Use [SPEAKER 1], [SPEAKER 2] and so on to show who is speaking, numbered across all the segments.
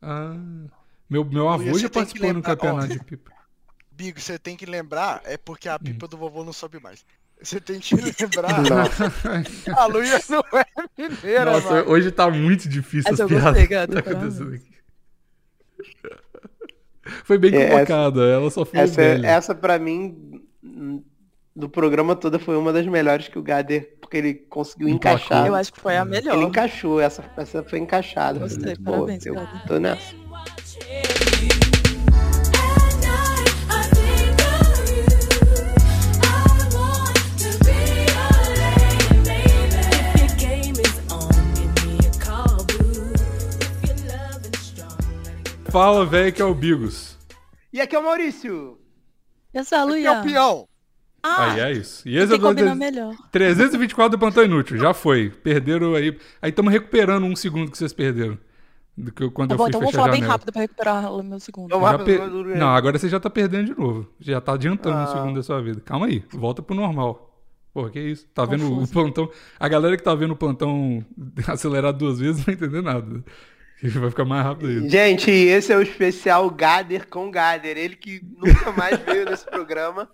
[SPEAKER 1] Ah, meu, meu avô
[SPEAKER 2] você
[SPEAKER 1] já
[SPEAKER 2] tem que
[SPEAKER 1] participou no
[SPEAKER 2] lembrar- ó.
[SPEAKER 1] campeonato de pipa.
[SPEAKER 2] Bigo, você tem que lembrar, é porque a pipa do vovô não sobe mais. Você tem que lembrar, a Luísa não é mineira,
[SPEAKER 1] Nossa,
[SPEAKER 2] mano.
[SPEAKER 1] hoje tá muito difícil
[SPEAKER 3] Essa
[SPEAKER 1] as
[SPEAKER 3] eu
[SPEAKER 1] piadas
[SPEAKER 3] gostei,
[SPEAKER 1] que
[SPEAKER 3] gata,
[SPEAKER 1] tá
[SPEAKER 3] parabéns.
[SPEAKER 1] acontecendo aqui. Foi bem
[SPEAKER 4] É, essa-
[SPEAKER 1] colocada, ela só foi
[SPEAKER 4] Essa, é,
[SPEAKER 2] é
[SPEAKER 1] velha.
[SPEAKER 4] essa pra mim, hum, do programa todo, foi uma das melhores que o Gader, porque ele conseguiu
[SPEAKER 1] Emplacou.
[SPEAKER 4] encaixar.
[SPEAKER 3] Eu acho que foi a melhor.
[SPEAKER 4] Ele encaixou, essa, essa foi encaixada.
[SPEAKER 3] Gostei,
[SPEAKER 4] Pô,
[SPEAKER 3] parabéns,
[SPEAKER 4] eu
[SPEAKER 3] Gader.
[SPEAKER 4] tô nessa.
[SPEAKER 1] Fala, velho, que é o Bigos.
[SPEAKER 4] E aqui é o Maurício.
[SPEAKER 3] Eu sou
[SPEAKER 2] Esse é
[SPEAKER 3] a
[SPEAKER 2] o
[SPEAKER 3] Luia.
[SPEAKER 2] peão.
[SPEAKER 3] Ah,
[SPEAKER 1] Aí é isso. E
[SPEAKER 3] tem
[SPEAKER 1] esse é
[SPEAKER 3] que
[SPEAKER 1] o
[SPEAKER 3] combinar
[SPEAKER 1] tre-
[SPEAKER 3] melhor.
[SPEAKER 1] 324 do Plantão Inútil, já foi. Perderam aí. Aí estamos recuperando um segundo que vocês perderam. Do que eu- quando
[SPEAKER 3] Tá
[SPEAKER 1] eu
[SPEAKER 3] bom,
[SPEAKER 1] fui
[SPEAKER 3] então eu vou
[SPEAKER 1] fechar a
[SPEAKER 3] falar bem
[SPEAKER 1] janela.
[SPEAKER 3] rápido pra recuperar o meu segundo.
[SPEAKER 4] Eu-
[SPEAKER 1] Já
[SPEAKER 4] rápido,
[SPEAKER 1] per-
[SPEAKER 4] rápido, rápido.
[SPEAKER 1] Não, agora você já tá perdendo de novo. Já tá adiantando
[SPEAKER 4] Ah.
[SPEAKER 1] um segundo da sua vida. Calma aí, volta pro normal. Pô, que isso? Tá vendo
[SPEAKER 3] Confuso.
[SPEAKER 1] o plantão. A galera que tá vendo o plantão acelerar duas vezes não vai entender nada. Vai ficar mais rápido aí.
[SPEAKER 4] Gente, esse é o especial Gader com Gader. Ele que nunca mais veio nesse programa.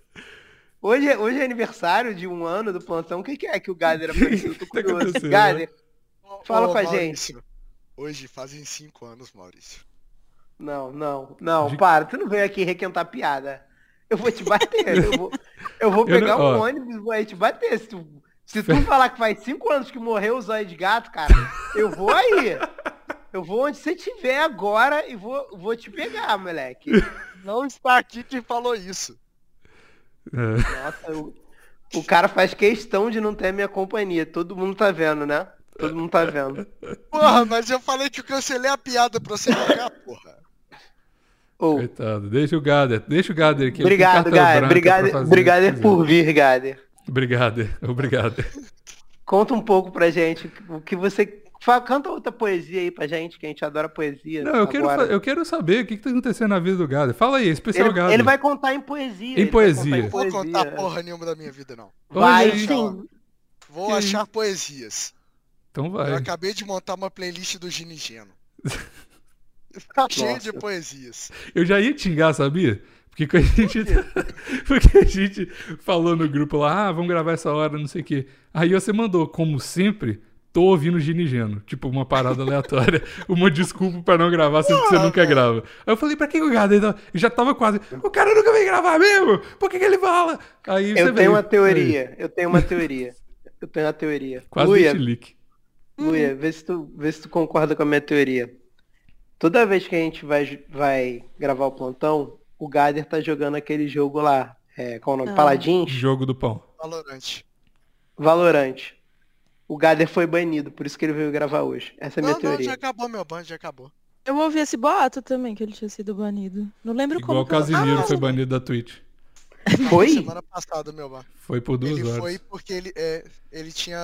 [SPEAKER 4] Hoje, é- hoje é aniversário de um ano do plantão. O que, que é que o Gader apareceu? Eu Tô
[SPEAKER 1] Que que tá
[SPEAKER 4] curioso.
[SPEAKER 1] acontecendo,
[SPEAKER 4] Gader,
[SPEAKER 2] Ô,
[SPEAKER 4] Fala
[SPEAKER 2] ô,
[SPEAKER 4] com a
[SPEAKER 2] Maurício, Hoje fazem cinco anos, Maurício.
[SPEAKER 4] Não, não, não,
[SPEAKER 1] De-
[SPEAKER 4] para, tu não veio aqui requentar piada. Eu vou te bater, eu vou, eu vou
[SPEAKER 1] Eu não-
[SPEAKER 4] pegar um
[SPEAKER 1] ó.
[SPEAKER 4] ônibus e vou aí te bater. Se tu, se tu falar que faz cinco anos que morreu o zóio de gato, cara, eu vou aí. Eu vou onde você estiver agora e vou, vou te pegar, moleque.
[SPEAKER 2] Não está Tá aqui quem falou isso.
[SPEAKER 1] É,
[SPEAKER 4] Nossa, eu- o cara faz questão de não ter a minha companhia. Todo mundo tá vendo, né? Todo mundo tá vendo.
[SPEAKER 2] Porra, mas eu falei que eu cancelei a piada pra você pagar, porra.
[SPEAKER 4] Ô,
[SPEAKER 1] coitado. Deixa o Gader. Deixa o Gader aqui. ele tem
[SPEAKER 4] obrigado,
[SPEAKER 1] carta branca
[SPEAKER 4] Gader.
[SPEAKER 1] pra
[SPEAKER 4] Obrigado,
[SPEAKER 1] fazer o que
[SPEAKER 4] obrigado
[SPEAKER 1] quiser.
[SPEAKER 4] por vir, Gader.
[SPEAKER 1] Obrigado, obrigado.
[SPEAKER 4] Conta um pouco pra gente o que você. Fa- Canta outra poesia aí pra gente, que a gente adora poesia.
[SPEAKER 1] Não, eu quero,
[SPEAKER 4] agora.
[SPEAKER 1] fa- eu quero saber o que, que tá acontecendo na vida do Gader. Fala aí, especial
[SPEAKER 4] Ele,
[SPEAKER 1] Gader.
[SPEAKER 4] ele vai contar em poesia. ele vai
[SPEAKER 1] poesia.
[SPEAKER 4] contar
[SPEAKER 2] Não
[SPEAKER 4] em
[SPEAKER 2] vou contar
[SPEAKER 4] poesia.
[SPEAKER 2] porra nenhuma da minha vida, não.
[SPEAKER 1] Olha
[SPEAKER 4] Vai, então.
[SPEAKER 1] aí.
[SPEAKER 4] sim.
[SPEAKER 2] Vou
[SPEAKER 1] Que
[SPEAKER 2] achar poesias.
[SPEAKER 1] Então
[SPEAKER 2] Eu
[SPEAKER 1] vai.
[SPEAKER 2] acabei de montar uma playlist do Ginigeno. Tá cheio de poesias.
[SPEAKER 1] Eu já ia te xingar, sabia? Porque quando a gente, porque a gente falou no grupo lá, ah, vamos gravar essa hora, não sei o quê. Aí você mandou, como sempre, tô ouvindo Ginigeno. Tipo, uma parada aleatória, uma desculpa pra não gravar, sendo que você nunca grava. Aí eu falei, pra que o Gader? tá- Eu já tava quase, o cara nunca vem gravar mesmo? Por que, que ele fala? Aí você
[SPEAKER 4] Eu
[SPEAKER 1] veio.
[SPEAKER 4] tenho uma
[SPEAKER 1] Aí,
[SPEAKER 4] teoria. Eu tenho uma teoria. Eu tenho uma teoria.
[SPEAKER 1] é quase
[SPEAKER 4] Luia,
[SPEAKER 1] dei chilique.
[SPEAKER 4] Luia, vê se, tu, vê se tu concorda com a minha teoria. Toda vez que a gente vai, vai gravar o plantão, o Gader tá jogando aquele jogo lá. É, qual o nome?
[SPEAKER 3] Ah.
[SPEAKER 4] Paladins?
[SPEAKER 1] Jogo do pão.
[SPEAKER 2] Valorante.
[SPEAKER 4] Valorante. O Gader foi banido, por isso que ele veio gravar hoje. Essa é a minha
[SPEAKER 2] Não, não,
[SPEAKER 4] teoria.
[SPEAKER 2] já acabou meu ban, já acabou.
[SPEAKER 3] Eu ouvi esse boato também, que ele tinha sido banido. Não lembro
[SPEAKER 1] Igual o
[SPEAKER 3] como. que eu-
[SPEAKER 1] Casimiro
[SPEAKER 3] Ah,
[SPEAKER 1] foi banido da Twitch.
[SPEAKER 4] Foi?
[SPEAKER 2] Semana passada meu ban.
[SPEAKER 1] Foi por duas
[SPEAKER 2] Ele
[SPEAKER 1] horas.
[SPEAKER 2] foi porque ele, é, ele tinha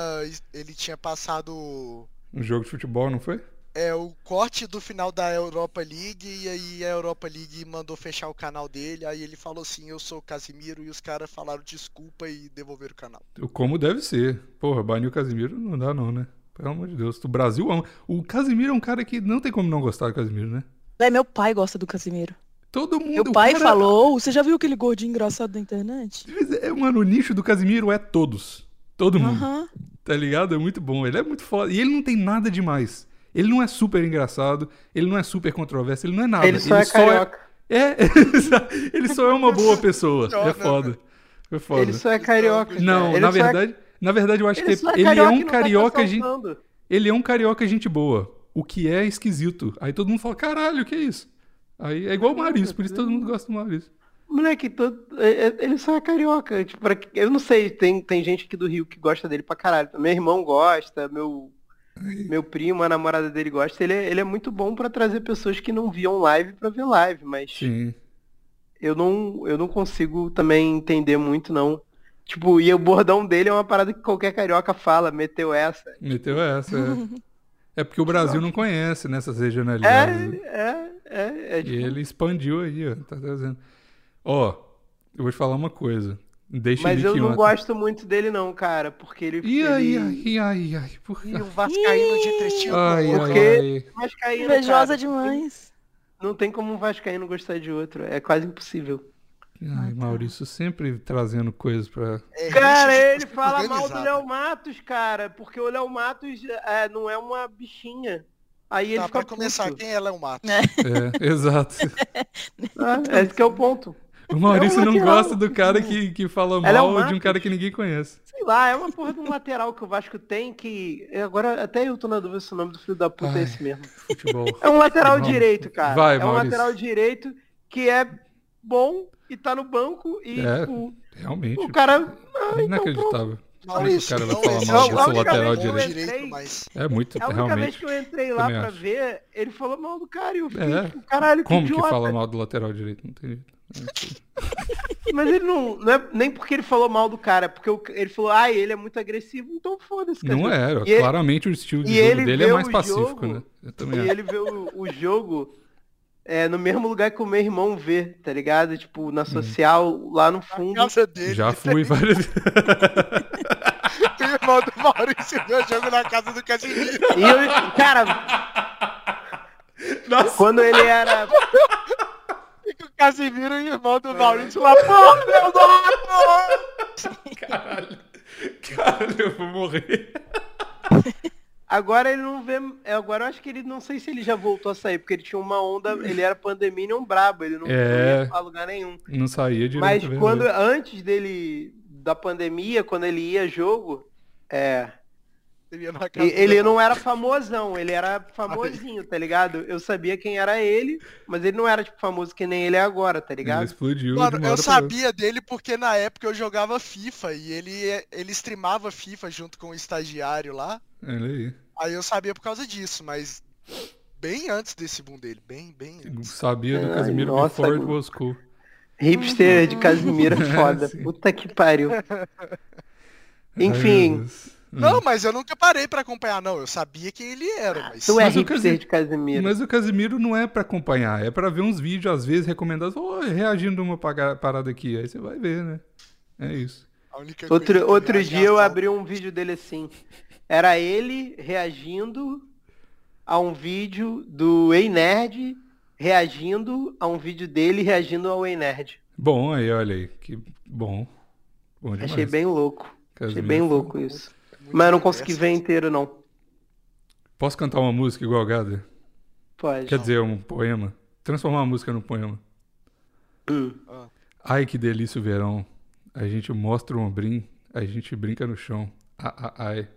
[SPEAKER 2] ele tinha passado
[SPEAKER 1] Um jogo de futebol, não foi?
[SPEAKER 2] é, o corte do final da Europa League e aí a Europa League mandou fechar o canal dele. Aí ele falou assim, eu sou o Casimiro e os caras falaram desculpa e devolveram o canal.
[SPEAKER 1] Como deve ser. Porra, banir o Casimiro não dá não, né? Pelo amor de Deus. O Brasil ama. O Casimiro é um cara que não tem como não gostar do Casimiro, né?
[SPEAKER 3] É, meu pai gosta do Casimiro.
[SPEAKER 1] Todo mundo...
[SPEAKER 3] Meu
[SPEAKER 1] o
[SPEAKER 3] pai
[SPEAKER 1] cara-
[SPEAKER 3] falou, você já viu aquele gordinho engraçado da internet?
[SPEAKER 1] É, mano, o nicho do Casimiro é todos. Todo mundo.
[SPEAKER 3] Aham.
[SPEAKER 1] Tá ligado? É muito bom. Ele é muito foda. E ele não tem nada demais. Ele não é super engraçado. Ele não é super controverso. Ele não é nada.
[SPEAKER 4] Ele só é carioca.
[SPEAKER 1] É, ele só é uma boa pessoa. É foda. É foda.
[SPEAKER 4] Ele só é carioca. cara.
[SPEAKER 1] Não,
[SPEAKER 4] Ele
[SPEAKER 1] na
[SPEAKER 4] só é-
[SPEAKER 1] verdade... Na verdade, eu acho que
[SPEAKER 4] só
[SPEAKER 1] ele é
[SPEAKER 4] e
[SPEAKER 1] um
[SPEAKER 4] não tá te
[SPEAKER 1] carioca... gente.
[SPEAKER 4] assaltando.
[SPEAKER 1] ele é um carioca gente boa, o que é esquisito. Aí todo mundo fala, caralho, o que é isso? Aí é igual o Maurício, por isso todo mundo gosta do Maurício.
[SPEAKER 4] Moleque, todo... é- é- ele só é carioca. Tipo, pra- eu não sei, tem, tem gente aqui do Rio que gosta dele pra caralho. Meu irmão gosta, meu, meu primo, a namorada dele gosta. Ele é, ele é muito bom pra trazer pessoas que não viam live pra ver live, mas
[SPEAKER 1] Sim.
[SPEAKER 4] eu não, eu não consigo também entender muito, não. Tipo, e o bordão dele é uma parada que qualquer carioca fala, meteu essa.
[SPEAKER 1] Meteu essa. É, é porque o Brasil não conhece nessas regionalidades.
[SPEAKER 4] É, é, é, é,
[SPEAKER 1] Uhum. E
[SPEAKER 4] tipo,
[SPEAKER 1] ele expandiu aí, ó. Tá trazendo. Ó, eu vou te falar uma coisa. Deixa
[SPEAKER 4] Mas
[SPEAKER 1] ele
[SPEAKER 4] eu
[SPEAKER 1] que
[SPEAKER 4] não
[SPEAKER 1] mata.
[SPEAKER 4] gosto muito dele não, cara, porque ele...
[SPEAKER 1] E aí, ai,
[SPEAKER 4] ele-
[SPEAKER 1] ai, ai. Por...
[SPEAKER 2] E o Vascaíno de Tretinho.
[SPEAKER 1] Ai,
[SPEAKER 2] com
[SPEAKER 1] ai,
[SPEAKER 2] o outro.
[SPEAKER 1] ai.
[SPEAKER 4] Porque- Vascaíno,
[SPEAKER 3] Invejosa
[SPEAKER 4] cara.
[SPEAKER 3] demais.
[SPEAKER 4] Não tem como um vascaíno gostar de outro. É quase impossível.
[SPEAKER 1] Ai, Maurício, sempre trazendo coisas pra.
[SPEAKER 2] É,
[SPEAKER 4] Cara,
[SPEAKER 2] gente,
[SPEAKER 4] ele
[SPEAKER 2] você
[SPEAKER 4] fala mal
[SPEAKER 2] organizado.
[SPEAKER 4] do Léo Matos, cara, porque o Léo Matos é, não é uma bichinha. Aí ele
[SPEAKER 2] Tá,
[SPEAKER 4] fica
[SPEAKER 2] pra começar,
[SPEAKER 4] puto.
[SPEAKER 2] quem é Léo Matos?
[SPEAKER 1] É, exato.
[SPEAKER 4] Ah, esse que é o ponto.
[SPEAKER 1] O Maurício
[SPEAKER 4] É um
[SPEAKER 1] não
[SPEAKER 4] lateral.
[SPEAKER 1] gosta do cara que, que fala
[SPEAKER 4] Ela é um
[SPEAKER 1] mal de um
[SPEAKER 4] Matos.
[SPEAKER 1] cara que ninguém conhece.
[SPEAKER 4] Sei lá, é uma porra de um lateral que o Vasco tem que. Agora até eu tô na dúvida se o nome do filho da puta
[SPEAKER 1] Ai.
[SPEAKER 4] é esse mesmo.
[SPEAKER 1] Futebol.
[SPEAKER 4] É um lateral
[SPEAKER 1] Vamos.
[SPEAKER 4] direito, cara.
[SPEAKER 1] Vai,
[SPEAKER 4] é um
[SPEAKER 1] Maurício.
[SPEAKER 4] lateral direito que é bom e tá no banco e
[SPEAKER 1] É,
[SPEAKER 4] tipo,
[SPEAKER 1] Realmente.
[SPEAKER 4] o cara. Ah,
[SPEAKER 1] É
[SPEAKER 4] então pronto.
[SPEAKER 1] inacreditável.
[SPEAKER 2] Maurício,
[SPEAKER 1] cara vai
[SPEAKER 2] não
[SPEAKER 1] falar
[SPEAKER 2] existe
[SPEAKER 1] mal do
[SPEAKER 2] jogador
[SPEAKER 1] seu lateral
[SPEAKER 2] bom
[SPEAKER 1] direito.
[SPEAKER 2] mas
[SPEAKER 1] É muito,
[SPEAKER 4] A única vez
[SPEAKER 1] realmente.
[SPEAKER 4] que eu entrei lá
[SPEAKER 1] Também
[SPEAKER 4] pra
[SPEAKER 1] acho.
[SPEAKER 4] ver, ele falou mal do cara e eu fiquei,
[SPEAKER 1] É.
[SPEAKER 4] tipo, caralho,
[SPEAKER 1] Como
[SPEAKER 4] que
[SPEAKER 1] que
[SPEAKER 4] idiota.
[SPEAKER 1] fala mal do lateral direito? Não tem jeito.
[SPEAKER 4] Mas ele não. não é, nem porque ele falou mal do cara, é porque o- ele falou, ai, ele é muito agressivo, então foda-se, cara.
[SPEAKER 1] Não era.
[SPEAKER 4] E ele-
[SPEAKER 1] Claramente o estilo de
[SPEAKER 4] e
[SPEAKER 1] jogo
[SPEAKER 4] ele
[SPEAKER 1] dele é
[SPEAKER 4] vê
[SPEAKER 1] mais
[SPEAKER 4] o
[SPEAKER 1] pacífico,
[SPEAKER 4] jogo,
[SPEAKER 1] né? Eu também
[SPEAKER 4] E
[SPEAKER 1] acho.
[SPEAKER 4] ele vê o, o jogo é, no mesmo lugar que o meu irmão vê, tá ligado? Tipo,
[SPEAKER 2] Uhum.
[SPEAKER 4] na social, lá no
[SPEAKER 2] a
[SPEAKER 4] fundo.
[SPEAKER 2] casa é dele.
[SPEAKER 1] Já fui várias vezes.
[SPEAKER 2] O irmão do Maurício viu o jogo na casa do Casimiro.
[SPEAKER 4] E eu, cara, quando ele era.
[SPEAKER 2] E o Casimiro e o irmão do Maurício lá, pô, meu Deus!
[SPEAKER 1] Caralho. Caralho, eu vou morrer.
[SPEAKER 4] Agora ele não vê. é, Agora eu acho que ele não sei se ele já voltou a sair, porque ele tinha uma onda. Ele era pandeminion brabo, ele não
[SPEAKER 1] É.
[SPEAKER 4] não ia pra lugar nenhum.
[SPEAKER 1] Não saía direito.
[SPEAKER 4] Mas
[SPEAKER 1] velho.
[SPEAKER 4] quando
[SPEAKER 2] né?
[SPEAKER 4] antes dele da pandemia, quando ele ia jogo, é,
[SPEAKER 2] Ele ia na casa
[SPEAKER 4] e- ele
[SPEAKER 2] do-
[SPEAKER 4] não era famosão, ele era famosinho, tá ligado? Eu sabia quem era ele, mas ele não era tipo famoso que nem ele é agora, tá
[SPEAKER 1] Ele
[SPEAKER 4] ligado?
[SPEAKER 1] explodiu. de
[SPEAKER 2] Mano,
[SPEAKER 1] uma
[SPEAKER 2] eu
[SPEAKER 1] hora pra outra.
[SPEAKER 2] sabia dele porque na época eu jogava FIFA e ele, ele streamava FIFA junto com o estagiário lá.
[SPEAKER 1] Olha aí.
[SPEAKER 2] Aí eu sabia por causa disso, mas bem antes desse boom dele, bem, bem
[SPEAKER 1] Eu
[SPEAKER 2] antes.
[SPEAKER 1] Sabia do
[SPEAKER 4] Ai,
[SPEAKER 1] Casimiro
[SPEAKER 4] nossa,
[SPEAKER 1] before it
[SPEAKER 4] Gu.
[SPEAKER 1] was cool.
[SPEAKER 4] Hipster de Casimiro é foda,
[SPEAKER 1] Sim.
[SPEAKER 4] puta que pariu.
[SPEAKER 1] Ai,
[SPEAKER 4] Enfim.
[SPEAKER 1] meu Deus.
[SPEAKER 2] Não, mas eu nunca parei pra acompanhar, não. Eu sabia quem ele era, mas.
[SPEAKER 4] Tu é
[SPEAKER 1] Mas o
[SPEAKER 4] hipster
[SPEAKER 1] Casim-
[SPEAKER 4] de Casimiro.
[SPEAKER 1] Mas o Casimiro não é pra acompanhar, é pra ver uns vídeos, às vezes, recomendados, ou reagindo a uma paga- parada aqui. Aí você vai ver, né? É isso.
[SPEAKER 2] a única coisa que
[SPEAKER 4] Outro,
[SPEAKER 1] é
[SPEAKER 2] me
[SPEAKER 4] outro dia eu
[SPEAKER 2] ameaçava-
[SPEAKER 4] abri um vídeo dele assim. Era ele reagindo a um vídeo do Ei Nerd reagindo a um vídeo dele reagindo ao Ei Nerd.
[SPEAKER 1] Bom, aí, olha aí. Que bom. Bom demais.
[SPEAKER 4] Achei bem louco. Achei
[SPEAKER 1] Casimiro é
[SPEAKER 4] bem um
[SPEAKER 1] foi-
[SPEAKER 4] louco isso.
[SPEAKER 2] muito é
[SPEAKER 4] Mas eu não consegui
[SPEAKER 2] diversas.
[SPEAKER 4] ver inteiro, não.
[SPEAKER 1] Posso cantar uma música igual o Gader?
[SPEAKER 4] Pode.
[SPEAKER 1] Quer dizer, um poema. Transformar a música num poema.
[SPEAKER 4] Hum.
[SPEAKER 1] Ai, que delícia o verão. A gente mostra o ombrim, a gente brinca no chão. Ah, ah, ai.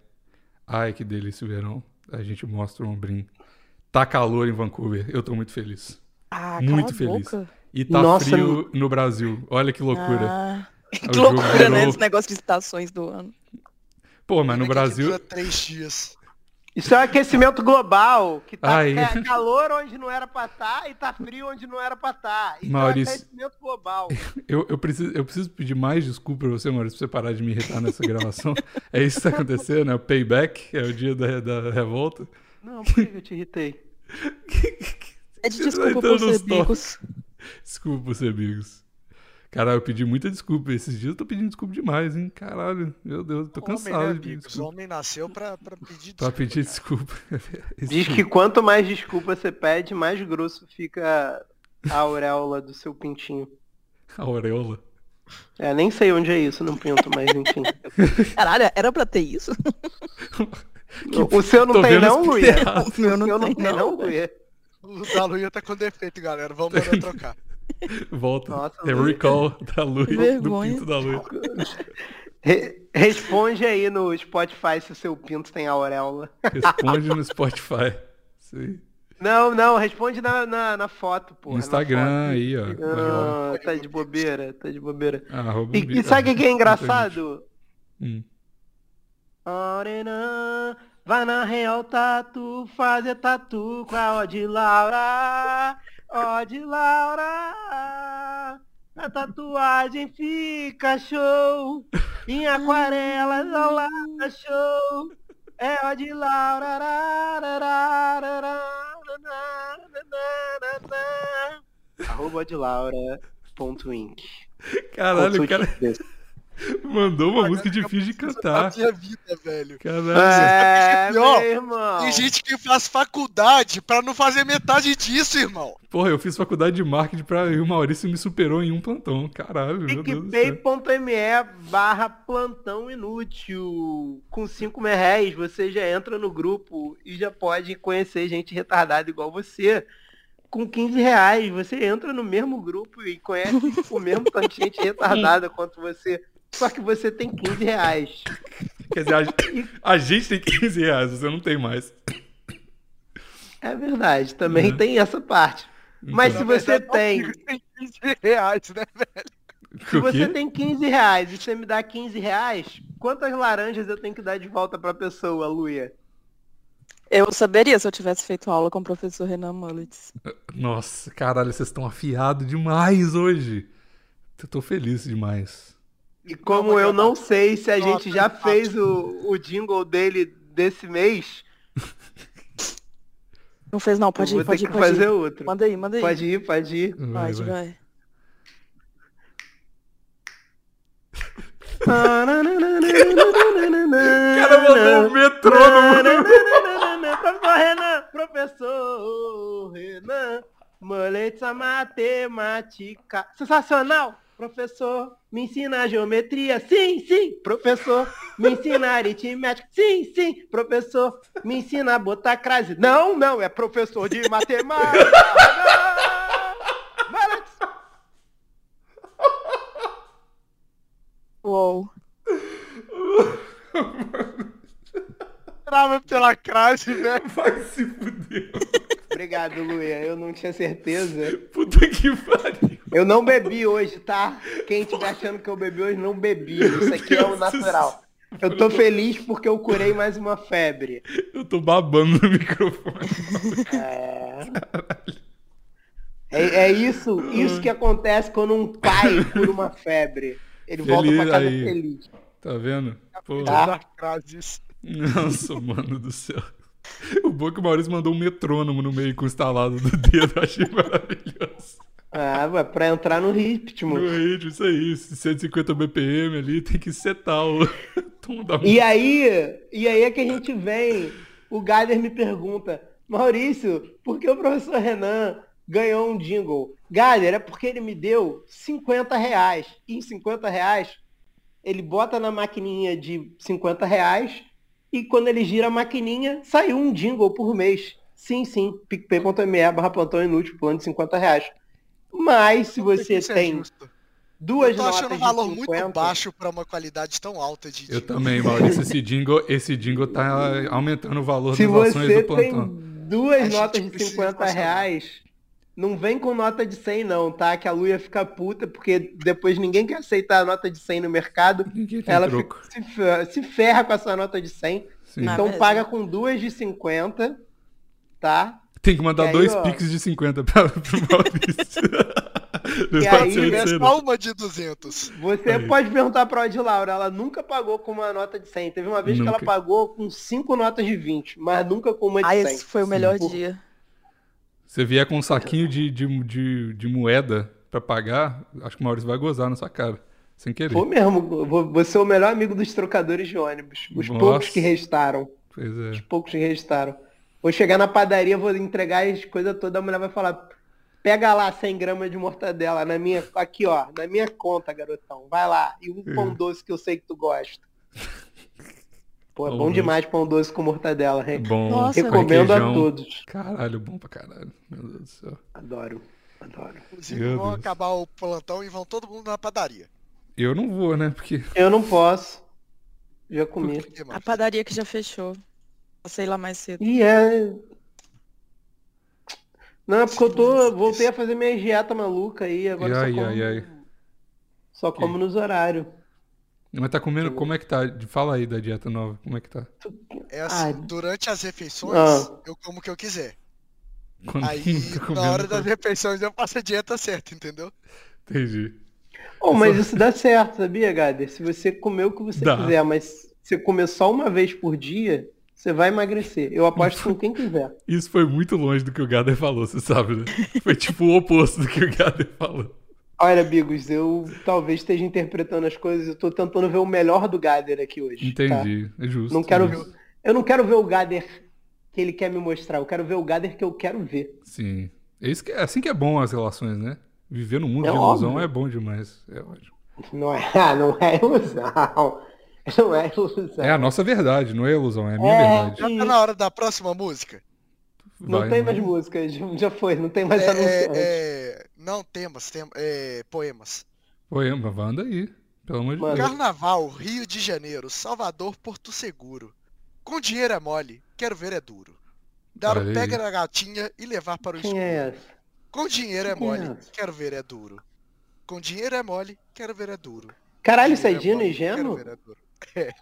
[SPEAKER 1] Ai, que delícia o verão. A gente mostra o ombrim. Tá calor em Vancouver. Eu tô muito feliz.
[SPEAKER 3] Ah,
[SPEAKER 1] Muito
[SPEAKER 3] cala a
[SPEAKER 1] feliz.
[SPEAKER 3] boca.
[SPEAKER 1] E tá
[SPEAKER 4] Nossa,
[SPEAKER 1] frio no Brasil. Olha que loucura. É
[SPEAKER 3] Ah,
[SPEAKER 1] O
[SPEAKER 3] que
[SPEAKER 1] jogo
[SPEAKER 3] loucura, né?
[SPEAKER 1] virou-
[SPEAKER 3] Esse negócio de estações do ano.
[SPEAKER 1] Pô, mas
[SPEAKER 2] Como
[SPEAKER 1] no
[SPEAKER 2] é que
[SPEAKER 1] Brasil.
[SPEAKER 2] dura três dias.
[SPEAKER 4] Isso é um aquecimento global, que tá
[SPEAKER 1] Ai.
[SPEAKER 4] ca- calor onde não era pra tá e tá frio onde não era pra tá. Isso
[SPEAKER 1] Maurício.
[SPEAKER 4] é um aquecimento global.
[SPEAKER 1] Eu, eu preciso, eu preciso pedir mais desculpa pra você, Maurício, pra você parar de me irritar nessa gravação. é isso que tá acontecendo, é o payback, é o dia da, da revolta.
[SPEAKER 4] Não, por que que eu te irritei?
[SPEAKER 3] É de
[SPEAKER 1] Você tá
[SPEAKER 3] desculpa por
[SPEAKER 1] entrando nos
[SPEAKER 3] ser bicos.
[SPEAKER 1] Desculpa você, amigos. Caralho, eu pedi muita desculpa. Esses dias eu tô pedindo desculpa demais, hein? Caralho, meu Deus, eu tô cansado Tá.
[SPEAKER 2] homem,
[SPEAKER 1] de
[SPEAKER 2] né,
[SPEAKER 1] pedir
[SPEAKER 2] amigos?
[SPEAKER 1] desculpa.
[SPEAKER 2] homem nasceu pra, pra pedir
[SPEAKER 1] Pra
[SPEAKER 2] desculpa.
[SPEAKER 1] pedir desculpa.
[SPEAKER 4] Diz que quanto mais desculpa você pede, mais grosso fica a auréola do seu pintinho.
[SPEAKER 1] A aureola.
[SPEAKER 4] É, nem sei onde é isso, não pinto, mas enfim.
[SPEAKER 3] Caralho, era pra ter isso?
[SPEAKER 4] O seu não
[SPEAKER 1] Tô
[SPEAKER 4] tem
[SPEAKER 1] vendo
[SPEAKER 4] não,
[SPEAKER 1] os
[SPEAKER 4] Luia?
[SPEAKER 1] piadas.
[SPEAKER 3] O meu
[SPEAKER 4] O
[SPEAKER 3] não
[SPEAKER 4] seu não
[SPEAKER 3] tem,
[SPEAKER 4] tem
[SPEAKER 3] não,
[SPEAKER 4] não,
[SPEAKER 3] velho.
[SPEAKER 4] Luia?
[SPEAKER 2] O da Luia tá com defeito, galera. Vamos
[SPEAKER 1] Tá.
[SPEAKER 2] mandar trocar.
[SPEAKER 1] Volta.
[SPEAKER 4] Nossa,
[SPEAKER 1] é
[SPEAKER 4] Luia.
[SPEAKER 1] recall da lua, do
[SPEAKER 3] vergonha.
[SPEAKER 1] pinto da lua.
[SPEAKER 4] Re- Responde aí no Spotify se o seu pinto tem auréola.
[SPEAKER 1] Responde no Spotify. Sim.
[SPEAKER 4] Não, não, responde na, na, na foto, pô.
[SPEAKER 1] No Instagram aí, ó. Arroba-
[SPEAKER 4] Ah, tá de bobeira, tá de bobeira.
[SPEAKER 1] arroba um
[SPEAKER 4] E,
[SPEAKER 1] Bira.
[SPEAKER 4] e sabe o que que é
[SPEAKER 1] Muita gente.
[SPEAKER 4] engraçado?
[SPEAKER 1] Hum.
[SPEAKER 4] Orena, vai na real tatu, fazer tatu com a Ó de Laura, Ó de Laura. A tatuagem fica show, em aquarela isolada show. É Ó de Laura. rá, rá, rá, rá, rá, rá, rá, rá, rá, rá. Arroba Ó de Laura. Ponto inc.
[SPEAKER 1] Caralho, o
[SPEAKER 4] Consulte
[SPEAKER 1] cara,
[SPEAKER 4] preço.
[SPEAKER 1] Mandou uma música difícil de
[SPEAKER 2] da
[SPEAKER 1] cantar.
[SPEAKER 2] minha vida, velho.
[SPEAKER 1] Caralho.
[SPEAKER 4] É,
[SPEAKER 2] Pior.
[SPEAKER 4] meu irmão.
[SPEAKER 2] Tem gente que faz faculdade pra não fazer metade disso, irmão.
[SPEAKER 1] Porra, eu fiz faculdade de marketing pra... e o Maurício me superou em um plantão. Caralho, meu Deus do céu.
[SPEAKER 4] PicPay.me barra plantão inútil. Com 5 mil reais você já entra no grupo e já pode conhecer gente retardada igual você. Com 15 reais você entra no mesmo grupo e conhece tipo, o mesmo tanto de gente retardada quanto você. Só que você tem 15 reais.
[SPEAKER 1] Quer dizer, a gente- a gente tem 15 reais, você não tem mais.
[SPEAKER 4] É verdade, também
[SPEAKER 1] Uhum.
[SPEAKER 4] tem essa parte. Mas é,
[SPEAKER 1] Então,
[SPEAKER 4] se você
[SPEAKER 2] Na
[SPEAKER 4] tem,
[SPEAKER 2] verdade, Tem 15 reais, né?
[SPEAKER 4] se
[SPEAKER 1] o
[SPEAKER 4] você
[SPEAKER 1] quê?
[SPEAKER 4] tem 15 reais e você me dá 15 reais, quantas laranjas eu tenho que dar de volta pra pessoa, Luia?
[SPEAKER 3] Eu saberia se eu tivesse feito aula com o professor Renan Mullets.
[SPEAKER 1] Nossa, caralho, vocês estão afiados demais hoje. Eu tô feliz demais.
[SPEAKER 4] E como eu não sei se a
[SPEAKER 2] Nota
[SPEAKER 4] gente já
[SPEAKER 2] de fato.
[SPEAKER 4] fez o, o jingle dele desse mês,
[SPEAKER 3] Não fez não,
[SPEAKER 4] eu
[SPEAKER 3] pode
[SPEAKER 4] vou
[SPEAKER 3] ir, pode
[SPEAKER 4] ter
[SPEAKER 3] ir,
[SPEAKER 4] que
[SPEAKER 3] pode
[SPEAKER 4] fazer
[SPEAKER 3] ir.
[SPEAKER 4] outro.
[SPEAKER 3] Manda aí, manda aí.
[SPEAKER 4] Pode ir, pode ir.
[SPEAKER 1] Vai,
[SPEAKER 3] Pode,
[SPEAKER 1] vai.
[SPEAKER 3] vai.
[SPEAKER 4] O cara
[SPEAKER 1] Cara, mandou um metrônomo.
[SPEAKER 4] Professor Renan, professor Renan, moletes a matemática. Sensacional! Professor, me ensina geometria, sim, sim. Professor, me ensina aritmética, sim, sim. Professor, me ensina a botar crase. Não, não, é professor de matemática. Renan Moletes.
[SPEAKER 3] Uou.
[SPEAKER 2] Trava pela crase, né? velho.
[SPEAKER 1] Vai se fuder.
[SPEAKER 4] Obrigado, Luia, eu não tinha certeza.
[SPEAKER 1] Puta que pariu.
[SPEAKER 4] Eu não bebi hoje, tá? Quem estiver achando que eu bebi hoje, não bebi. Isso aqui é o
[SPEAKER 1] Meu Deus do
[SPEAKER 4] natural. Eu tô feliz porque eu curei mais uma febre.
[SPEAKER 1] Eu tô babando no microfone.
[SPEAKER 4] É, é isso, isso que acontece quando um pai cura uma febre. Ele volta pra
[SPEAKER 1] Feliz
[SPEAKER 4] casa
[SPEAKER 1] aí.
[SPEAKER 4] feliz.
[SPEAKER 1] Tá vendo? Porra.
[SPEAKER 4] Tá.
[SPEAKER 2] Da crase.
[SPEAKER 1] Nossa, mano do céu. O bom é que o Maurício mandou um metrônomo no meio com o instalado do dedo. Eu achei maravilhoso.
[SPEAKER 4] Ah, ué, pra entrar no
[SPEAKER 1] No
[SPEAKER 4] ritmo.
[SPEAKER 1] ritmo, isso aí. 150 BPM ali, tem que setar o um tom da
[SPEAKER 4] E aí, e aí é que a gente vem. O Gader me pergunta, Maurício, por que o professor Renan ganhou um jingle? Gader, é porque ele me deu 50 reais. E em 50 reais, ele bota na maquininha de 50 reais e quando ele gira a maquininha, saiu um jingle por mês. Sim, sim, picpay.me barra plantão inútil, plano de 50 reais. Mas se você
[SPEAKER 2] Isso é
[SPEAKER 4] tem
[SPEAKER 2] justo.
[SPEAKER 4] duas
[SPEAKER 2] Eu tô
[SPEAKER 4] notas
[SPEAKER 2] achando um
[SPEAKER 4] de
[SPEAKER 2] valor
[SPEAKER 4] 50,
[SPEAKER 2] muito baixo pra uma qualidade tão alta de
[SPEAKER 1] Eu
[SPEAKER 2] dinheiro.
[SPEAKER 1] também, Maurício. Esse jingle, esse jingle tá aumentando o valor
[SPEAKER 4] Se
[SPEAKER 1] das ações
[SPEAKER 4] você
[SPEAKER 1] do
[SPEAKER 4] tem
[SPEAKER 1] plantão.
[SPEAKER 2] A
[SPEAKER 4] duas
[SPEAKER 2] gente
[SPEAKER 4] notas de
[SPEAKER 2] precisa
[SPEAKER 4] 50
[SPEAKER 2] passar.
[SPEAKER 4] reais, não vem com nota de 100 não, tá? Que a Luia fica puta, porque depois ninguém quer aceitar a nota de 100 no mercado.
[SPEAKER 1] Ninguém tem
[SPEAKER 4] Ela
[SPEAKER 1] troco.
[SPEAKER 4] fica- se fe- se ferra com a sua nota de 100.
[SPEAKER 1] Sim.
[SPEAKER 3] Nada.
[SPEAKER 4] então
[SPEAKER 3] mesmo?
[SPEAKER 4] paga com duas de 50, tá?
[SPEAKER 1] Tem que mandar
[SPEAKER 4] E aí,
[SPEAKER 1] dois
[SPEAKER 4] ó.
[SPEAKER 1] piques de 50 pra, pro Maurício. Não tá
[SPEAKER 4] E
[SPEAKER 1] pode
[SPEAKER 4] aí,
[SPEAKER 1] ser
[SPEAKER 2] É
[SPEAKER 1] isso,
[SPEAKER 2] só
[SPEAKER 1] não.
[SPEAKER 2] uma de 200.
[SPEAKER 4] Você
[SPEAKER 1] Aí.
[SPEAKER 4] pode perguntar pra de Laura, ela nunca pagou com uma nota de 100. Teve uma vez que
[SPEAKER 1] Nunca.
[SPEAKER 4] ela pagou com cinco notas de 20, mas nunca com uma de
[SPEAKER 3] Ah,
[SPEAKER 4] 100.
[SPEAKER 3] esse foi o melhor
[SPEAKER 4] Por-
[SPEAKER 3] dia.
[SPEAKER 1] Você vier com um saquinho de, de, de, de moeda pra pagar, acho que o Maurício vai gozar na sua cara. Sem querer.
[SPEAKER 4] Vou mesmo, vou, vou ser o melhor amigo dos trocadores de ônibus. Os
[SPEAKER 1] Nossa.
[SPEAKER 4] poucos que restaram.
[SPEAKER 1] Pois é.
[SPEAKER 4] Os poucos que restaram. Vou chegar na padaria, vou entregar as coisas todas, a mulher vai falar, pega lá 100 gramas de mortadela, na minha, aqui ó, na minha conta, garotão, vai lá. E um
[SPEAKER 1] É.
[SPEAKER 4] pão doce que eu sei que tu gosta. Pô, é
[SPEAKER 1] Pão
[SPEAKER 4] bom
[SPEAKER 1] doce.
[SPEAKER 4] demais pão doce com mortadela, hein?
[SPEAKER 1] Bom,
[SPEAKER 3] Nossa,
[SPEAKER 1] com
[SPEAKER 4] É Recomendo a
[SPEAKER 1] requeijão.
[SPEAKER 4] todos.
[SPEAKER 1] Caralho, bom pra caralho. Meu Deus do céu.
[SPEAKER 4] Adoro, adoro.
[SPEAKER 2] Inclusive,
[SPEAKER 1] Meu
[SPEAKER 2] vão
[SPEAKER 1] Deus.
[SPEAKER 2] acabar o plantão e vão todo mundo na padaria.
[SPEAKER 1] Eu não vou, né? Porque
[SPEAKER 4] Eu não posso. Já comi.
[SPEAKER 2] Por quê,
[SPEAKER 3] A
[SPEAKER 2] mano?
[SPEAKER 3] padaria que já fechou. Passei lá mais cedo.
[SPEAKER 4] E é. Não, é porque eu tô. Voltei a fazer minha dieta maluca aí, agora
[SPEAKER 1] Ai,
[SPEAKER 4] só como.
[SPEAKER 1] ai, ai.
[SPEAKER 4] Só como nos horários.
[SPEAKER 1] Mas tá comendo. Como é que tá? Fala aí da dieta nova. Como é que tá?
[SPEAKER 2] É assim,
[SPEAKER 4] Ah.
[SPEAKER 2] durante as refeições,
[SPEAKER 4] Ah.
[SPEAKER 2] eu como o que eu quiser.
[SPEAKER 1] Quando
[SPEAKER 2] Aí,
[SPEAKER 1] tá comendo,
[SPEAKER 2] na hora
[SPEAKER 1] tá-
[SPEAKER 2] das refeições, eu faço a dieta certa, entendeu?
[SPEAKER 1] Entendi.
[SPEAKER 4] Oh, mas isso dá certo, sabia, Gader? Se você comer o que você
[SPEAKER 1] Dá.
[SPEAKER 4] quiser, mas se você comer só uma vez por dia, você vai emagrecer. Eu aposto com quem quiser.
[SPEAKER 1] Isso
[SPEAKER 4] Tá.
[SPEAKER 1] foi muito longe do que o Gader falou, você sabe, né? Foi tipo o oposto do que o Gader falou.
[SPEAKER 4] Olha, Bigos, eu talvez esteja interpretando as coisas, eu tô tentando ver o melhor do Gader aqui hoje. tá?
[SPEAKER 1] Entendi. É justo.
[SPEAKER 4] Não quero
[SPEAKER 1] é
[SPEAKER 4] ver-
[SPEAKER 1] justo.
[SPEAKER 4] Eu não quero ver o Gader que ele quer me mostrar, eu quero ver o Gader que eu quero ver.
[SPEAKER 1] Sim. É isso que, é assim que é bom as relações, né? Viver num mundo
[SPEAKER 4] É
[SPEAKER 1] de ilusão
[SPEAKER 4] óbvio.
[SPEAKER 1] é bom demais. É ótimo.
[SPEAKER 4] Não é, ah, não é ilusão. Não é ilusão.
[SPEAKER 1] É a nossa verdade, não é ilusão, é a minha
[SPEAKER 4] É.
[SPEAKER 1] verdade.
[SPEAKER 2] Já tá na hora da próxima música?
[SPEAKER 4] não
[SPEAKER 1] Vai,
[SPEAKER 4] tem
[SPEAKER 1] vai.
[SPEAKER 4] mais músicas, já foi, não tem mais
[SPEAKER 2] É, é,
[SPEAKER 4] anunciante.
[SPEAKER 2] é, não, temas, tem, é, poemas.
[SPEAKER 1] Poema, vai, anda aí. Pelo amor de
[SPEAKER 4] Mano.
[SPEAKER 1] Deus.
[SPEAKER 2] Carnaval, Rio de Janeiro, Salvador, Porto Seguro. Com dinheiro é mole, quero ver é duro. Dar
[SPEAKER 1] Olha
[SPEAKER 2] o
[SPEAKER 1] aí.
[SPEAKER 2] pega na gatinha e levar para o
[SPEAKER 4] Quem
[SPEAKER 2] escuro.
[SPEAKER 4] é essa?
[SPEAKER 2] Com dinheiro é
[SPEAKER 4] Quem é
[SPEAKER 2] mole,
[SPEAKER 4] essa?
[SPEAKER 2] quero ver é duro. Com dinheiro é mole, quero ver é duro.
[SPEAKER 4] Caralho, isso é
[SPEAKER 2] Dinheiro
[SPEAKER 4] Dino
[SPEAKER 2] mole,
[SPEAKER 4] e
[SPEAKER 2] quero
[SPEAKER 4] Geno?
[SPEAKER 2] ver é duro.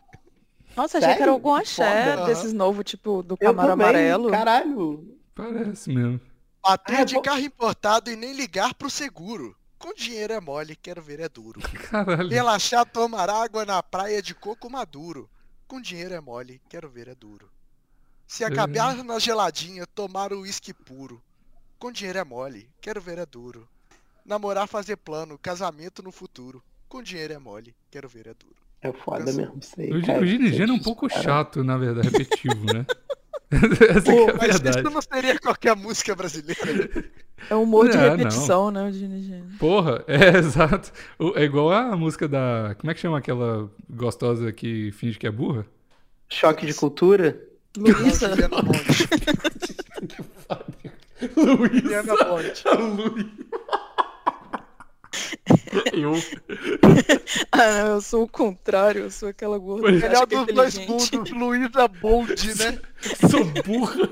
[SPEAKER 3] Nossa, achei que era
[SPEAKER 4] Sério?
[SPEAKER 3] algum axé
[SPEAKER 2] Foda.
[SPEAKER 3] desses novos, tipo, do
[SPEAKER 4] Eu
[SPEAKER 3] Camaro
[SPEAKER 4] também,
[SPEAKER 3] Amarelo.
[SPEAKER 4] Caralho.
[SPEAKER 1] Parece mesmo.
[SPEAKER 2] Bater
[SPEAKER 4] Ah, é
[SPEAKER 2] de
[SPEAKER 4] bom.
[SPEAKER 2] carro importado e nem ligar pro seguro. Com dinheiro é mole, quero ver é duro.
[SPEAKER 1] Caralho.
[SPEAKER 2] Relaxar, tomar água na praia de coco maduro. Com dinheiro é mole, quero ver é duro. Se acabar
[SPEAKER 1] Hum.
[SPEAKER 2] na geladinha, tomar o uísque puro. Com dinheiro é mole, quero ver é duro. Namorar, fazer plano, casamento no futuro. Com dinheiro é mole, quero ver é duro.
[SPEAKER 4] É foda mesmo, isso aí.
[SPEAKER 1] O, Gi-
[SPEAKER 4] cara.
[SPEAKER 1] o Ginigeno é um pouco chato, na verdade, repetitivo, né? Essa que é a
[SPEAKER 2] Mas
[SPEAKER 1] verdade.
[SPEAKER 2] isso não seria qualquer música brasileira.
[SPEAKER 3] É humor de
[SPEAKER 1] Não, não.
[SPEAKER 3] repetição, né, o Gini Gini?
[SPEAKER 1] Porra, é exato. O- É igual a música da. Como é que chama aquela gostosa que finge que é burra?
[SPEAKER 4] Choque de cultura?
[SPEAKER 1] é
[SPEAKER 3] Luísa,
[SPEAKER 2] Não, Juliana Bonde. Juliana
[SPEAKER 1] Luísa
[SPEAKER 2] Bonde.
[SPEAKER 1] Eu.
[SPEAKER 3] ah, não, eu sou o contrário, eu sou aquela gorda.
[SPEAKER 1] Pois é.
[SPEAKER 2] Melhor
[SPEAKER 3] acha que é
[SPEAKER 2] dos dois
[SPEAKER 3] inteligente.
[SPEAKER 2] mundos, Luísa Bonde, né?
[SPEAKER 1] Sou burra.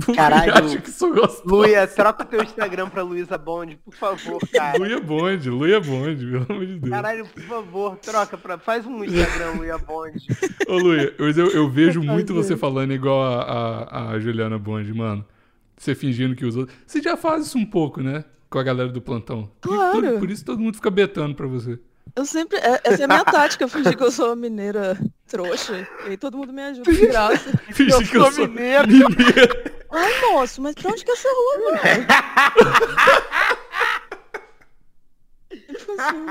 [SPEAKER 1] burra
[SPEAKER 4] Caralho.
[SPEAKER 1] e Acho que sou gostosa.
[SPEAKER 4] Luia, troca o teu Instagram pra Luísa Bond, por favor, cara.
[SPEAKER 1] Luia Bond, Luia Bond, é pelo amor de Deus.
[SPEAKER 4] Caralho, por favor, troca pra. Faz um Instagram, Luia Bond.
[SPEAKER 1] Ô, Luia, mas eu, eu vejo muito você falando igual a, a- a Juliana Bond, mano. Você fingindo que os outros. Você já faz isso um pouco, né? Com a galera do plantão. Por isso
[SPEAKER 3] Claro.
[SPEAKER 1] todo- por isso todo mundo fica betando pra você.
[SPEAKER 3] Eu sempre. é- Essa é a minha tática, eu fingir que eu sou uma mineira trouxa. E aí todo mundo me ajuda de graça.
[SPEAKER 1] Fingir que eu
[SPEAKER 2] sou
[SPEAKER 1] sou
[SPEAKER 2] mineiro.
[SPEAKER 1] mineiro.
[SPEAKER 3] Ai, moço, mas pra onde que é essa rua, mano? Tipo assim,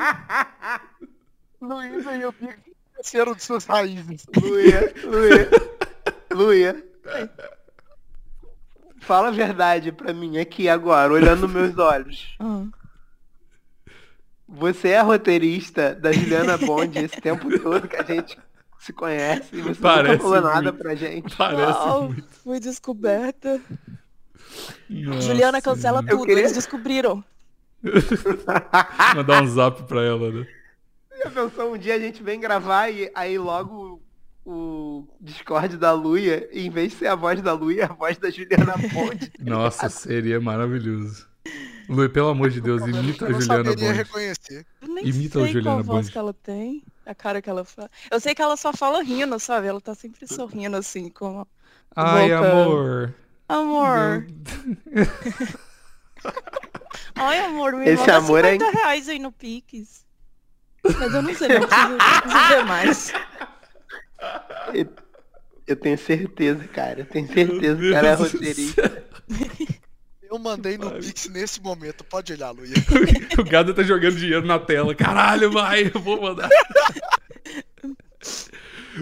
[SPEAKER 2] Luísa e o Pico esqueceram de suas um raízes.
[SPEAKER 4] Luia, Luia, Luia. Fala a verdade pra mim aqui agora, olhando nos meus olhos.
[SPEAKER 3] ah,
[SPEAKER 4] Você é roteirista da Juliana Bond esse tempo todo que a gente se conhece e você
[SPEAKER 1] Parece
[SPEAKER 4] nunca falou nada
[SPEAKER 1] muito.
[SPEAKER 4] pra gente.
[SPEAKER 1] Parece
[SPEAKER 3] uau,
[SPEAKER 1] muito.
[SPEAKER 3] fui descoberta.
[SPEAKER 1] Nossa,
[SPEAKER 3] Juliana cancela
[SPEAKER 1] gente.
[SPEAKER 3] tudo,
[SPEAKER 4] queria-
[SPEAKER 3] eles descobriram.
[SPEAKER 1] Mandar um zap pra ela, né?
[SPEAKER 4] Já pensou um dia a gente vem gravar e aí logo o Discord da Luia, em vez de ser a voz da Luia, é a voz da Juliana Ponte.
[SPEAKER 1] Nossa, seria maravilhoso. Luia, pelo amor de Deus, imita
[SPEAKER 2] Eu
[SPEAKER 1] a
[SPEAKER 2] não
[SPEAKER 1] Juliana
[SPEAKER 2] saberia
[SPEAKER 1] Bond.
[SPEAKER 2] reconhecer.
[SPEAKER 3] Eu nem
[SPEAKER 1] Imita a
[SPEAKER 3] sei
[SPEAKER 1] Juliana
[SPEAKER 3] qual voz
[SPEAKER 1] Bond.
[SPEAKER 3] que ela tem, a cara que ela fala. Eu sei que ela só fala rindo, sabe? Ela tá sempre sorrindo assim, com
[SPEAKER 1] Ai,
[SPEAKER 3] Boca.
[SPEAKER 1] amor.
[SPEAKER 3] amor. Ai, amor, me
[SPEAKER 4] Esse
[SPEAKER 3] manda
[SPEAKER 4] amor é
[SPEAKER 3] 50 reais aí no Pix. Mas eu não sei, não preciso, preciso ver mais.
[SPEAKER 4] Eu tenho certeza, cara. Eu tenho
[SPEAKER 1] Meu
[SPEAKER 4] certeza que
[SPEAKER 1] Deus
[SPEAKER 4] ela é
[SPEAKER 1] do
[SPEAKER 4] roteirista.
[SPEAKER 1] céu.
[SPEAKER 2] Eu mandei no
[SPEAKER 1] Vai.
[SPEAKER 2] Pix nesse momento. Pode olhar, Luísa.
[SPEAKER 1] O gado tá jogando dinheiro na tela. Caralho, vai, eu vou mandar.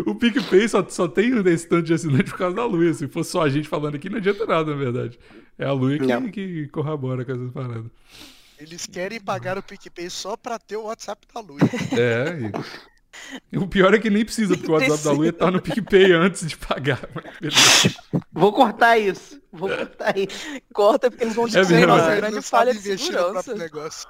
[SPEAKER 1] O PicPay só, só tem o estante de assinante por causa da Luia. Se fosse só a gente falando aqui, não adianta nada, na verdade. É a Luia que,
[SPEAKER 4] Não.
[SPEAKER 1] que corrobora com essas paradas.
[SPEAKER 2] Eles querem pagar o PicPay só pra ter o WhatsApp da Luísa.
[SPEAKER 1] É, e... O pior é que nem precisa, porque o WhatsApp da Luia tá no PicPay antes de pagar. Mas beleza.
[SPEAKER 4] Vou cortar isso. Vou cortar isso.
[SPEAKER 3] Corta, porque eles vão
[SPEAKER 1] É
[SPEAKER 3] descobrir nossa
[SPEAKER 1] verdade.
[SPEAKER 3] grande
[SPEAKER 2] não sabem
[SPEAKER 3] falha de
[SPEAKER 2] investir no próprio
[SPEAKER 3] segurança.
[SPEAKER 2] negócio.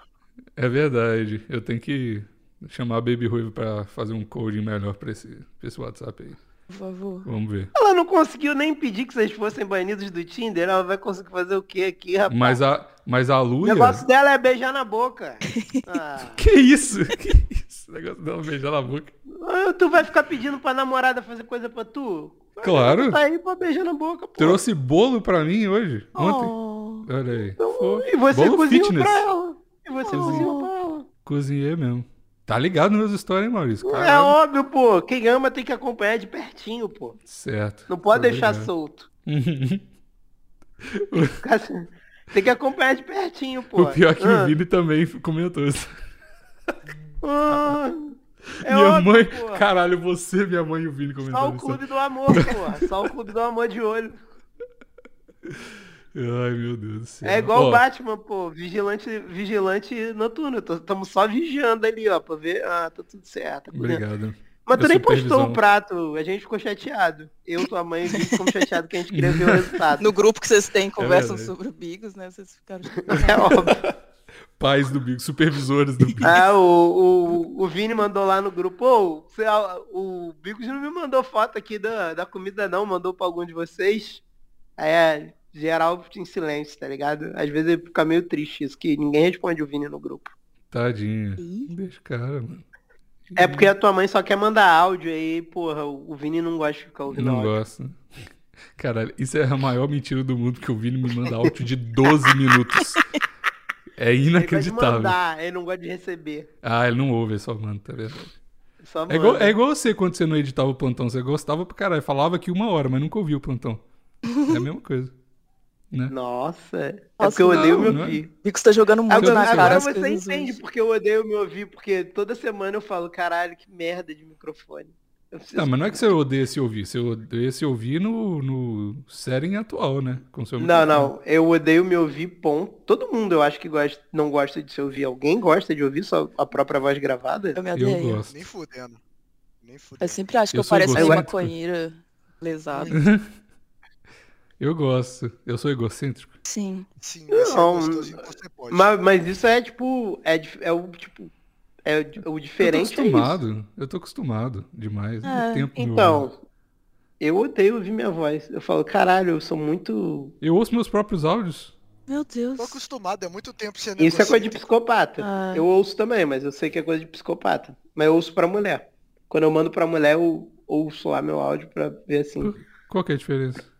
[SPEAKER 1] É verdade. Eu tenho que chamar a Baby Ruivo pra fazer um coding melhor pra esse, pra esse WhatsApp aí.
[SPEAKER 3] Por favor.
[SPEAKER 1] Vamos ver.
[SPEAKER 4] Ela não conseguiu nem pedir que vocês fossem banidos do Tinder. Ela vai conseguir fazer o quê aqui, rapaz?
[SPEAKER 1] Mas a, mas a
[SPEAKER 4] O
[SPEAKER 1] Luia...
[SPEAKER 4] negócio dela é beijar na boca. Ah.
[SPEAKER 1] Que isso? Que isso? O negócio dela beijar na boca.
[SPEAKER 4] Ah, Tu vai ficar pedindo pra namorada fazer coisa pra tu?
[SPEAKER 1] Claro.
[SPEAKER 4] Tá aí pra beijar na boca, pô.
[SPEAKER 1] Trouxe bolo pra mim hoje, ontem.
[SPEAKER 3] Oh,
[SPEAKER 1] Olha aí.
[SPEAKER 4] Então,
[SPEAKER 1] Fo-
[SPEAKER 4] e você
[SPEAKER 1] bolo
[SPEAKER 4] cozinhou
[SPEAKER 1] fitness.
[SPEAKER 4] pra ela. E você
[SPEAKER 1] Oh.
[SPEAKER 4] cozinhou pra ela.
[SPEAKER 1] Cozinhei mesmo. Tá ligado nas meus stories, hein, Maurício?
[SPEAKER 4] É
[SPEAKER 1] Caralho.
[SPEAKER 4] óbvio, pô. Quem ama tem que acompanhar de pertinho, pô.
[SPEAKER 1] Certo. Tá
[SPEAKER 4] Não pode
[SPEAKER 1] Tô
[SPEAKER 4] deixar
[SPEAKER 1] ligado.
[SPEAKER 4] solto.
[SPEAKER 1] Uhum.
[SPEAKER 4] Ficar assim- Tem que acompanhar de pertinho, pô.
[SPEAKER 1] O pior é que
[SPEAKER 4] Ah,
[SPEAKER 1] o Vini também comentou isso.
[SPEAKER 4] ah, é
[SPEAKER 1] minha
[SPEAKER 4] óbvio,
[SPEAKER 1] mãe.
[SPEAKER 4] pô.
[SPEAKER 1] Caralho, você, minha mãe e o Vini
[SPEAKER 4] Só
[SPEAKER 1] comentando
[SPEAKER 4] o
[SPEAKER 1] isso.
[SPEAKER 4] clube do amor, pô. Só o clube do amor de olho.
[SPEAKER 1] Ai, meu Deus do céu.
[SPEAKER 4] É igual
[SPEAKER 1] Ó,
[SPEAKER 4] o Batman, pô. Vigilante, vigilante noturno. Estamos só vigiando ali, ó, pra ver. Ah, tá tudo certo. tá tudo certo.
[SPEAKER 1] Obrigado.
[SPEAKER 4] Mas tu
[SPEAKER 1] Da
[SPEAKER 4] nem postou
[SPEAKER 1] supervisão.
[SPEAKER 4] o prato, a gente ficou chateado. Eu, tua mãe, vi, ficamos chateados que a gente queria ver o resultado.
[SPEAKER 3] No grupo que vocês
[SPEAKER 1] É
[SPEAKER 3] têm, conversam
[SPEAKER 1] verdade.
[SPEAKER 3] sobre o Bigos, né? Vocês ficaram.
[SPEAKER 4] É óbvio.
[SPEAKER 1] Pais do Bico, supervisores do Bico.
[SPEAKER 4] Ah, o, o, o Vini mandou lá no grupo, pô, você- ah, o Bigos não me mandou foto aqui da, da comida não, mandou pra algum de vocês. Aí é geral em silêncio, tá ligado? Às vezes ele fica meio triste isso, que ninguém responde o Vini no grupo.
[SPEAKER 1] Tadinha.
[SPEAKER 3] Ih,
[SPEAKER 1] Deixa o cara, mano.
[SPEAKER 4] É porque a tua mãe só quer mandar áudio aí, porra, o o Vini não gosta de ficar
[SPEAKER 1] Eu
[SPEAKER 4] ouvindo
[SPEAKER 1] não
[SPEAKER 4] áudio.
[SPEAKER 1] gosto. Caralho, isso é a maior mentira do mundo que o Vini me manda áudio de 12 minutos. É
[SPEAKER 4] Ele gosta de
[SPEAKER 1] inacreditável.
[SPEAKER 4] mandar, ele não gosta de receber.
[SPEAKER 1] Ah, ele não ouve, ele só manda, tá vendo?
[SPEAKER 4] Só
[SPEAKER 1] É igual,
[SPEAKER 4] manda.
[SPEAKER 1] é igual você quando você não editava o plantão. Você gostava pra caralho. Falava aqui uma hora, mas nunca ouvia o plantão. É a mesma coisa.
[SPEAKER 4] Nossa, é
[SPEAKER 3] Nossa,
[SPEAKER 4] porque eu odeio
[SPEAKER 1] não,
[SPEAKER 4] me
[SPEAKER 1] não é?
[SPEAKER 4] ouvir.
[SPEAKER 3] Bigos tá jogando muito
[SPEAKER 1] eu
[SPEAKER 4] Agora,
[SPEAKER 1] não
[SPEAKER 3] na
[SPEAKER 1] sei.
[SPEAKER 3] cara
[SPEAKER 4] agora
[SPEAKER 3] as
[SPEAKER 4] você
[SPEAKER 3] coisas
[SPEAKER 4] entende
[SPEAKER 3] hoje.
[SPEAKER 4] porque eu odeio me ouvir, porque toda semana eu falo, caralho, que merda de microfone. Eu preciso-
[SPEAKER 1] Não, mas não é que você odeia se ouvir. Você odeia se ouvir no, no setting atual, né? Com seu
[SPEAKER 4] Não,
[SPEAKER 1] microfone.
[SPEAKER 4] não, eu odeio me ouvir, ponto. Todo mundo eu acho que gosta, não gosta de se ouvir. Alguém gosta de ouvir só a própria voz gravada?
[SPEAKER 3] Eu me
[SPEAKER 1] Eu
[SPEAKER 3] odeio. Eu,
[SPEAKER 1] gosto.
[SPEAKER 2] Nem fudendo. Nem fudendo.
[SPEAKER 3] sempre acho que
[SPEAKER 1] Eu
[SPEAKER 3] eu,
[SPEAKER 1] sou
[SPEAKER 3] pareço meio
[SPEAKER 4] egocêntrico.
[SPEAKER 3] maconheira lesada.
[SPEAKER 4] é um
[SPEAKER 1] Eu gosto. Eu sou egocêntrico.
[SPEAKER 3] Sim.
[SPEAKER 2] Sim, você é
[SPEAKER 4] Não,
[SPEAKER 2] gostosinho, você pode.
[SPEAKER 4] Mas, mas isso é tipo, é, dif- é o tipo, é o- o diferente
[SPEAKER 1] eu tô
[SPEAKER 4] é isso.
[SPEAKER 1] acostumado. né? Eu tô acostumado demais. Não tem
[SPEAKER 3] Ah,
[SPEAKER 1] tempo meu.
[SPEAKER 4] Então, eu odeio ouvir minha voz. Eu falo, caralho, eu sou muito...
[SPEAKER 1] Eu ouço meus próprios áudios.
[SPEAKER 3] Meu Deus.
[SPEAKER 2] Tô acostumado, é muito tempo você
[SPEAKER 4] Isso é
[SPEAKER 2] negocia.
[SPEAKER 4] coisa de psicopata.
[SPEAKER 3] Ah.
[SPEAKER 4] Eu ouço também, mas eu sei que é coisa de psicopata. Mas eu ouço pra mulher. Quando eu mando pra mulher, eu ouço lá meu áudio pra ver assim.
[SPEAKER 1] Qual que é a diferença?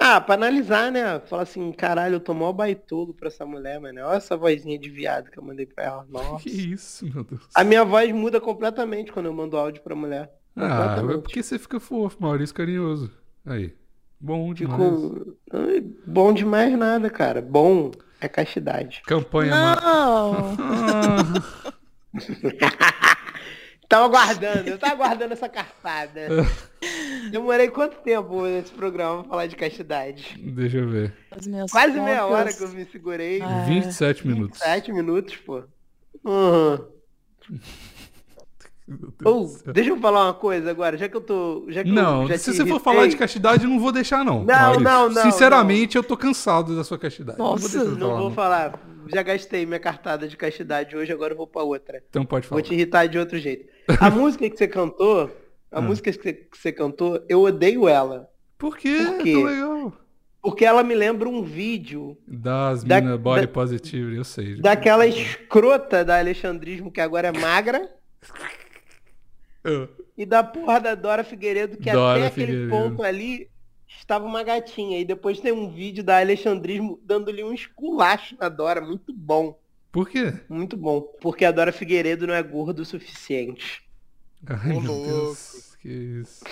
[SPEAKER 4] Ah, pra analisar, né? Falar assim, caralho, eu tô mó baitolo pra essa mulher, mano. Olha essa vozinha de viado que eu mandei pra ela. Nossa.
[SPEAKER 1] Que isso, meu Deus.
[SPEAKER 4] A minha voz muda completamente quando eu mando áudio pra mulher.
[SPEAKER 1] Ah,
[SPEAKER 4] Completamente.
[SPEAKER 1] é porque você fica fofo, Maurício Carinhoso. Aí. Bom
[SPEAKER 4] Fico.
[SPEAKER 1] demais.
[SPEAKER 4] Ai, Bom demais nada, cara. Bom é castidade.
[SPEAKER 1] Campanha, mano.
[SPEAKER 3] Não!
[SPEAKER 1] Ah,
[SPEAKER 4] Tava aguardando, eu tava aguardando essa cartada. Demorei quanto tempo nesse programa pra falar de castidade?
[SPEAKER 1] deixa eu ver.
[SPEAKER 3] As minhas
[SPEAKER 4] Quase meia
[SPEAKER 3] cópias.
[SPEAKER 4] hora que eu me segurei.
[SPEAKER 3] Ah. É.
[SPEAKER 1] 27 minutos.
[SPEAKER 4] Sete minutos, pô. Uhum.
[SPEAKER 1] Meu Deus
[SPEAKER 4] Ou,
[SPEAKER 1] do céu.
[SPEAKER 4] Oh, deixa eu falar uma coisa agora, já que eu tô. Já que eu
[SPEAKER 1] Não,
[SPEAKER 4] já
[SPEAKER 1] se
[SPEAKER 4] te
[SPEAKER 1] você for falar de
[SPEAKER 4] irritei,
[SPEAKER 1] castidade, eu não vou deixar, não.
[SPEAKER 4] Não,
[SPEAKER 1] Maurício.
[SPEAKER 4] não, não,
[SPEAKER 1] Sinceramente, eu tô cansado da sua castidade.
[SPEAKER 3] Nossa,
[SPEAKER 1] não vou, deixar você
[SPEAKER 4] Não
[SPEAKER 1] falar,
[SPEAKER 4] vou
[SPEAKER 1] não.
[SPEAKER 4] falar. Já gastei minha cartada de castidade hoje, agora eu vou pra outra.
[SPEAKER 1] Então pode
[SPEAKER 4] Vou
[SPEAKER 1] falar.
[SPEAKER 4] te irritar de outro jeito. A música que você cantou, a
[SPEAKER 1] Ah.
[SPEAKER 4] música que você, que você cantou, eu odeio ela.
[SPEAKER 1] Por quê? É
[SPEAKER 4] Por quê?
[SPEAKER 1] Tão legal.
[SPEAKER 4] Porque ela me lembra um vídeo
[SPEAKER 1] Das
[SPEAKER 4] Da-
[SPEAKER 1] minas body
[SPEAKER 4] da-
[SPEAKER 1] positive, eu sei.
[SPEAKER 4] daquela escrota da Alexandrismo, que agora é magra,
[SPEAKER 1] Ah,
[SPEAKER 4] e da porra da Dora Figueiredo, que
[SPEAKER 1] Dora
[SPEAKER 4] até aquele
[SPEAKER 1] Figueiredo.
[SPEAKER 4] ponto ali estava uma gatinha. E depois tem um vídeo da Alexandrismo dando-lhe um esculacho na Dora, muito bom.
[SPEAKER 1] Por quê?
[SPEAKER 4] Muito bom. Porque a Dora Figueiredo não é gorda o suficiente.
[SPEAKER 1] Ai,
[SPEAKER 2] Ô,
[SPEAKER 1] meu
[SPEAKER 2] louco.
[SPEAKER 1] Deus, que isso.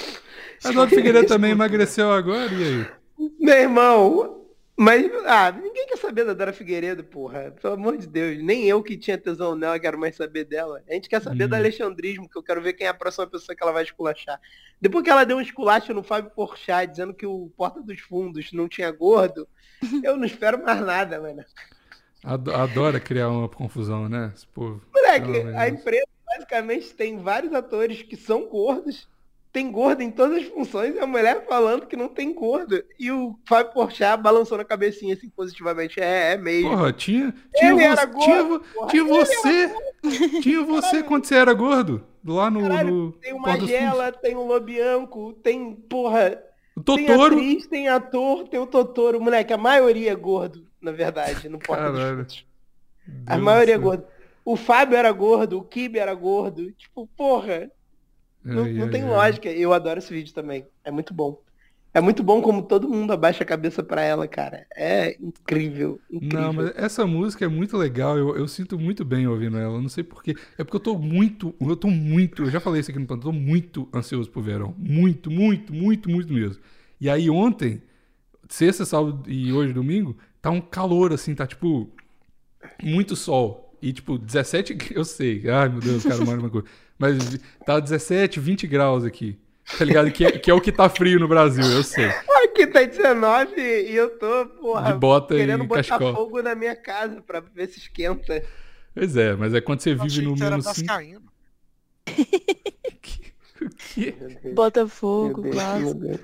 [SPEAKER 1] A Dora Figueiredo
[SPEAKER 4] é
[SPEAKER 1] também emagreceu agora, e aí?
[SPEAKER 4] Meu irmão, mas ah, ninguém quer saber da Dora Figueiredo, porra. Pelo amor de Deus. Nem eu que tinha tesão nela quero mais saber dela. A gente quer saber
[SPEAKER 1] Hum.
[SPEAKER 4] do Alexandrismo, que eu quero ver quem é a próxima pessoa que ela vai esculachar. Depois que ela deu um esculacho no Fábio Porchat, dizendo que o Porta dos Fundos não tinha gordo, eu não espero mais nada, mano.
[SPEAKER 1] Ado- Adora criar uma confusão, né? Esse povo.
[SPEAKER 4] Moleque,
[SPEAKER 1] Ah, mas-
[SPEAKER 4] a empresa basicamente tem vários atores que são gordos, tem gordo em todas as funções, e a mulher falando que não tem gordo. E o Fábio Porchat balançou na cabecinha assim positivamente. É, é mesmo.
[SPEAKER 1] Porra, tinha. Tinha,
[SPEAKER 4] Ele
[SPEAKER 1] vo-
[SPEAKER 4] era gordo,
[SPEAKER 1] tinha, vo-
[SPEAKER 4] porra, é
[SPEAKER 1] tinha
[SPEAKER 4] ele
[SPEAKER 1] você. Tinha você quando você era gordo. Lá no.
[SPEAKER 4] Caralho,
[SPEAKER 1] no
[SPEAKER 4] Tem o
[SPEAKER 1] Porta dos
[SPEAKER 4] Magela, tem o Lobianco, tem, porra,
[SPEAKER 1] Fundos. O
[SPEAKER 4] tem
[SPEAKER 1] Totoro.
[SPEAKER 4] atriz, tem ator, tem o Totoro. Moleque, a maioria é gordo, na verdade, no Porta dos
[SPEAKER 1] Caralho.
[SPEAKER 4] Fundos. A
[SPEAKER 1] Deus
[SPEAKER 4] maioria é
[SPEAKER 1] do céu.
[SPEAKER 4] gordo. O Fábio era gordo, o Kibe era gordo. Tipo, porra, Não,
[SPEAKER 1] Ai,
[SPEAKER 4] não
[SPEAKER 1] ai,
[SPEAKER 4] tem
[SPEAKER 1] ai.
[SPEAKER 4] lógica. Eu adoro esse vídeo também. É muito bom. É muito bom como todo mundo abaixa a cabeça pra ela, cara. É incrível. incrível.
[SPEAKER 1] Não, mas essa música é muito legal. Eu, eu sinto muito bem ouvindo ela. eu Não sei porquê. É porque eu tô muito. Eu tô muito. Eu já falei isso aqui no plantão. Eu tô muito ansioso pro verão. Muito, muito, muito, muito mesmo. E aí ontem, sexta, sábado e hoje, domingo, Tá um calor, assim, tá tipo. Muito sol. E, tipo, 17. gr- Eu sei. Ai, meu Deus, cara, mora uma coisa. Mas tá 17, 20 graus aqui. Tá ligado? Que é, que é o que tá frio no Brasil, eu sei.
[SPEAKER 4] Aqui tá 19 e eu tô,
[SPEAKER 1] De
[SPEAKER 4] porra,
[SPEAKER 1] bota
[SPEAKER 4] querendo
[SPEAKER 1] e
[SPEAKER 4] botar
[SPEAKER 1] cachecol.
[SPEAKER 4] fogo na minha casa pra ver se esquenta.
[SPEAKER 1] Pois é, mas é quando você
[SPEAKER 2] Eu
[SPEAKER 1] vive
[SPEAKER 2] achei
[SPEAKER 1] no
[SPEAKER 2] que você era
[SPEAKER 1] menos 5.
[SPEAKER 2] vascaíno.
[SPEAKER 3] Botafogo, clássico.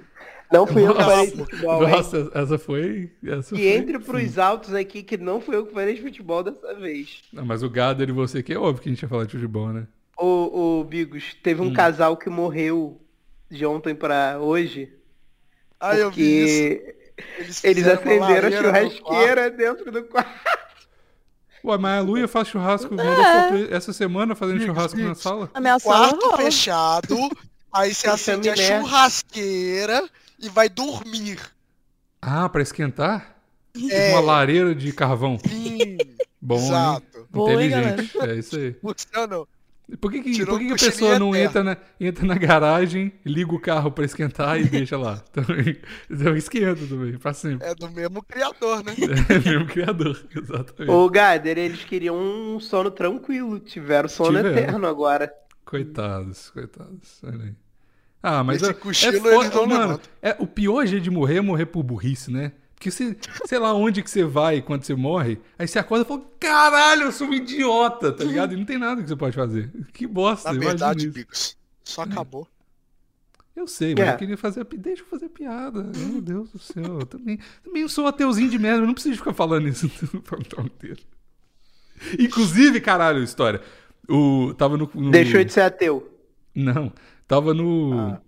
[SPEAKER 4] Não fui eu que
[SPEAKER 1] Nossa.
[SPEAKER 4] falei de futebol, hein?
[SPEAKER 1] Nossa, essa foi. Essa
[SPEAKER 4] Que
[SPEAKER 1] foi-
[SPEAKER 4] entre pros altos aqui que não fui eu que falei de futebol dessa vez.
[SPEAKER 1] Não, mas o Gader e você aqui é óbvio que a gente ia falar de futebol, né?
[SPEAKER 4] Ô, ô Bigos, teve um
[SPEAKER 1] Hum.
[SPEAKER 4] casal que morreu de ontem pra hoje.
[SPEAKER 2] Ah, eu vi isso.
[SPEAKER 4] porque eles
[SPEAKER 2] fizeram uma
[SPEAKER 4] acenderam a
[SPEAKER 2] lareira no quarto.
[SPEAKER 4] churrasqueira dentro do quarto.
[SPEAKER 1] Ué, mas a Luia faz churrasco, mandou foto essa semana fazendo
[SPEAKER 2] Mix,
[SPEAKER 1] churrasco na
[SPEAKER 2] mix.
[SPEAKER 1] sala.
[SPEAKER 3] A minha sala
[SPEAKER 4] é
[SPEAKER 3] né?
[SPEAKER 2] Quarto
[SPEAKER 3] rola.
[SPEAKER 2] fechado. Aí você
[SPEAKER 4] Tem
[SPEAKER 2] acende a
[SPEAKER 4] chaminé.
[SPEAKER 2] churrasqueira e vai dormir.
[SPEAKER 1] Ah, pra esquentar?
[SPEAKER 2] É.
[SPEAKER 1] Uma lareira de carvão.
[SPEAKER 2] Sim,
[SPEAKER 1] Bom, hein?
[SPEAKER 2] exato.
[SPEAKER 3] Boa, hein,
[SPEAKER 1] inteligente. é isso aí.
[SPEAKER 2] Luciano,
[SPEAKER 1] Por que, que,
[SPEAKER 2] Tirou
[SPEAKER 1] por que que
[SPEAKER 2] um
[SPEAKER 1] a pessoa não
[SPEAKER 2] cochilinho
[SPEAKER 1] entra na, entra na garagem, liga o carro pra esquentar e deixa lá? Também, então esquenta também, pra sempre.
[SPEAKER 2] é do mesmo criador, né?
[SPEAKER 1] É o mesmo criador, exatamente.
[SPEAKER 4] Ô, Gader, eles queriam um sono tranquilo. Tiveram sono
[SPEAKER 1] Tiveram.
[SPEAKER 4] eterno agora.
[SPEAKER 1] Coitados, coitados. Olha aí. Ah, mas
[SPEAKER 2] Esse
[SPEAKER 1] é,
[SPEAKER 2] cochilo
[SPEAKER 1] é foda,
[SPEAKER 2] eles não
[SPEAKER 1] mano,
[SPEAKER 2] levantam.
[SPEAKER 1] é, o pior jeito de morrer é morrer por burrice, né? Porque você, sei lá onde que você vai quando você morre, aí você acorda e fala, caralho, eu sou um idiota, tá ligado? E não tem nada que você pode fazer. Que bosta,
[SPEAKER 2] Na
[SPEAKER 1] imagina
[SPEAKER 2] verdade,
[SPEAKER 1] isso. Hum.
[SPEAKER 2] Bigos, só acabou.
[SPEAKER 1] Eu sei, mas
[SPEAKER 4] É.
[SPEAKER 1] eu queria fazer a pi- Deixa eu fazer a piada. Meu Deus do céu. Eu também, também eu sou ateuzinho de merda, eu não preciso ficar falando isso o programa inteiro. Inclusive, caralho, história. O, tava no, no-
[SPEAKER 4] Deixou de ser ateu.
[SPEAKER 1] Não, tava no.
[SPEAKER 4] Ah.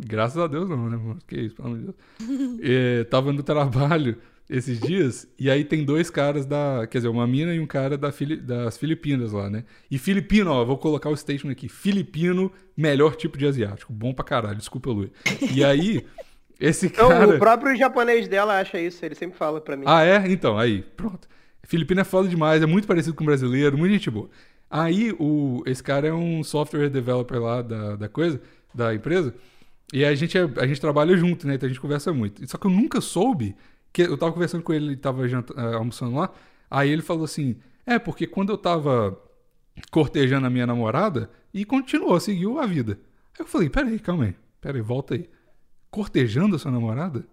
[SPEAKER 1] Graças a Deus não, né, mano? Que isso, pelo amor de Deus. É, tava no trabalho esses dias, e aí tem dois caras da. Quer dizer, uma mina e um cara da Fili- das Filipinas lá, né? E Filipino, ó, vou colocar o statement aqui. Filipino, melhor tipo de asiático. Bom pra caralho, desculpa, Lu. E aí, esse
[SPEAKER 4] Não,
[SPEAKER 1] cara.
[SPEAKER 4] o próprio japonês dela acha isso, ele sempre fala pra mim.
[SPEAKER 1] Ah, é? Então, aí, pronto. Filipino é foda demais, é muito parecido com brasileiro, muito gente boa. Aí, o, esse cara é um software developer lá da, da coisa, da empresa, e a gente, é- a gente trabalha junto, né? Então a gente conversa muito. Só que eu nunca soube, que eu tava conversando com ele, ele tava janta- eh, almoçando lá, aí ele falou assim, é, porque quando eu tava cortejando a minha namorada, e continuou, seguiu a vida. Aí eu falei, peraí, calma aí, peraí, volta aí. Cortejando a sua namorada?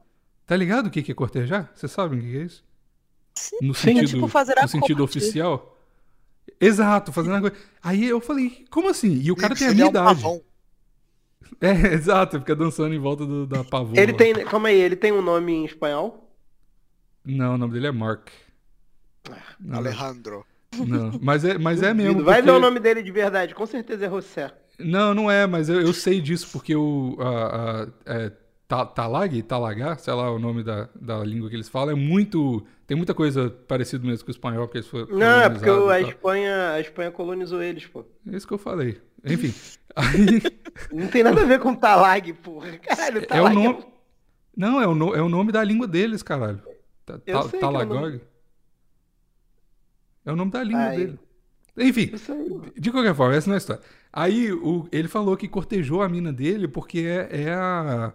[SPEAKER 1] Tá ligado o que que é cortejar? Vocês sabem o que que é isso?
[SPEAKER 3] Sim.
[SPEAKER 1] No
[SPEAKER 4] Sim.
[SPEAKER 1] sentido,
[SPEAKER 3] Tipo, fazer a
[SPEAKER 1] no sentido
[SPEAKER 3] corte.
[SPEAKER 1] oficial? Exato, fazendo a coisa. Aí eu falei, como assim? E o cara
[SPEAKER 2] Bigos,
[SPEAKER 1] tem a
[SPEAKER 2] ele é
[SPEAKER 1] minha
[SPEAKER 2] um
[SPEAKER 1] idade.
[SPEAKER 2] pavão.
[SPEAKER 1] É, exato, fica dançando em volta do- da pavoa.
[SPEAKER 4] ele
[SPEAKER 1] lá.
[SPEAKER 4] tem. Calma aí, ele tem um nome em espanhol?
[SPEAKER 1] Não, o nome dele é Mark. Não,
[SPEAKER 2] Alejandro.
[SPEAKER 1] não. Mas é, mas é mesmo.
[SPEAKER 4] Vai ver
[SPEAKER 1] porque-
[SPEAKER 4] o nome dele de verdade, com certeza é José.
[SPEAKER 1] Não, não é, mas eu, eu sei disso porque o. A, a, é, Ta- Talag, Talagá, sei lá o nome da, da língua que eles falam, é muito. Tem muita coisa parecida mesmo com o espanhol, porque eles foram.
[SPEAKER 4] Não, é porque o- a
[SPEAKER 1] colonizados e tal.
[SPEAKER 4] Espanha, a Espanha colonizou eles, pô.
[SPEAKER 1] É isso que eu falei. Enfim. Aí.
[SPEAKER 4] Não tem nada a ver com Talag, porra. Caralho,
[SPEAKER 1] É o
[SPEAKER 4] Talag.
[SPEAKER 1] nome. Não, é o, no- é o nome da língua deles, caralho. Ta-
[SPEAKER 4] Eu
[SPEAKER 1] ta-
[SPEAKER 4] sei que é o
[SPEAKER 1] Talagog? É o nome da língua
[SPEAKER 4] Aí.
[SPEAKER 1] dele. Enfim,
[SPEAKER 4] Isso aí.
[SPEAKER 1] de qualquer forma, essa não é a história. Aí o- ele falou que cortejou a mina dele porque é, é a.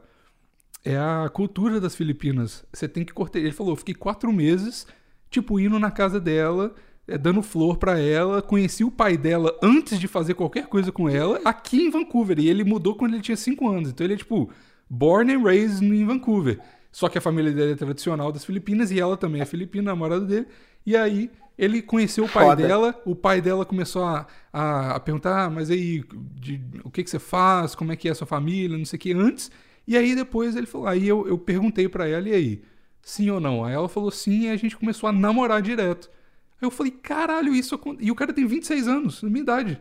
[SPEAKER 1] É a cultura das Filipinas. Você tem que cortejar. Ele falou, eu fiquei quatro meses, tipo, indo na casa dela, eh, dando flor pra ela, conheci o pai dela antes de fazer qualquer coisa com ela, aqui em Vancouver. E ele mudou quando ele tinha cinco anos. Então ele é, tipo, born and raised em Vancouver. Só que a família dele é tradicional das Filipinas e ela também é filipina, namorada dele. E aí ele conheceu o pai
[SPEAKER 4] Foda.
[SPEAKER 1] dela, o pai dela começou a, a, a perguntar, "Ah, mas aí, de- o que, que você faz, como é que é a sua família, não sei o que, antes. E aí depois ele falou, aí eu, eu perguntei pra ela, e aí, sim ou não? Aí ela falou sim, e a gente começou a namorar direto. Aí eu falei, caralho, isso acon-" E o cara tem 26 anos, na minha idade.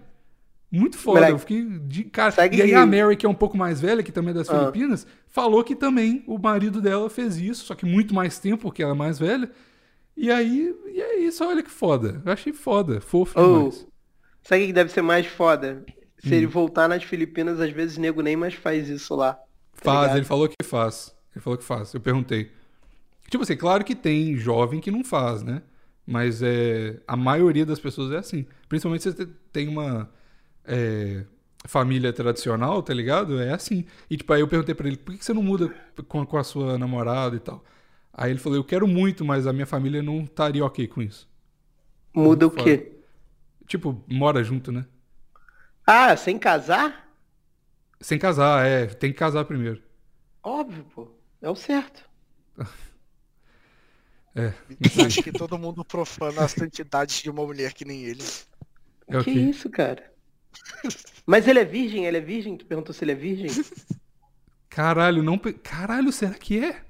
[SPEAKER 1] Muito foda,
[SPEAKER 4] Moleque,
[SPEAKER 1] eu fiquei de cara.
[SPEAKER 4] sabe
[SPEAKER 1] e aí
[SPEAKER 4] que-
[SPEAKER 1] a Mary, que é um pouco mais velha, que também é das
[SPEAKER 4] Ah.
[SPEAKER 1] Filipinas, falou que também o marido dela fez isso, só que muito mais tempo, porque ela é mais velha. E aí, e é isso, olha que foda. Eu achei foda, fofo
[SPEAKER 4] Oh.
[SPEAKER 1] demais.
[SPEAKER 4] Sabe o que deve ser mais foda? Se
[SPEAKER 1] Hum.
[SPEAKER 4] ele voltar nas Filipinas, às vezes nego nem mais faz isso lá.
[SPEAKER 1] Faz,
[SPEAKER 4] Tá ligado?
[SPEAKER 1] ele falou que faz. Ele falou que faz. Eu perguntei. Tipo assim, claro que tem jovem que não faz, né? Mas é, a maioria das pessoas é assim. Principalmente se você te- tem uma é, família tradicional, tá ligado? É assim. E tipo, aí eu perguntei pra ele, por que que você não muda com, com a sua namorada e tal? Aí ele falou, eu quero muito, mas a minha família não estaria ok com isso.
[SPEAKER 4] Muda o
[SPEAKER 1] Fora.
[SPEAKER 4] quê?
[SPEAKER 1] Tipo, mora junto, né?
[SPEAKER 4] Ah, sem casar?
[SPEAKER 1] Sem casar, é, tem que casar primeiro.
[SPEAKER 4] Óbvio, pô. É o certo.
[SPEAKER 2] Acho que todo mundo profana a santidade de uma mulher que nem ele.
[SPEAKER 1] É o
[SPEAKER 4] que
[SPEAKER 1] quê?
[SPEAKER 4] isso, cara? Mas ele é virgem? Ele é virgem? Tu perguntou se ele é virgem?
[SPEAKER 1] Caralho, não. pe- Caralho, será que é?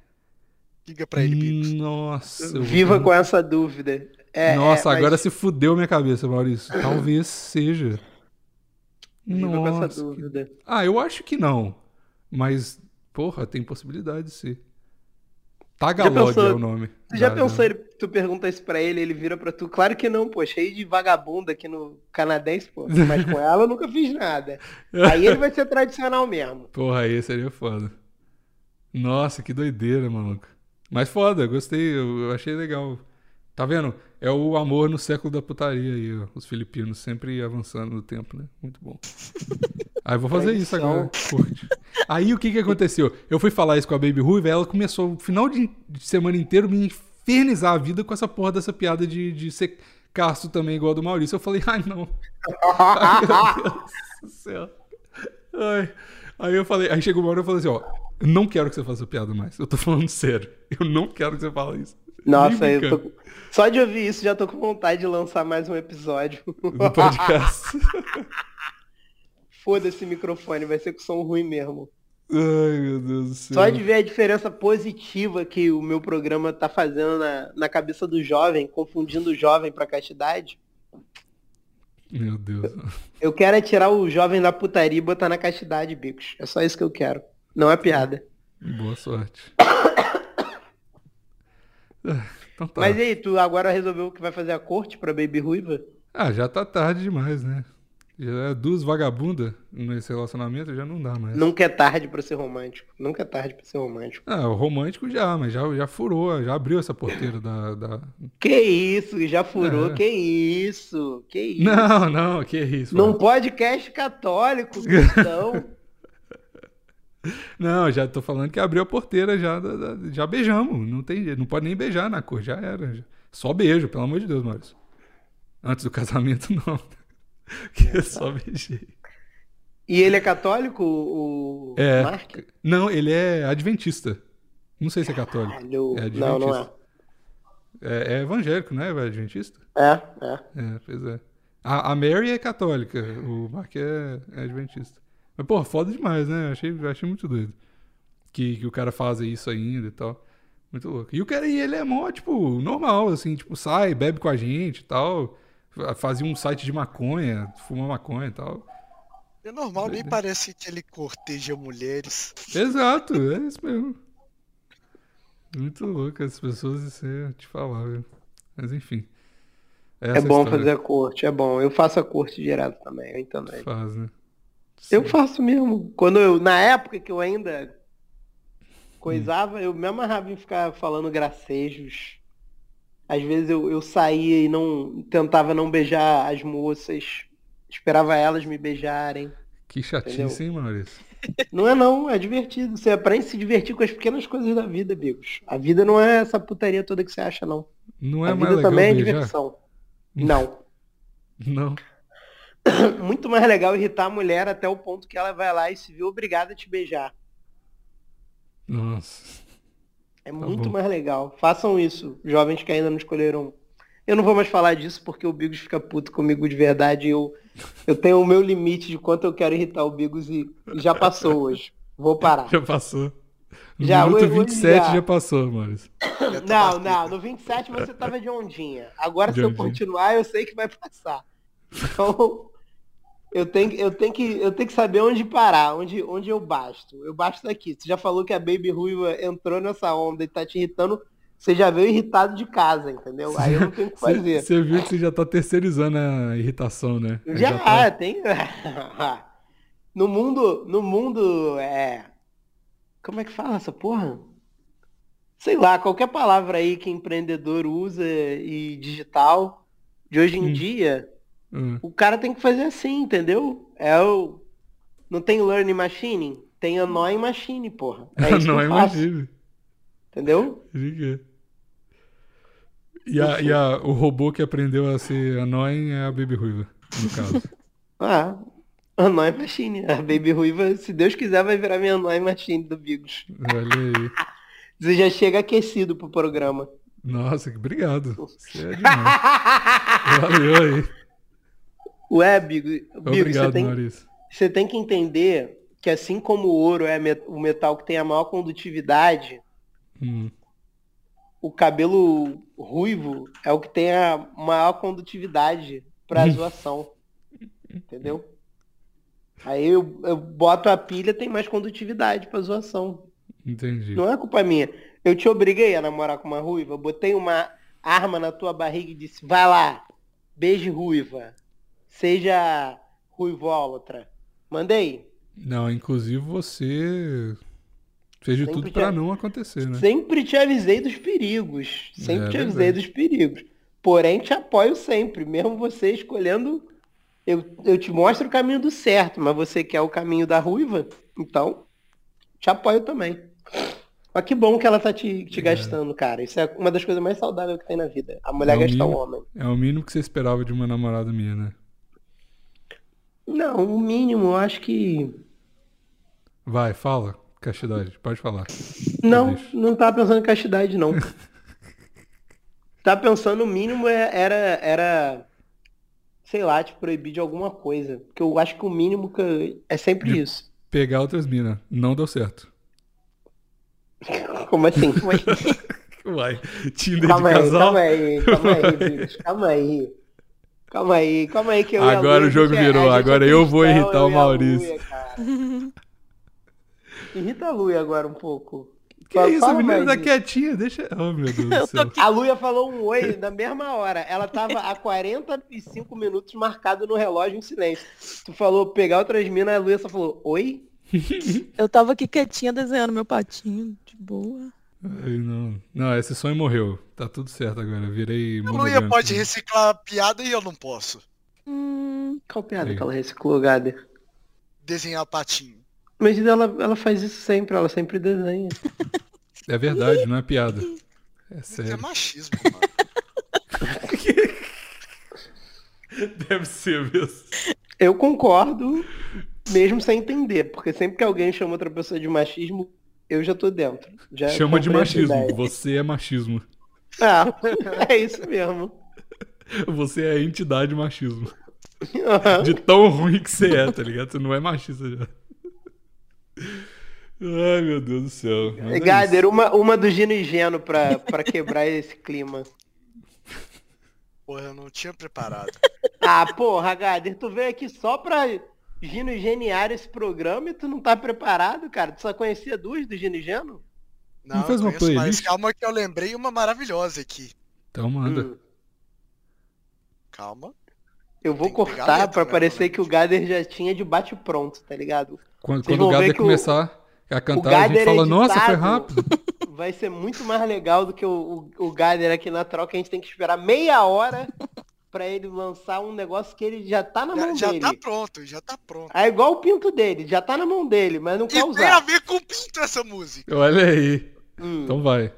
[SPEAKER 2] Liga pra ele, Bigos.
[SPEAKER 1] Nossa. eu vou-
[SPEAKER 4] Viva com essa dúvida. É,
[SPEAKER 1] Nossa,
[SPEAKER 4] é, mas
[SPEAKER 1] agora se fudeu minha cabeça, Maurício. Talvez seja.
[SPEAKER 4] Viva com essa
[SPEAKER 1] Nossa. que-
[SPEAKER 4] dúvida.
[SPEAKER 1] Ah, eu acho que não. Mas, porra, tem possibilidade de ser. Tagalog
[SPEAKER 4] pensou-
[SPEAKER 1] é o nome.
[SPEAKER 4] Tu já
[SPEAKER 1] da-
[SPEAKER 4] pensou, ele, tu pergunta isso pra ele, ele vira pra tu? Claro que não, pô, cheio de vagabunda aqui no canadense, pô. Mas com ela eu nunca fiz nada. Aí ele vai ser tradicional mesmo.
[SPEAKER 1] Porra, aí seria foda. Nossa, que doideira, maluco. Mas foda, gostei, eu eu achei legal. Tá vendo? É o amor no século da putaria aí, ó. Os filipinos sempre avançando no tempo, né? Muito bom. Aí eu vou fazer isso
[SPEAKER 4] Tradição.
[SPEAKER 1] agora. Curte. Aí o que que aconteceu? Eu fui falar isso com a Baby Ruiva, ela começou o final de, de semana inteiro me infernizar a vida com essa porra dessa piada de, de ser casto também igual a do Maurício. Eu falei, ai não. Hum. Nossa Senhora. Ai. Aí eu falei, aí chegou uma hora e eu falei assim, ó, eu não quero que você faça piada mais. Eu tô falando sério. Eu não quero que você fale isso.
[SPEAKER 4] Nossa,
[SPEAKER 1] Nem
[SPEAKER 4] eu tô... com- só de ouvir isso já tô com vontade de lançar mais um episódio.
[SPEAKER 1] brincando. No podcast.
[SPEAKER 4] Foda esse microfone, vai ser com som ruim mesmo.
[SPEAKER 1] Ai, meu Deus do céu.
[SPEAKER 4] Só é de ver a diferença positiva que o meu programa tá fazendo na, na cabeça do jovem, confundindo o jovem pra castidade,
[SPEAKER 1] Meu Deus.
[SPEAKER 4] eu quero é tirar o jovem da putaria e botar na castidade, Bicos. É só isso que eu quero. Não é piada.
[SPEAKER 1] Boa sorte. Ah, Então tá.
[SPEAKER 4] Mas e aí, tu agora resolveu que vai fazer a corte pra Baby Ruiva?
[SPEAKER 1] Ah, já tá tarde demais, né? Já é duas vagabundas nesse relacionamento, já não dá mais.
[SPEAKER 4] Nunca é tarde pra ser romântico. Nunca é tarde pra ser romântico.
[SPEAKER 1] Ah, o romântico já, mas já, já furou, já abriu essa porteira da, da...
[SPEAKER 4] Que isso, já furou,
[SPEAKER 1] É.
[SPEAKER 4] que isso, que isso.
[SPEAKER 1] Não, não, que isso.
[SPEAKER 4] Num podcast católico, cristão.
[SPEAKER 1] Não, já tô falando que abriu a porteira, já, da- da- já beijamos. Não tem jeito, não pode nem beijar na cor, já era. já. Só beijo, pelo amor de Deus, Maurício. Antes do casamento, não. Que eu só beijei.
[SPEAKER 4] e ele é católico, o o
[SPEAKER 1] É.
[SPEAKER 4] Mark?
[SPEAKER 1] Não, ele é adventista. Não sei se é católico.
[SPEAKER 4] Caralho.
[SPEAKER 1] É
[SPEAKER 4] não, não é.
[SPEAKER 1] É, é evangélico, né? É adventista?
[SPEAKER 4] É, é.
[SPEAKER 1] É, pois é. A, a Mary é católica, o Mark é, é adventista. Mas, porra, foda demais, né? Achei, achei muito doido. Que, que o cara faz isso ainda e tal. Muito louco. E o cara, e ele é mó, tipo, normal, assim, tipo, sai, bebe com a gente e tal. Fa- Fazia um site de maconha, fuma maconha e tal.
[SPEAKER 2] É normal, nem
[SPEAKER 1] Doideira.
[SPEAKER 2] parece que ele corteja mulheres.
[SPEAKER 1] Exato, é isso mesmo. Muito louco as pessoas, isso é te falar, viu? Mas enfim.
[SPEAKER 4] É bom
[SPEAKER 1] fazer
[SPEAKER 4] fazer a corte, é bom. Eu faço a corte direto também, eu entendo ele.
[SPEAKER 1] Faz, né?
[SPEAKER 4] Eu
[SPEAKER 1] Sim.
[SPEAKER 4] faço mesmo. Quando eu, na época que eu ainda coisava, eu me amarrava em ficar falando gracejos. Às vezes eu, eu saía e não tentava não beijar as moças, esperava elas me beijarem.
[SPEAKER 1] Que chatice, hein, Maurício?
[SPEAKER 4] Não é não, é divertido. Você aprende a se divertir com as pequenas coisas da vida, amigos. A vida não é essa putaria toda que você acha, não.
[SPEAKER 1] Não é
[SPEAKER 4] A
[SPEAKER 1] mais
[SPEAKER 4] vida
[SPEAKER 1] legal
[SPEAKER 4] também é
[SPEAKER 1] beijar?
[SPEAKER 4] diversão. Não.
[SPEAKER 1] Não.
[SPEAKER 4] Muito mais legal irritar a mulher até o ponto que ela vai lá e se vê obrigada a te beijar.
[SPEAKER 1] Nossa.
[SPEAKER 4] É
[SPEAKER 1] Tá bom.
[SPEAKER 4] muito mais legal. Façam isso, jovens que ainda não escolheram. um. Eu não vou mais falar disso porque o Bigos fica puto comigo de verdade. e Eu, eu tenho o meu limite de quanto eu quero irritar o Bigos e, e já passou hoje. Vou parar.
[SPEAKER 1] Já passou. No
[SPEAKER 4] Já,
[SPEAKER 1] minuto
[SPEAKER 4] hoje- hoje
[SPEAKER 1] 27 já.
[SPEAKER 4] já
[SPEAKER 1] passou, Maurício.
[SPEAKER 2] Já tá
[SPEAKER 4] Não,
[SPEAKER 2] batido.
[SPEAKER 4] não. No 27 você tava de ondinha. Agora
[SPEAKER 1] De
[SPEAKER 4] se eu
[SPEAKER 1] ondinha.
[SPEAKER 4] continuar, eu sei que vai passar. Então, eu tenho, eu tenho, que, eu tenho que saber onde parar, onde, onde eu basto. Eu basto daqui. Você já falou que a Baby Ruiva entrou nessa onda e tá te irritando. Você já veio irritado de casa, entendeu? Aí eu não tenho o que
[SPEAKER 1] Você
[SPEAKER 4] fazer.
[SPEAKER 1] você viu que você já tá terceirizando a irritação, né?
[SPEAKER 4] Já, é,
[SPEAKER 1] tá-
[SPEAKER 4] tem. no mundo. No mundo. É. Como é que fala essa porra? Sei lá, qualquer palavra aí que empreendedor usa e digital, de hoje em
[SPEAKER 1] Hum.
[SPEAKER 4] dia,
[SPEAKER 1] Ah,
[SPEAKER 4] o cara tem que fazer assim, entendeu? É o. Não tem learning machine? Tem annoying machine, porra. É isso que
[SPEAKER 1] não
[SPEAKER 4] eu faço.
[SPEAKER 1] imagino.
[SPEAKER 4] Entendeu?
[SPEAKER 1] Giga. E, a, e a, o robô que aprendeu a ser annoying é a Baby Ruiva, no caso.
[SPEAKER 4] Ah, Anói Machine. A Baby Ruiva, se Deus quiser, vai virar minha Anói Machine do Bigos.
[SPEAKER 1] Olha aí.
[SPEAKER 4] Você já chega aquecido pro programa.
[SPEAKER 1] Nossa, que obrigado. Você é demais. Valeu aí.
[SPEAKER 4] Ué, Bigos, Bigos você,
[SPEAKER 1] Obrigado,
[SPEAKER 4] tem,
[SPEAKER 1] Maurício.
[SPEAKER 4] você tem que entender que assim como o ouro é met- o metal que tem a maior condutividade,
[SPEAKER 1] Hum.
[SPEAKER 4] o cabelo ruivo é o que tem a maior condutividade pra zoação. Entendeu? Aí eu, eu boto a pilha, tem mais condutividade pra zoação.
[SPEAKER 1] Entendi.
[SPEAKER 4] Não é culpa minha. Eu te obriguei a namorar com uma ruiva, botei uma arma na tua barriga e disse, vai lá, beije ruiva. Seja ruivólatra. Mandei.
[SPEAKER 1] Não, inclusive você fez de
[SPEAKER 4] Sempre
[SPEAKER 1] tudo
[SPEAKER 4] que
[SPEAKER 1] pra
[SPEAKER 4] é-
[SPEAKER 1] não acontecer, né?
[SPEAKER 4] Sempre te avisei dos perigos. Sempre
[SPEAKER 1] É
[SPEAKER 4] te avisei
[SPEAKER 1] verdade.
[SPEAKER 4] dos perigos. Porém, te apoio sempre. Mesmo você escolhendo. Eu, eu te mostro o caminho do certo, mas você quer o caminho da ruiva? Então, te apoio também. Mas que bom que ela tá te, te
[SPEAKER 1] É.
[SPEAKER 4] gastando, cara. Isso é uma das coisas mais saudáveis que tem na vida. A mulher
[SPEAKER 1] Não,
[SPEAKER 4] gastar o
[SPEAKER 1] menino.
[SPEAKER 4] homem.
[SPEAKER 1] É o mínimo que você esperava de uma namorada minha, né?
[SPEAKER 4] Não, o mínimo, eu acho que.
[SPEAKER 1] Vai, fala, castidade, pode falar.
[SPEAKER 4] Não,
[SPEAKER 1] deixo.
[SPEAKER 4] não tava pensando em castidade, não. tava pensando, o mínimo é- era, era, sei lá, te proibir de alguma coisa. Porque eu acho que o mínimo que eu- é sempre isso.
[SPEAKER 1] Pegar outras minas, não deu certo.
[SPEAKER 4] Como assim?
[SPEAKER 1] Vai, Tinder
[SPEAKER 4] calma
[SPEAKER 1] de
[SPEAKER 4] aí,
[SPEAKER 1] casal.
[SPEAKER 4] calma aí, calma aí, bicho, calma aí. Calma aí, calma aí que eu e a
[SPEAKER 1] Agora
[SPEAKER 4] Lu,
[SPEAKER 1] o jogo
[SPEAKER 4] a gente é-
[SPEAKER 1] virou,
[SPEAKER 4] a gente é
[SPEAKER 1] agora eu vou
[SPEAKER 4] cristão,
[SPEAKER 1] irritar o
[SPEAKER 4] eu e a Lu,
[SPEAKER 1] Maurício.
[SPEAKER 4] cara. Irrita a Luia agora um pouco.
[SPEAKER 1] Que isso, a menina tá
[SPEAKER 4] daqui
[SPEAKER 1] quietinha, deixa. Oh, meu Deus do
[SPEAKER 3] Eu tô
[SPEAKER 1] céu.
[SPEAKER 4] A Luia falou um oi na mesma hora. Ela tava a 45 minutos marcado no relógio em silêncio. Tu falou pegar outras minas, a Luia só falou oi?
[SPEAKER 3] Eu tava aqui quietinha desenhando meu patinho, de boa.
[SPEAKER 1] Ai, não. não, esse sonho morreu. Tá tudo certo agora. Virei.
[SPEAKER 2] A
[SPEAKER 1] monogâmico.
[SPEAKER 2] Luia pode reciclar a piada e eu não posso.
[SPEAKER 3] Hum,
[SPEAKER 4] Qual piada
[SPEAKER 1] Aí.
[SPEAKER 4] que ela reciclou, Gader?
[SPEAKER 2] Desenhar patinho.
[SPEAKER 4] Mas ela, ela faz isso sempre, ela sempre desenha.
[SPEAKER 1] É verdade, não é piada. É
[SPEAKER 2] Isso é
[SPEAKER 1] sério.
[SPEAKER 2] machismo, mano.
[SPEAKER 1] Deve ser mesmo.
[SPEAKER 4] Eu concordo, mesmo sem entender, porque sempre que alguém chama outra pessoa de machismo, eu já tô dentro. Já né?
[SPEAKER 1] Chama de
[SPEAKER 4] comprei essa
[SPEAKER 1] machismo.
[SPEAKER 4] ideia.
[SPEAKER 1] Você é machismo.
[SPEAKER 4] Ah, é isso mesmo.
[SPEAKER 1] Você é a entidade machismo. De tão ruim que você é, tá ligado? Você não é machista já. Ai, meu Deus do céu. Mas é isso.
[SPEAKER 4] Gader, uma, uma do Gino e Geno pra, pra quebrar esse clima.
[SPEAKER 2] Porra, eu não tinha preparado.
[SPEAKER 4] Ah, porra, Gader, tu veio aqui só pra Gino e Geniar esse programa e tu não tá preparado, cara? Tu só conhecia duas do Gino e Geno?
[SPEAKER 2] Não,
[SPEAKER 1] fez
[SPEAKER 2] eu
[SPEAKER 1] uma
[SPEAKER 2] conheço mais.
[SPEAKER 1] playlist?
[SPEAKER 2] Calma que eu lembrei uma maravilhosa aqui.
[SPEAKER 1] Então manda.
[SPEAKER 4] Hum.
[SPEAKER 2] Calma.
[SPEAKER 4] Eu vou
[SPEAKER 2] Tem que pegar a
[SPEAKER 4] cortar
[SPEAKER 2] letra,
[SPEAKER 4] pra
[SPEAKER 2] né,
[SPEAKER 4] parecer
[SPEAKER 2] também.
[SPEAKER 4] que o Gader já tinha de bate pronto, tá ligado?
[SPEAKER 1] Quando,
[SPEAKER 4] Vocês
[SPEAKER 1] quando
[SPEAKER 4] vão
[SPEAKER 1] o
[SPEAKER 4] ver
[SPEAKER 1] Gader
[SPEAKER 4] que o-
[SPEAKER 1] começar a cantar, a
[SPEAKER 4] Gader
[SPEAKER 1] gente
[SPEAKER 4] é
[SPEAKER 1] fala, nossa, foi
[SPEAKER 4] editado."
[SPEAKER 1] rápido.
[SPEAKER 4] Vai ser muito mais legal do que o, o, o Gader aqui na troca. A gente tem que esperar meia hora pra ele lançar um negócio que ele já tá na mão
[SPEAKER 2] Já, já
[SPEAKER 4] dele.
[SPEAKER 2] tá pronto, já tá pronto.
[SPEAKER 4] É igual o pinto dele, já tá na mão dele, mas não
[SPEAKER 2] E
[SPEAKER 4] quer
[SPEAKER 2] tem a
[SPEAKER 4] usar.
[SPEAKER 2] ver com o Pinto essa música.
[SPEAKER 1] Olha aí.
[SPEAKER 4] Hum.
[SPEAKER 1] Então vai.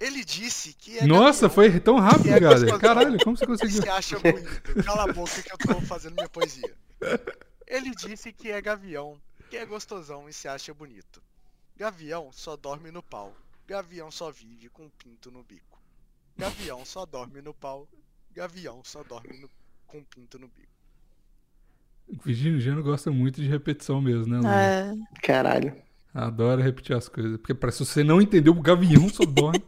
[SPEAKER 2] Ele disse que é
[SPEAKER 1] nossa,
[SPEAKER 2] gavião,
[SPEAKER 1] foi tão rápido,
[SPEAKER 2] É,
[SPEAKER 1] Gader.
[SPEAKER 2] gostoso.
[SPEAKER 1] Caralho, como você
[SPEAKER 2] que
[SPEAKER 1] conseguiu?
[SPEAKER 2] se acha bonito. Cala a boca que eu tô fazendo minha poesia. Ele disse que é gavião, que é gostosão e se acha bonito. Gavião só dorme no pau. Gavião só vive com um pinto no bico. Gavião só dorme no pau. Gavião só dorme no- com um pinto no bico.
[SPEAKER 1] Virgínio Gino gosta muito de repetição mesmo, né, Lu?
[SPEAKER 3] é,
[SPEAKER 4] Caralho.
[SPEAKER 1] Adora repetir as coisas. Porque parece que você não entendeu, o Gavião só dorme.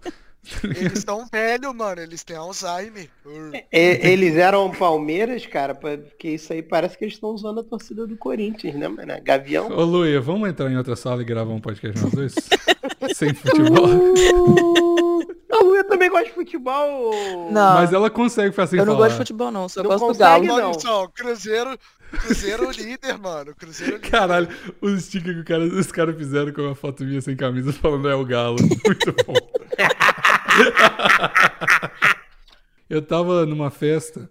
[SPEAKER 2] Eles estão velhos, mano. Eles têm Alzheimer. Urr.
[SPEAKER 4] E- eles eram Palmeiras, cara, pra- porque isso aí parece que eles estão usando a torcida do Corinthians, né, mano? Gavião.
[SPEAKER 1] Ô, Luia, vamos entrar em outra sala e gravar um podcast nós dois? Sem futebol.
[SPEAKER 4] A Luia também gosta de futebol.
[SPEAKER 3] Não.
[SPEAKER 1] Mas ela consegue fazer
[SPEAKER 3] eu
[SPEAKER 1] sem
[SPEAKER 3] não
[SPEAKER 1] falar.
[SPEAKER 3] gosto de futebol, não, só
[SPEAKER 4] Não
[SPEAKER 3] gosto do
[SPEAKER 4] consegue,
[SPEAKER 3] galo.
[SPEAKER 4] não.
[SPEAKER 2] Maldição, Cruzeiro. Cruzeiro é líder, mano. Cruzeiro é líder.
[SPEAKER 1] Caralho, os stickers que o cara- os caras fizeram com uma foto minha sem camisa falando é o galo. Muito bom. eu tava numa festa,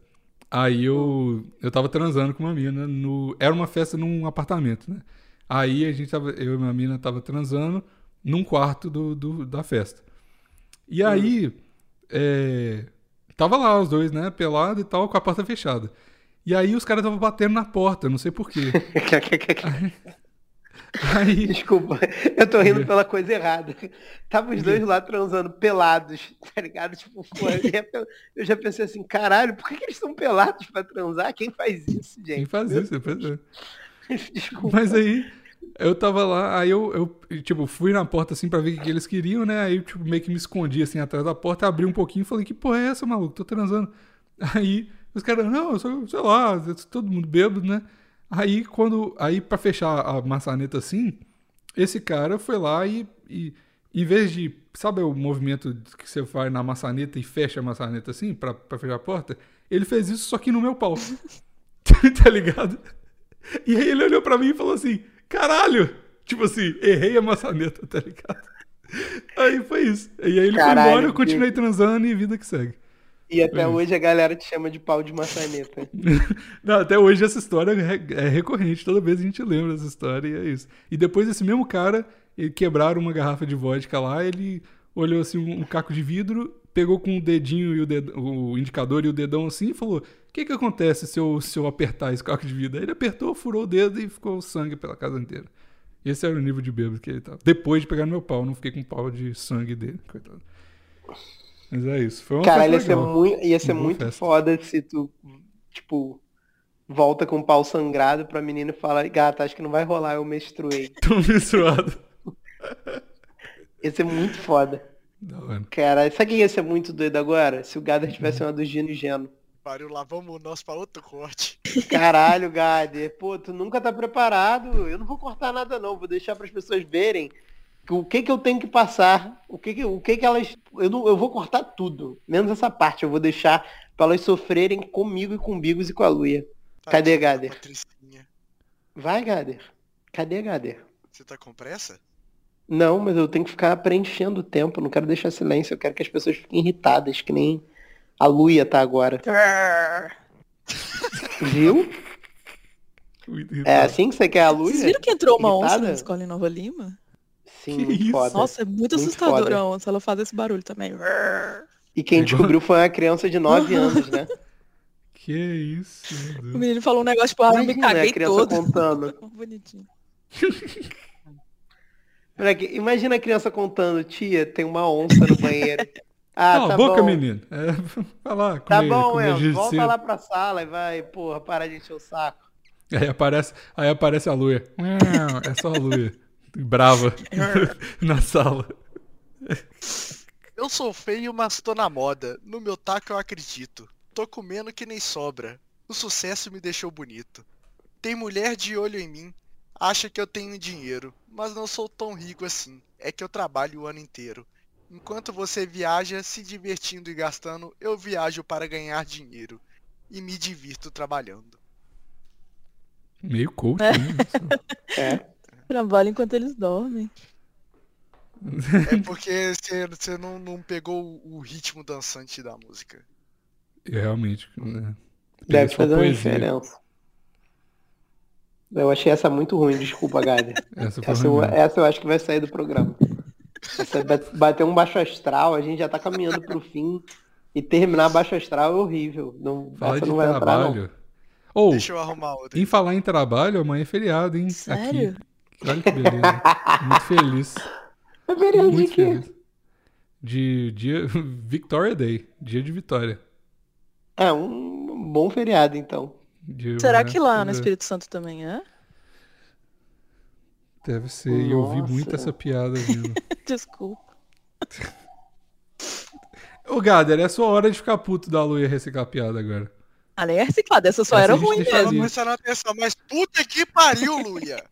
[SPEAKER 1] aí eu, eu tava transando com uma mina. No, era uma festa num apartamento, né? Aí a gente tava, eu e minha mina tava transando, num quarto do, do- da festa. E aí, é, tava lá os dois, né, pelado e tal, com a porta fechada. E aí os caras estavam batendo na porta, não sei porquê. Aí,
[SPEAKER 4] Desculpa, eu tô rindo pela coisa errada. Tava os dois lá transando pelados, tá ligado? Tipo, pô, eu já pe- eu já pensei assim, caralho, por que, que eles estão pelados pra transar? Quem faz isso,
[SPEAKER 1] quem
[SPEAKER 4] gente?
[SPEAKER 1] faz isso? Pois é.
[SPEAKER 4] Desculpa.
[SPEAKER 1] Mas aí, eu tava lá, aí eu, eu, tipo, fui na porta assim pra ver o que que eles queriam, né? Aí, tipo, meio que me escondi assim atrás da porta, abri um pouquinho e falei, que porra é essa, maluco? Tô transando. Aí, os caras, não, eu sou, sei lá, todo mundo bêbado, né? Aí, quando. Aí, pra fechar a maçaneta assim, esse cara foi lá e. e em vez de. Sabe o movimento que você faz na maçaneta e fecha a maçaneta assim, pra, pra fechar a porta? Ele fez isso só que no meu pau. tá ligado? E aí ele olhou pra mim e falou assim: caralho! Tipo assim, errei a maçaneta, tá ligado? Aí foi isso. E aí ele
[SPEAKER 4] Caralho,
[SPEAKER 1] foi embora, eu
[SPEAKER 4] que-
[SPEAKER 1] continuei transando e vida que segue.
[SPEAKER 4] E até
[SPEAKER 1] É.
[SPEAKER 4] hoje a galera te chama de pau de maçaneta. né?
[SPEAKER 1] Não, até hoje essa história é- é recorrente, toda vez a gente lembra dessa história e é isso. E depois esse mesmo cara, ele quebraram uma garrafa de vodka lá, ele olhou assim um, um caco de vidro, pegou com o dedinho e o, ded- o indicador e o dedão assim e falou: O que que acontece se eu, se eu apertar esse caco de vidro? Aí ele apertou, furou o dedo e ficou sangue pela casa inteira. Esse era o nível de bêbado que ele tava. Depois de pegar no meu pau, não fiquei com pau de sangue dele, coitado. Mas é isso. Foi uma
[SPEAKER 4] Caralho, ia
[SPEAKER 1] festa
[SPEAKER 4] ser, um
[SPEAKER 1] legal.
[SPEAKER 4] muito, ia ser
[SPEAKER 1] Boa
[SPEAKER 4] muito
[SPEAKER 1] festa.
[SPEAKER 4] foda se tu, tipo, volta com o pau sangrado pra menina e fala, gata, acho que não vai rolar, eu menstruei.
[SPEAKER 1] Tão menstruado.
[SPEAKER 4] Ia ser muito foda.
[SPEAKER 1] Da hora.
[SPEAKER 4] Cara, sabe quem ia ser muito doido agora? Se o Gader
[SPEAKER 1] Uhum.
[SPEAKER 4] tivesse uma do Gino e Geno.
[SPEAKER 2] Pariu, lá vamos nós pra outro corte.
[SPEAKER 4] Caralho, Gader, pô, tu nunca tá preparado. Eu não vou cortar nada não, vou deixar pras pessoas verem o que que eu tenho que passar, o que que, o que, que elas... Eu, não, eu vou cortar tudo, menos essa parte. Eu vou deixar pra elas sofrerem comigo e com o Bigos e com a Luia. Cadê,
[SPEAKER 2] Tadinha da
[SPEAKER 4] Gader?
[SPEAKER 2] Patricinha.
[SPEAKER 4] Vai, Gader. Cadê, Gader?
[SPEAKER 2] Você tá com pressa?
[SPEAKER 4] Não, mas eu tenho que ficar preenchendo o tempo, não quero deixar silêncio, eu quero que as pessoas fiquem irritadas, que nem a Luia tá agora. Viu?
[SPEAKER 1] Muito
[SPEAKER 4] É
[SPEAKER 1] irritado.
[SPEAKER 4] assim que você quer a
[SPEAKER 3] Vocês
[SPEAKER 4] Luia?
[SPEAKER 3] viram que entrou uma onça
[SPEAKER 4] Irritada?
[SPEAKER 3] na escola em Nova Lima?
[SPEAKER 1] Que
[SPEAKER 4] Sim, muito
[SPEAKER 1] isso?
[SPEAKER 4] foda.
[SPEAKER 3] Nossa, é muito,
[SPEAKER 4] Muito
[SPEAKER 3] assustadora
[SPEAKER 4] foda.
[SPEAKER 3] a onça. Ela faz esse barulho também.
[SPEAKER 4] E quem descobriu foi uma criança de 9 anos, né?
[SPEAKER 1] Que isso, meu
[SPEAKER 3] O
[SPEAKER 1] Deus.
[SPEAKER 3] menino falou um negócio, tipo, ah, eu me
[SPEAKER 4] Imagina né,
[SPEAKER 3] caguei
[SPEAKER 4] a criança
[SPEAKER 3] todo.
[SPEAKER 4] contando.
[SPEAKER 3] Bonitinho.
[SPEAKER 4] Peraí, imagina a criança contando, tia, tem uma onça no banheiro. Ah,
[SPEAKER 1] Cala
[SPEAKER 4] tá
[SPEAKER 1] a boca,
[SPEAKER 4] bom.
[SPEAKER 1] menino. É, vai lá, comer,
[SPEAKER 4] Tá bom,
[SPEAKER 1] comer
[SPEAKER 4] El,
[SPEAKER 1] giz
[SPEAKER 4] volta
[SPEAKER 1] cedo.
[SPEAKER 4] lá pra sala e vai, porra, parar de encher o saco.
[SPEAKER 1] Aí aparece, aí aparece a Luia. Uau, É só a Luia. Brava. Na sala.
[SPEAKER 2] Eu sou feio, mas tô na moda. No meu taco eu acredito. Tô comendo que nem sobra. O sucesso me deixou bonito. Tem mulher de olho em mim. Acha que eu tenho dinheiro, mas não sou tão rico assim. É que eu trabalho o ano inteiro. Enquanto você viaja se divertindo e gastando, eu viajo para ganhar dinheiro e me divirto trabalhando.
[SPEAKER 1] Meio coach, né?
[SPEAKER 4] É.
[SPEAKER 3] Trabalha enquanto eles dormem.
[SPEAKER 1] Tipo,
[SPEAKER 2] É porque você- você não, não pegou o- o ritmo dançante da música.
[SPEAKER 1] Eu realmente. né? Peguei
[SPEAKER 4] Deve
[SPEAKER 1] só
[SPEAKER 4] fazer uma
[SPEAKER 1] poesia.
[SPEAKER 4] diferença. Eu achei essa muito ruim, desculpa, Gabi.
[SPEAKER 1] Essa foi
[SPEAKER 4] Essa é- eu,
[SPEAKER 1] horrível.
[SPEAKER 4] essa eu acho que vai sair do programa. Essa ba- bater um baixo astral, a gente já tá caminhando pro fim. E terminar baixo astral é horrível. Não,
[SPEAKER 1] Fala
[SPEAKER 4] essa
[SPEAKER 1] de
[SPEAKER 4] não vai entrar, não.
[SPEAKER 1] trabalho. Ou,
[SPEAKER 2] Deixa eu arrumar outra.
[SPEAKER 1] em falar em trabalho, amanhã é feriado, hein?
[SPEAKER 3] Sério?
[SPEAKER 1] Aqui. Olha que beleza. Muito feliz.
[SPEAKER 4] É período de
[SPEAKER 1] Muito
[SPEAKER 4] quê?
[SPEAKER 1] feliz. De dia. Victoria Day. Dia de vitória.
[SPEAKER 4] É, um bom feriado, então.
[SPEAKER 1] Dia-
[SPEAKER 3] Será
[SPEAKER 1] né?
[SPEAKER 3] que lá no
[SPEAKER 1] Pois é.
[SPEAKER 3] Espírito Santo também é?
[SPEAKER 1] Deve ser, e eu ouvi muito
[SPEAKER 4] Nossa.
[SPEAKER 1] essa piada vindo.
[SPEAKER 3] Desculpa.
[SPEAKER 1] Ô, Gader, é a sua hora de ficar puto da Luia reciclar a piada agora.
[SPEAKER 3] Ela é reciclada, essa só
[SPEAKER 1] Essa
[SPEAKER 3] era
[SPEAKER 1] a gente
[SPEAKER 3] ruim
[SPEAKER 1] deixa
[SPEAKER 3] mesmo.
[SPEAKER 2] Ela prestando atenção, mas puta que pariu, Luia!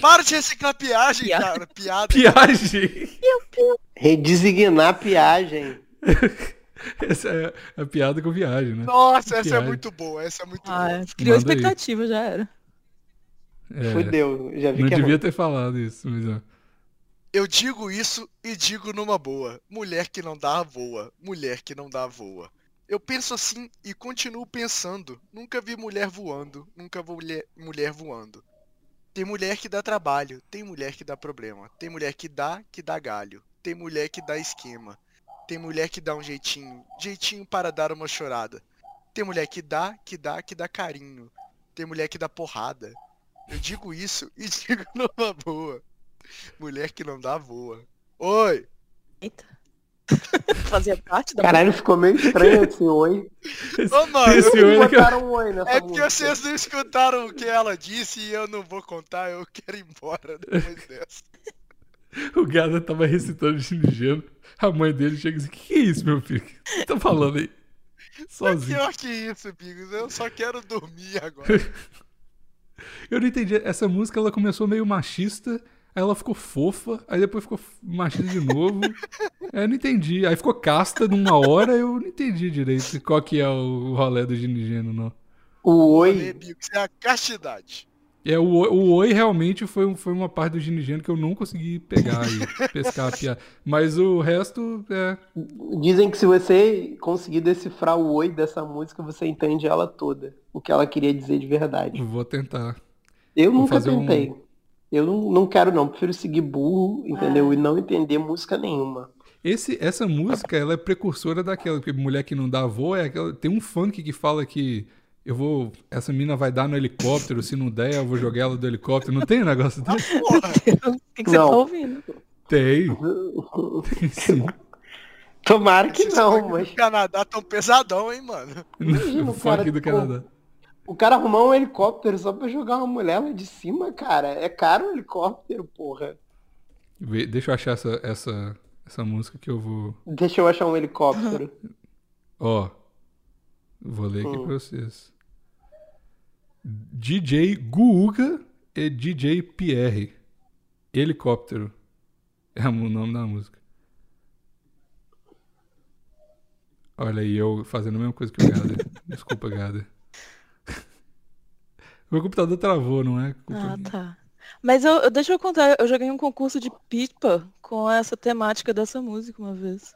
[SPEAKER 2] Para de reciclar piagem,
[SPEAKER 3] Piada.
[SPEAKER 2] cara. Piada.
[SPEAKER 1] Piagem!
[SPEAKER 4] Redesignar piagem.
[SPEAKER 1] Essa é a piada com viagem, né?
[SPEAKER 2] Nossa, essa é
[SPEAKER 1] Piada.
[SPEAKER 2] muito boa, essa é muito
[SPEAKER 3] Ah,
[SPEAKER 2] boa.
[SPEAKER 3] é. criou
[SPEAKER 1] Manda aí.
[SPEAKER 3] expectativa, já era.
[SPEAKER 1] É,
[SPEAKER 4] Fudeu, já vi
[SPEAKER 1] não
[SPEAKER 4] que é ruim.
[SPEAKER 1] devia ter falado isso, mas ó.
[SPEAKER 2] Eu digo isso e digo numa boa. Mulher que não dá voa, mulher que não dá voa. Eu penso assim e continuo pensando. Nunca vi mulher voando, nunca vou mulher, mulher voando. Tem mulher que dá trabalho, tem mulher que dá problema, tem mulher que dá, que dá galho, tem mulher que dá esquema, tem mulher que dá um jeitinho, jeitinho para dar uma chorada. Tem mulher que dá, que dá, que dá carinho. Tem mulher que dá porrada. Eu digo isso e digo numa boa. Mulher que não dá voa. Oi!
[SPEAKER 3] Eita. Fazia parte da.
[SPEAKER 4] Caralho, ficou meio estranho esse oi.
[SPEAKER 2] Ô, mano,
[SPEAKER 1] Esse
[SPEAKER 4] Não
[SPEAKER 1] olho que eu-
[SPEAKER 4] botaram um oi nessa
[SPEAKER 2] é porque
[SPEAKER 4] música.
[SPEAKER 2] vocês não escutaram o que ela disse e eu não vou contar, eu quero ir embora depois dessa.
[SPEAKER 1] O Gada tava recitando Ginigiano. A mãe dele chega e diz: Que que é isso, meu filho? O que você tá falando aí? Sozinho.
[SPEAKER 2] Pior que isso, Bigos, eu só quero dormir agora.
[SPEAKER 1] Eu não entendi. Essa música ela começou meio machista, aí ela ficou fofa, aí depois ficou f- machista de novo. É, eu não entendi. Aí ficou casta numa hora, eu não entendi direito qual que é o rolê do Ginigeno, não.
[SPEAKER 4] O
[SPEAKER 2] Olê,
[SPEAKER 4] oi,
[SPEAKER 2] Bigos, é a castidade.
[SPEAKER 1] É, o, oi- o oi realmente foi, um- foi uma parte do Ginigeno que eu não consegui pegar e pescar a piada. Mas o resto é.
[SPEAKER 4] dizem que se você conseguir decifrar o oi dessa música, você entende ela toda. O que ela queria dizer de verdade.
[SPEAKER 1] Vou tentar.
[SPEAKER 4] Eu
[SPEAKER 1] Vou
[SPEAKER 4] nunca
[SPEAKER 1] fazer um-
[SPEAKER 4] tentei. Eu não, não quero não, prefiro seguir burro,
[SPEAKER 1] É.
[SPEAKER 4] entendeu? E não entender música nenhuma.
[SPEAKER 1] Esse, essa música, ela é precursora daquela, porque mulher que não dá voo é aquela. Tem um funk que fala que eu vou. Essa mina vai dar no helicóptero, se não der, eu vou jogar ela do helicóptero. Não tem um negócio desse?
[SPEAKER 2] Porra,
[SPEAKER 3] O que, que você tá
[SPEAKER 4] Não.
[SPEAKER 3] ouvindo?
[SPEAKER 1] Tem. tem sim.
[SPEAKER 4] Tomara que
[SPEAKER 2] esses
[SPEAKER 4] não,
[SPEAKER 2] funk
[SPEAKER 4] mas
[SPEAKER 2] do Canadá tão pesadão, hein, mano. Tá
[SPEAKER 1] No
[SPEAKER 4] Imagina o cara
[SPEAKER 1] funk do
[SPEAKER 4] com-
[SPEAKER 1] Canadá.
[SPEAKER 4] o cara arrumar um helicóptero só pra jogar uma mulher lá de cima, cara. É caro o helicóptero, porra.
[SPEAKER 1] Vê- Deixa eu achar essa, essa, essa música que eu vou.
[SPEAKER 4] Deixa eu achar um helicóptero.
[SPEAKER 1] Ó. Vou ler aqui
[SPEAKER 4] Hum.
[SPEAKER 1] pra vocês. DJ Guuga e DJ Pierre. Helicóptero. É o nome da música. Olha aí, eu fazendo a mesma coisa que o Gader. Desculpa, Gader. Meu computador travou, não é? Culpa
[SPEAKER 3] Ah,
[SPEAKER 1] minha.
[SPEAKER 3] tá. Mas eu, eu- deixa eu contar, eu joguei um concurso de pipa com essa temática dessa música uma vez.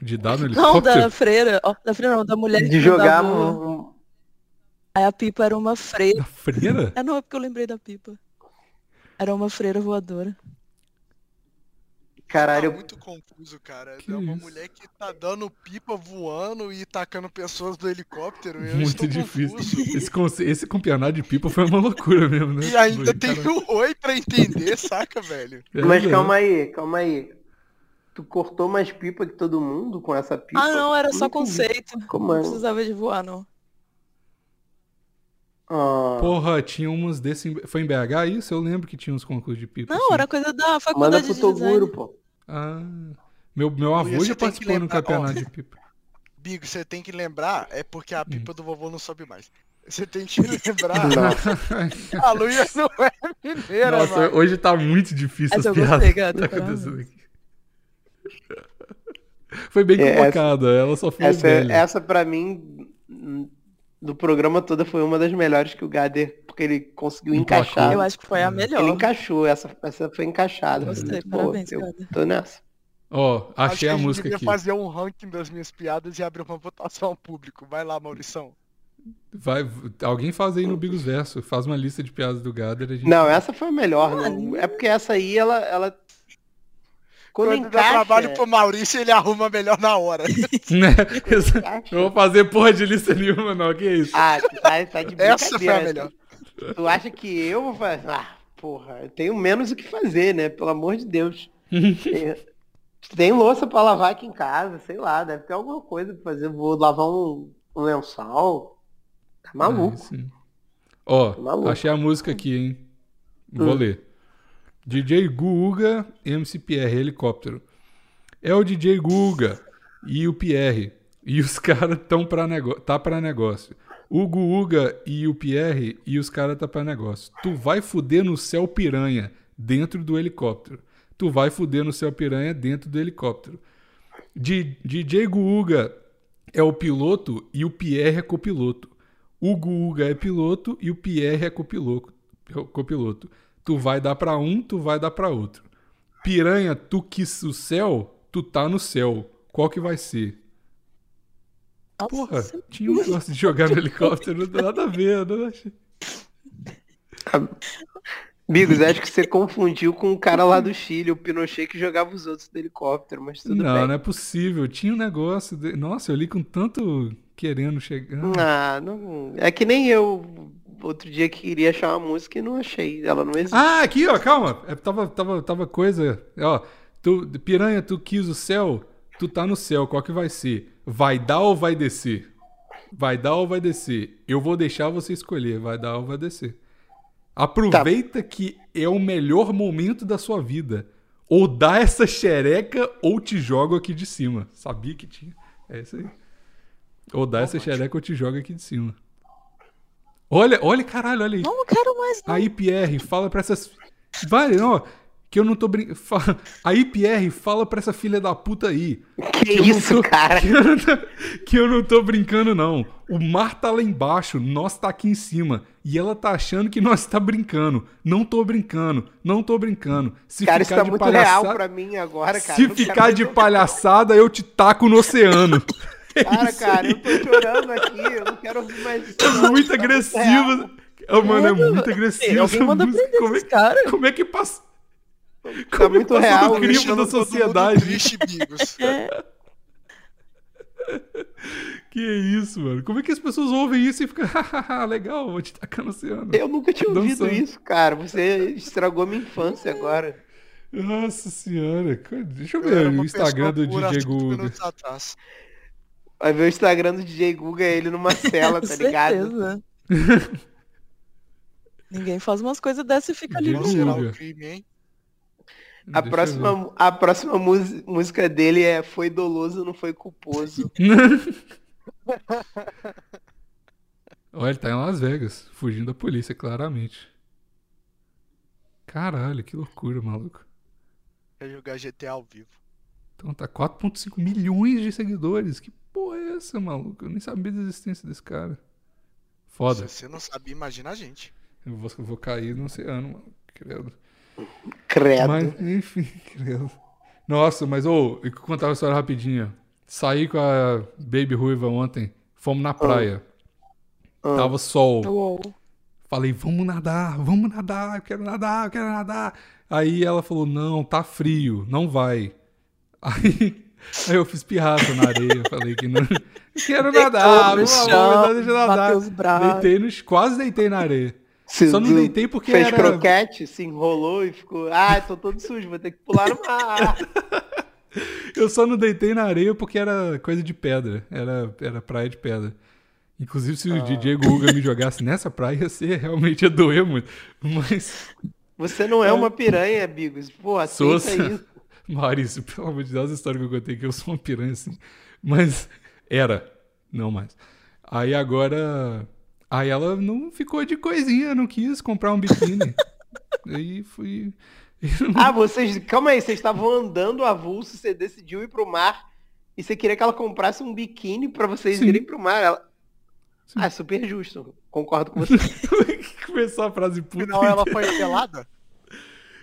[SPEAKER 1] De dar no
[SPEAKER 3] Não,
[SPEAKER 1] helicóptero?
[SPEAKER 3] da freira. ó, da freira não, da mulher. que
[SPEAKER 4] De
[SPEAKER 3] não
[SPEAKER 4] jogar
[SPEAKER 3] dá boa.
[SPEAKER 1] né?
[SPEAKER 4] um...
[SPEAKER 3] Aí a pipa era uma freira.
[SPEAKER 1] Da freira?
[SPEAKER 3] Ah, não, é porque eu lembrei da pipa. Era uma freira voadora.
[SPEAKER 2] Tá
[SPEAKER 4] Caralho,
[SPEAKER 2] muito confuso, cara.
[SPEAKER 1] Que
[SPEAKER 2] é uma
[SPEAKER 1] isso?
[SPEAKER 2] mulher que tá dando pipa voando e tacando pessoas do helicóptero. Eu
[SPEAKER 1] Muito
[SPEAKER 2] estou
[SPEAKER 1] difícil.
[SPEAKER 2] Confuso.
[SPEAKER 1] Esse, conce- esse campeonato de pipa foi uma loucura mesmo, né?
[SPEAKER 2] E ainda
[SPEAKER 1] Foi,
[SPEAKER 2] tem
[SPEAKER 1] cara,
[SPEAKER 2] o oi pra entender, saca, velho?
[SPEAKER 1] é,
[SPEAKER 4] mas
[SPEAKER 1] né?
[SPEAKER 4] calma aí, calma aí. Tu cortou mais pipa que todo mundo com essa pipa?
[SPEAKER 3] Ah, não, era só
[SPEAKER 4] Não entendi.
[SPEAKER 3] conceito.
[SPEAKER 4] Como
[SPEAKER 3] Não
[SPEAKER 4] é?
[SPEAKER 3] precisava de voar, não.
[SPEAKER 1] Tipo
[SPEAKER 4] Ah,
[SPEAKER 1] Porra, tinha umas desse. em- Foi em BH isso? Eu lembro que tinha uns concursos de pipa.
[SPEAKER 3] Não,
[SPEAKER 1] assim.
[SPEAKER 3] era coisa da
[SPEAKER 4] manda
[SPEAKER 3] faculdade
[SPEAKER 4] pro
[SPEAKER 3] de design.
[SPEAKER 4] Toguro, pô.
[SPEAKER 1] Ah, meu, meu
[SPEAKER 2] Por
[SPEAKER 1] avô
[SPEAKER 2] isso
[SPEAKER 1] já
[SPEAKER 2] tem que
[SPEAKER 1] participou no
[SPEAKER 2] lembrar, ó.
[SPEAKER 1] campeonato de pipa.
[SPEAKER 2] Bigo, você tem que lembrar, é porque a
[SPEAKER 1] Hum.
[SPEAKER 2] pipa do vovô não sobe mais. Você tem que lembrar, a Luia não é mineira,
[SPEAKER 1] Nossa,
[SPEAKER 2] mano.
[SPEAKER 1] hoje tá muito difícil
[SPEAKER 3] Essa
[SPEAKER 1] as
[SPEAKER 3] eu gostei,
[SPEAKER 1] piadas
[SPEAKER 3] Gato,
[SPEAKER 1] que tá acontecendo aqui. Foi bem
[SPEAKER 4] É, essa-
[SPEAKER 1] convocada, ela só foi
[SPEAKER 2] é
[SPEAKER 4] Essa, é-
[SPEAKER 1] velha.
[SPEAKER 4] essa pra mim, hum, do programa todo, foi uma das melhores que o Gader, porque ele conseguiu
[SPEAKER 1] Emplacou.
[SPEAKER 4] encaixar.
[SPEAKER 3] Eu acho que foi a melhor.
[SPEAKER 4] Ele encaixou, essa, essa foi encaixada. foi
[SPEAKER 3] Gostei,
[SPEAKER 4] muito boa.
[SPEAKER 3] parabéns,
[SPEAKER 4] Eu
[SPEAKER 3] Gader.
[SPEAKER 4] tô nessa.
[SPEAKER 1] Ó,
[SPEAKER 2] Acho que
[SPEAKER 1] achei a
[SPEAKER 2] gente
[SPEAKER 1] música
[SPEAKER 2] devia
[SPEAKER 1] aqui.
[SPEAKER 2] fazer um ranking das minhas piadas e abrir uma votação ao público. Vai lá, Maurição.
[SPEAKER 1] Vai, alguém faz aí no Bigos Verso, faz uma lista de piadas do Gader. a gente-
[SPEAKER 4] Não,
[SPEAKER 2] é
[SPEAKER 4] essa foi a melhor.
[SPEAKER 3] Ah,
[SPEAKER 4] não- É porque essa aí, ela. ela... Quando,
[SPEAKER 2] Quando dá
[SPEAKER 4] encaixa,
[SPEAKER 2] trabalho pro Maurício, ele arruma melhor na hora.
[SPEAKER 1] Né? Exa-
[SPEAKER 4] encaixa.
[SPEAKER 1] Não vou fazer porra de lista nenhuma, não. Que isso?
[SPEAKER 4] Ah, tu tá, tá de brincadeira.
[SPEAKER 2] Essa foi a melhor.
[SPEAKER 4] Tu, tu acha que eu vou fazer? Ah, porra, eu tenho menos o que fazer, né? Pelo amor de Deus. Tem- Tem louça pra lavar aqui em casa, sei lá, deve ter alguma coisa pra fazer. Vou lavar um, um lençol. Tá
[SPEAKER 1] Aí
[SPEAKER 4] maluco.
[SPEAKER 1] sim. Ó,
[SPEAKER 4] Maluco.
[SPEAKER 1] achei a música aqui, hein? Vou
[SPEAKER 4] Hum.
[SPEAKER 1] ler. DJ Guga, MC Pierre, helicóptero. É o DJ Guga e o Pierre. E os caras tão pra negócio. Tá pra negócio. O Guga e o Pierre e os caras tá pra negócio. Tu vai fuder no céu piranha dentro do helicóptero. Tu vai fuder no céu piranha dentro do helicóptero. Di- DJ Guga é o piloto e o Pierre é copiloto. O Guga é piloto e o Pierre é copiloto. copiloto. Tu vai dar pra um, tu vai dar pra outro. Piranha, tu quis o céu, tu tá no céu. Qual que vai ser?
[SPEAKER 3] Nossa,
[SPEAKER 4] é
[SPEAKER 1] Porra,
[SPEAKER 3] você-
[SPEAKER 1] né? tinha um negócio de jogar no helicóptero, não tem nada a ver, eu não achei.
[SPEAKER 4] Amigos, acho que você confundiu com o cara lá do Chile, o Pinochet que jogava os outros do helicóptero, mas tudo
[SPEAKER 1] não,
[SPEAKER 4] bem.
[SPEAKER 1] não é possível. Tinha um negócio. de- Nossa, eu li com tanto querendo chegar.
[SPEAKER 4] Ah, não. É que nem eu outro dia que queria achar uma música e não achei. Ela não existe.
[SPEAKER 1] Ah, aqui, ó, calma. É, tava, tava, tava coisa. Ó, tu, piranha, tu quis o céu, tu tá no céu, qual que vai ser? Vai dar ou vai descer? Vai dar ou vai descer? Eu vou deixar você escolher, vai dar ou vai descer. Aproveita que é o melhor momento da sua vida. Ou dá essa xereca ou te jogo aqui de cima. Sabia que tinha. É isso aí. Ou dá essa xereca ou te jogo aqui de cima. Olha, olha, caralho, olha aí.
[SPEAKER 3] Não, não quero mais. Não.
[SPEAKER 1] A IPR fala pra essas. Vale, não, que eu não tô brincando. A IPR fala pra essa filha da puta aí.
[SPEAKER 4] que
[SPEAKER 1] eu não
[SPEAKER 4] isso,
[SPEAKER 1] tô-
[SPEAKER 4] cara?
[SPEAKER 1] Que eu, não tô... que eu não tô brincando, não. O mar tá lá embaixo, nós tá aqui em cima. E ela tá achando que nós tá brincando. Não tô brincando, não tô brincando. Se
[SPEAKER 4] Cara, isso
[SPEAKER 1] ficar
[SPEAKER 4] tá
[SPEAKER 1] de
[SPEAKER 4] muito
[SPEAKER 1] palhaça-
[SPEAKER 4] real pra mim agora, cara.
[SPEAKER 1] Se
[SPEAKER 4] Não quero
[SPEAKER 1] ficar
[SPEAKER 4] nem
[SPEAKER 1] de
[SPEAKER 4] ver.
[SPEAKER 1] palhaçada, eu te taco no oceano. É
[SPEAKER 4] Cara,
[SPEAKER 1] isso
[SPEAKER 4] cara,
[SPEAKER 1] aí.
[SPEAKER 4] eu tô chorando aqui, eu não quero ouvir mais isso. não.
[SPEAKER 1] É muito
[SPEAKER 4] Tá
[SPEAKER 1] agressivo. Oh, mano, é
[SPEAKER 3] Mano,
[SPEAKER 1] muito agressivo.
[SPEAKER 3] Alguém
[SPEAKER 1] essa
[SPEAKER 3] manda
[SPEAKER 1] música.
[SPEAKER 3] prender
[SPEAKER 1] Como é
[SPEAKER 3] esses caras.
[SPEAKER 1] Como é que passa? é
[SPEAKER 4] Tá muito
[SPEAKER 1] passou
[SPEAKER 4] real.
[SPEAKER 1] do crime
[SPEAKER 4] isso.
[SPEAKER 2] Deixando
[SPEAKER 1] da
[SPEAKER 2] todo mundo
[SPEAKER 1] sociedade. É,
[SPEAKER 2] Triste, amigos.
[SPEAKER 1] Que isso, mano? Como é que as pessoas ouvem isso e ficam, hahaha, legal, vou te tacar no oceano?
[SPEAKER 4] Eu nunca tinha ouvido
[SPEAKER 1] Dançando.
[SPEAKER 4] isso, cara. Você estragou minha infância agora.
[SPEAKER 1] Nossa senhora, cara, deixa eu
[SPEAKER 2] Eu era
[SPEAKER 1] ver
[SPEAKER 2] uma
[SPEAKER 1] o Instagram
[SPEAKER 2] pessoa
[SPEAKER 1] do
[SPEAKER 2] pura há
[SPEAKER 1] DJ
[SPEAKER 2] cinco
[SPEAKER 1] Google.
[SPEAKER 2] minutos atrás.
[SPEAKER 4] Vai ver o Instagram do DJ Guga, ele numa cela, tá ligado?
[SPEAKER 3] Certeza. Ninguém faz umas coisas dessas e fica ali.
[SPEAKER 1] Digo-
[SPEAKER 2] Qual será
[SPEAKER 1] Guga.
[SPEAKER 2] o crime, hein?
[SPEAKER 4] A próxima, a próxima mus- música dele é Foi Doloso, Não Foi Culposo.
[SPEAKER 1] Olha, ele tá em Las Vegas, fugindo da polícia, claramente. Caralho, que loucura, maluco.
[SPEAKER 2] Quer jogar GTA ao vivo.
[SPEAKER 1] Então tá 4.5 milhões de seguidores. Que porra é essa, maluco? Eu nem sabia da existência desse cara. Foda.
[SPEAKER 2] Se você não sabia, imagina a gente.
[SPEAKER 1] Eu vou, eu vou cair no oceano, mano. Credo.
[SPEAKER 4] Credo.
[SPEAKER 1] Mas, enfim, credo. Nossa, mas ô, eu contar uma história rapidinha. Saí com a Baby Ruiva ontem, fomos na praia.
[SPEAKER 4] Ah.
[SPEAKER 1] Tava sol.
[SPEAKER 3] Uou.
[SPEAKER 1] Falei, vamos nadar, vamos nadar, eu quero nadar, eu quero nadar. Aí ela falou, não, tá frio, não vai. Aí, aí eu fiz pirraça na areia, falei que não. Quero nadar,
[SPEAKER 3] Deitou no
[SPEAKER 1] pelo amor de Deus, deixa eu
[SPEAKER 3] chão,
[SPEAKER 1] nadar.
[SPEAKER 3] bateu os braços.
[SPEAKER 1] Deitei nos, quase deitei na areia.
[SPEAKER 4] Se
[SPEAKER 1] Só não
[SPEAKER 4] tu
[SPEAKER 1] deitei porque
[SPEAKER 4] Fez
[SPEAKER 1] era.
[SPEAKER 4] croquete, se enrolou e ficou. Ah, tô todo sujo, vou ter que pular no mar.
[SPEAKER 1] Eu só não deitei na areia porque era coisa de pedra. Era, era praia de pedra. Inclusive,
[SPEAKER 3] Ah.
[SPEAKER 1] se o DJ Guga me jogasse nessa praia, ia ser, realmente ia doer muito. Mas,
[SPEAKER 4] Você não é uma piranha, Bigos. Pô,
[SPEAKER 1] Sou,
[SPEAKER 4] aceita
[SPEAKER 1] sim.
[SPEAKER 4] isso.
[SPEAKER 1] Maurício, pelo amor de Deus, a história que eu contei que eu sou uma piranha, assim. Mas era, não mais. Aí agora. Aí ela não ficou de coisinha, não quis comprar um biquíni. Aí fui.
[SPEAKER 4] Ah, vocês. Calma aí, vocês estavam andando avulso, você decidiu ir pro mar e você queria que ela comprasse um biquíni pra vocês
[SPEAKER 1] Sim.
[SPEAKER 4] irem pro mar. Ela...
[SPEAKER 1] Sim.
[SPEAKER 4] Ah, super justo. Concordo com você.
[SPEAKER 1] Começou a frase puta.
[SPEAKER 3] é.
[SPEAKER 2] Afinal, ela foi pelada?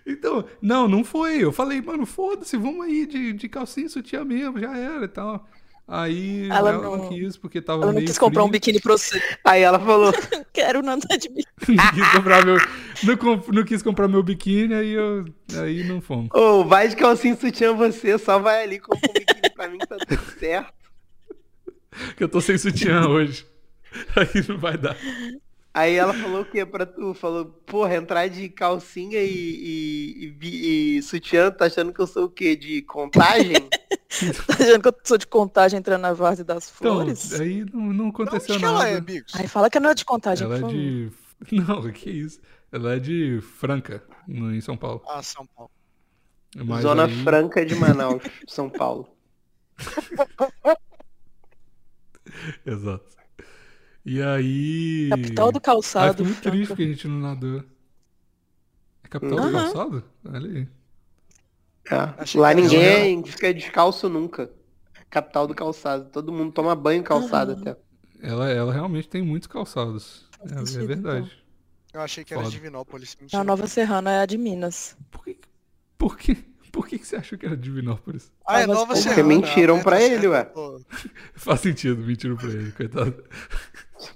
[SPEAKER 1] Então, não, não foi. Eu falei, mano, foda-se, vamos aí de, de calcinha e sutiã mesmo, já era e tal. Aí ela,
[SPEAKER 3] Ela
[SPEAKER 1] não
[SPEAKER 3] não-
[SPEAKER 1] quis, porque tava
[SPEAKER 3] Ela não
[SPEAKER 1] meio
[SPEAKER 3] quis comprar um
[SPEAKER 1] frio.
[SPEAKER 3] biquíni pra você.
[SPEAKER 4] Aí ela falou,
[SPEAKER 3] Não quero nadar de biquíni.
[SPEAKER 1] não, quis comprar meu, não, comp- não quis comprar meu biquíni, aí, eu, aí não fomos.
[SPEAKER 4] ô, vai de calcinha e sutiã você, só vai ali compra um biquíni pra mim que tá tudo certo.
[SPEAKER 1] Porque eu tô sem sutiã hoje. Aí não vai dar.
[SPEAKER 4] Aí ela falou o quê pra tu? Falou, porra, entrar de calcinha e, e, e bi- e sutiã, tá achando que eu sou o quê? De contagem?
[SPEAKER 3] Tá achando que eu sou de contagem entrando na várzea das
[SPEAKER 1] Então,
[SPEAKER 3] flores?
[SPEAKER 1] aí não, não
[SPEAKER 2] Não, onde
[SPEAKER 1] aconteceu
[SPEAKER 2] que
[SPEAKER 1] nada.
[SPEAKER 2] ela é, Bigos?
[SPEAKER 3] Ai, fala que não é de contagem,
[SPEAKER 1] Ela
[SPEAKER 3] por
[SPEAKER 1] é
[SPEAKER 3] favor.
[SPEAKER 1] de. Não, que isso. Ela é de Franca, no, em São Paulo.
[SPEAKER 2] Ah, São Paulo.
[SPEAKER 1] Mas
[SPEAKER 4] Zona
[SPEAKER 1] aí-
[SPEAKER 4] Franca de Manaus, São Paulo.
[SPEAKER 1] Exato. E aí.
[SPEAKER 3] um Capital do calçado.
[SPEAKER 1] Ah, fiquei muito triste
[SPEAKER 3] Franca.
[SPEAKER 1] que a gente não nadou. É capital do
[SPEAKER 3] Aham.
[SPEAKER 1] calçado? Olha aí.
[SPEAKER 4] É.
[SPEAKER 2] Achei que
[SPEAKER 4] Lá
[SPEAKER 1] né?
[SPEAKER 2] era
[SPEAKER 4] ninguém fica descalço nunca. Capital do calçado. Todo mundo toma banho calçado
[SPEAKER 3] Aham.
[SPEAKER 4] até.
[SPEAKER 1] Ela, ela realmente tem muitos calçados. É, é
[SPEAKER 3] sentido, então.
[SPEAKER 1] verdade.
[SPEAKER 2] Eu achei que era
[SPEAKER 1] Foda.
[SPEAKER 2] Divinópolis. Mentira.
[SPEAKER 3] A Nova Serrana é a de Minas.
[SPEAKER 1] Por que, por que, por que que você achou que era Divinópolis?
[SPEAKER 2] Ah, é
[SPEAKER 3] Nova
[SPEAKER 2] Nova
[SPEAKER 3] Serrana.
[SPEAKER 2] Serrana.
[SPEAKER 4] Porque mentiram
[SPEAKER 2] Ah,
[SPEAKER 4] pra
[SPEAKER 2] tá certo,
[SPEAKER 4] ele, ué.
[SPEAKER 2] pô.
[SPEAKER 1] Faz sentido, mentira pra ele, coitado.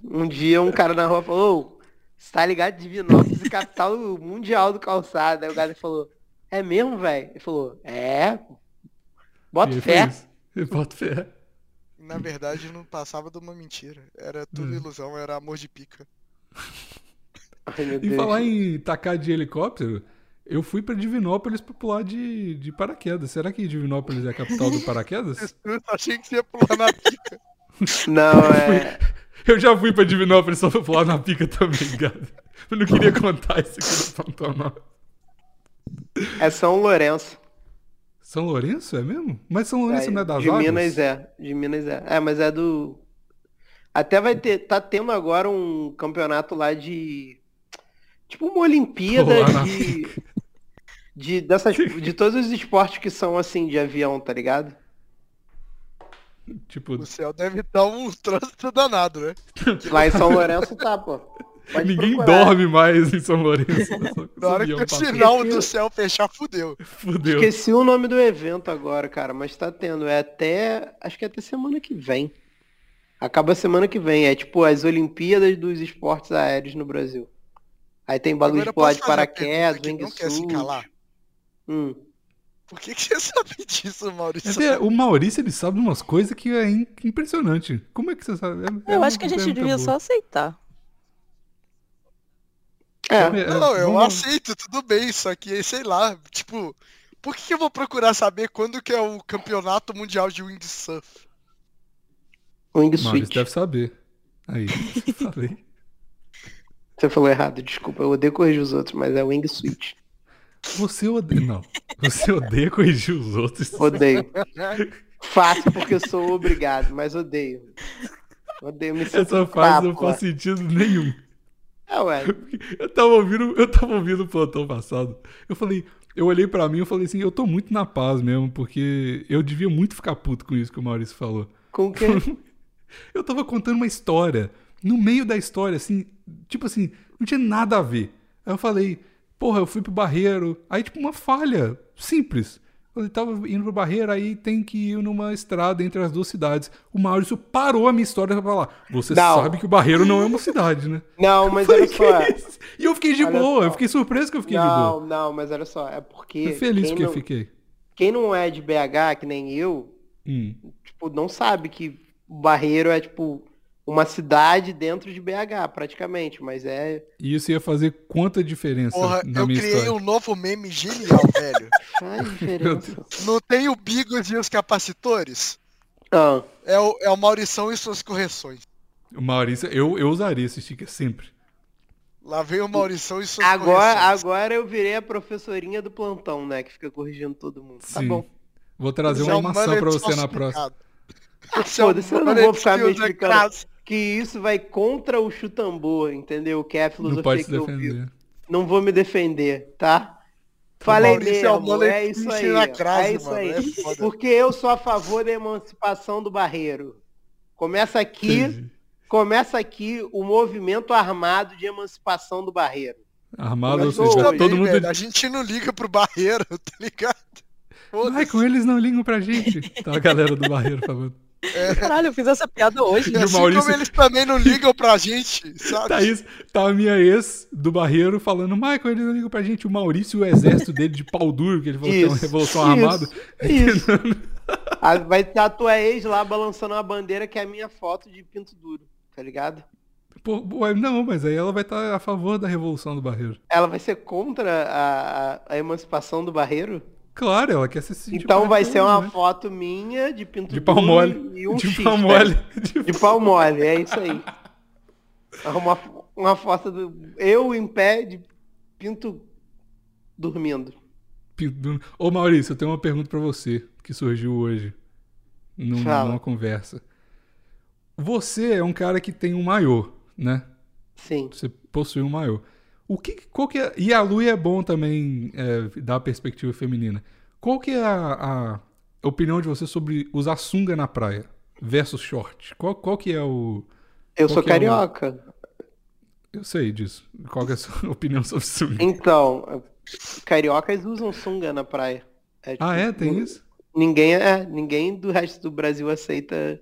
[SPEAKER 4] Um dia um cara na rua falou, "Ô, tá ligado? Divinópolis, capital mundial do calçado. Aí o Gaza falou, é mesmo, velho? Ele falou, é. Bota
[SPEAKER 1] E
[SPEAKER 4] fé.
[SPEAKER 1] foi isso. Eu boto fé.
[SPEAKER 2] Na verdade, não passava de uma mentira. Era tudo ilusão, era amor de pica.
[SPEAKER 4] Ai, meu
[SPEAKER 1] E
[SPEAKER 4] Deus.
[SPEAKER 1] falar em tacar de helicóptero, eu fui pra Divinópolis pra pular de, de paraquedas. Será que Divinópolis é a capital do paraquedas?
[SPEAKER 2] Eu só achei que você ia pular na pica.
[SPEAKER 4] Não, é...
[SPEAKER 1] Eu já fui pra Divinópolis só pra pular na pica também, gado. Eu não queria contar isso aqui no Pantanal.
[SPEAKER 4] é São Lourenço.
[SPEAKER 1] São Lourenço, é mesmo? Mas São Lourenço não é das
[SPEAKER 4] de
[SPEAKER 1] águas?
[SPEAKER 4] Minas é. De Minas é. É, mas é do... Até vai ter... Tá tendo agora um campeonato lá de... Tipo uma Olimpíada
[SPEAKER 1] Pular na
[SPEAKER 4] de... De, dessas, de todos os esportes que são assim de avião, tá ligado?
[SPEAKER 1] Tipo,
[SPEAKER 2] O céu deve estar um trânsito danado, né?
[SPEAKER 4] Lá em São Lourenço tá, pô. Pode
[SPEAKER 1] ninguém
[SPEAKER 4] procurar.
[SPEAKER 1] dorme mais em São Lourenço. Só
[SPEAKER 2] Na hora
[SPEAKER 1] subiam
[SPEAKER 2] que
[SPEAKER 4] tá
[SPEAKER 2] o
[SPEAKER 1] pra frente.
[SPEAKER 2] sinal do céu fechar, fudeu.
[SPEAKER 1] Fudeu.
[SPEAKER 4] Esqueci o nome do evento agora, cara, mas tá tendo. É até. Acho que é até semana que vem. Acaba semana que vem. É tipo as Olimpíadas dos Esportes Aéreos no Brasil. Aí tem bagulho de
[SPEAKER 2] Agora,
[SPEAKER 4] pular
[SPEAKER 2] posso
[SPEAKER 4] de
[SPEAKER 2] fazer uma pergunta
[SPEAKER 4] paraquedas,
[SPEAKER 2] que
[SPEAKER 4] wing
[SPEAKER 2] não quer se
[SPEAKER 4] Chun.
[SPEAKER 2] calar.
[SPEAKER 4] Hum.
[SPEAKER 2] Por que, que você sabe disso, Maurício?
[SPEAKER 1] Mas é, o Maurício ele sabe de umas coisas que é in- impressionante. Como é que você sabe? É- é
[SPEAKER 3] Eu
[SPEAKER 1] uma
[SPEAKER 3] acho que a gente
[SPEAKER 1] pergunta
[SPEAKER 3] devia
[SPEAKER 1] boa.
[SPEAKER 3] só aceitar.
[SPEAKER 4] É,
[SPEAKER 1] É,
[SPEAKER 2] Não, eu
[SPEAKER 1] vamos-
[SPEAKER 2] aceito, tudo bem, só que, sei lá, tipo, por que, que eu vou procurar saber quando que é o campeonato mundial de windsurf?
[SPEAKER 4] Wing
[SPEAKER 1] Maurício
[SPEAKER 4] Suit.
[SPEAKER 1] deve saber. Aí, falei.
[SPEAKER 4] Você falou errado, desculpa. Eu odeio corrigir os outros, mas é Wing Suit.
[SPEAKER 1] Você odeia. Não. Você odeia corrigir os outros.
[SPEAKER 4] Odeio. Faço porque eu sou obrigado, mas odeio. Odeio me sentir
[SPEAKER 1] Essa frase não
[SPEAKER 4] pábula.
[SPEAKER 1] faz sentido nenhum.
[SPEAKER 4] É, ué.
[SPEAKER 1] Eu tava ouvindo, eu tava ouvindo o plantão passado. Eu falei, eu olhei pra mim e falei assim, eu tô muito na paz mesmo, porque eu devia muito ficar puto com isso que o Maurício falou.
[SPEAKER 4] Com que?
[SPEAKER 1] Eu tava contando uma história. No meio da história, assim, tipo assim, não tinha nada a ver. Aí eu falei, porra, eu fui pro barreiro. Aí, tipo, uma falha simples. Eu tava indo pro barreiro, aí tem que ir numa estrada entre as duas cidades. O Maurício parou a minha história pra falar. Você
[SPEAKER 4] Não.
[SPEAKER 1] sabe que o barreiro não é uma cidade, né?
[SPEAKER 4] Não, mas olha
[SPEAKER 1] Que é
[SPEAKER 4] só.
[SPEAKER 1] isso? E eu fiquei de
[SPEAKER 4] Olha
[SPEAKER 1] boa,
[SPEAKER 4] só.
[SPEAKER 1] eu fiquei surpreso que eu fiquei de boa.
[SPEAKER 4] Não, não, mas olha só, é porque.
[SPEAKER 1] Fui feliz
[SPEAKER 4] quem
[SPEAKER 1] que eu
[SPEAKER 4] não,
[SPEAKER 1] fiquei.
[SPEAKER 4] Quem não é de BH, que nem eu,
[SPEAKER 1] Hum.
[SPEAKER 4] tipo, não sabe que o Barreiro é, tipo, uma cidade dentro de BH, praticamente, mas é.
[SPEAKER 1] E isso ia fazer quanta diferença
[SPEAKER 2] Porra,
[SPEAKER 1] na
[SPEAKER 2] eu
[SPEAKER 1] minha
[SPEAKER 2] criei
[SPEAKER 1] história?
[SPEAKER 2] um novo meme genial, velho.
[SPEAKER 4] Faz diferença.
[SPEAKER 2] Não tem o Bigos e os capacitores?
[SPEAKER 4] Ah,
[SPEAKER 2] É o, é o Maurição e suas correções. um-
[SPEAKER 1] O Maurício, eu, eu usaria esse sticker sempre.
[SPEAKER 2] Lá vem o Maurição e suas
[SPEAKER 4] agora,
[SPEAKER 2] correções.
[SPEAKER 4] agora eu virei a professorinha do plantão, né? Que fica corrigindo todo mundo. Tá
[SPEAKER 1] Sim.
[SPEAKER 4] bom.
[SPEAKER 1] Vou trazer
[SPEAKER 2] Esse é
[SPEAKER 1] uma
[SPEAKER 2] o
[SPEAKER 1] maçã
[SPEAKER 2] mullet
[SPEAKER 1] pra você na
[SPEAKER 2] falsificado.
[SPEAKER 1] próxima.
[SPEAKER 2] Esse é o
[SPEAKER 4] Foda-se, eu não
[SPEAKER 2] mullet
[SPEAKER 4] vou ficar me
[SPEAKER 2] que usa
[SPEAKER 4] explicando.
[SPEAKER 2] crase.
[SPEAKER 4] Que isso vai contra o chutambô, entendeu? Que é a filosofia
[SPEAKER 1] Não pode se
[SPEAKER 4] que eu vivo.
[SPEAKER 1] defender.
[SPEAKER 4] Não vou me defender, tá? Falei
[SPEAKER 2] Maurício é o
[SPEAKER 4] mesmo,
[SPEAKER 2] Mano
[SPEAKER 4] é
[SPEAKER 2] que
[SPEAKER 4] isso aí.
[SPEAKER 2] ensina a crase,
[SPEAKER 4] é isso
[SPEAKER 2] mano,
[SPEAKER 4] aí.
[SPEAKER 2] é foda.
[SPEAKER 4] Porque eu sou a favor da emancipação do barreiro. Começa aqui,
[SPEAKER 1] Entendi.
[SPEAKER 4] começa aqui o movimento armado de emancipação do barreiro.
[SPEAKER 1] Armado, ou
[SPEAKER 4] Mas,
[SPEAKER 1] seja,
[SPEAKER 4] ô,
[SPEAKER 1] todo
[SPEAKER 2] Também,
[SPEAKER 1] mundo.
[SPEAKER 2] velho, A gente não liga pro barreiro, tá ligado?
[SPEAKER 1] Ai, com eles não é ligam pra gente. Tá a galera do barreiro falando.
[SPEAKER 3] Caralho, eu fiz essa piada hoje. né?
[SPEAKER 1] E o
[SPEAKER 2] assim
[SPEAKER 1] Maurício-
[SPEAKER 2] como eles também não ligam pra gente, sabe?
[SPEAKER 1] Tá isso, tá a minha ex do barreiro falando, Michael, eles não ligam pra gente. O Maurício e o exército dele de pau duro, que ele falou que é uma
[SPEAKER 4] Isso,
[SPEAKER 1] revolução
[SPEAKER 4] isso,
[SPEAKER 1] armada.
[SPEAKER 4] isso. Ah, Vai ter a tua ex lá balançando uma bandeira que é a minha foto de pinto duro, tá ligado?
[SPEAKER 1] Pô, ué, não, mas aí ela vai estar a favor da revolução do barreiro.
[SPEAKER 4] Ela vai ser contra a, a- a emancipação do barreiro?
[SPEAKER 1] Claro, ela quer se sentir.
[SPEAKER 4] então vai ser uma
[SPEAKER 1] né?
[SPEAKER 4] foto minha de pinto
[SPEAKER 1] De
[SPEAKER 4] duro
[SPEAKER 1] pau mole.
[SPEAKER 4] e um
[SPEAKER 1] de
[SPEAKER 4] X,
[SPEAKER 1] pau
[SPEAKER 4] né?
[SPEAKER 1] mole. De-
[SPEAKER 4] De pau mole, é isso aí. Uma, uma foto do. Eu em pé de pinto dormindo.
[SPEAKER 1] Pindu- Ô Maurício, eu tenho uma pergunta pra você que surgiu hoje num-
[SPEAKER 4] Fala.
[SPEAKER 1] numa conversa. Você é um cara que tem um maiô, né?
[SPEAKER 4] Sim.
[SPEAKER 1] Você possui um maiô. O que, qual que é, e a Lui é bom também é, dar a perspectiva feminina. Qual que é a, a opinião de você sobre usar sunga na praia versus short? Qual, qual que é o...
[SPEAKER 4] Eu
[SPEAKER 1] Qual
[SPEAKER 4] sou
[SPEAKER 1] que é o-
[SPEAKER 4] carioca.
[SPEAKER 1] Eu sei disso. Qual que é a sua opinião sobre sunga?
[SPEAKER 4] Então, cariocas usam sunga na praia. tipo,
[SPEAKER 1] Ah, é? Tem
[SPEAKER 4] nin-
[SPEAKER 1] isso?
[SPEAKER 4] Ninguém, é, ninguém do resto do Brasil aceita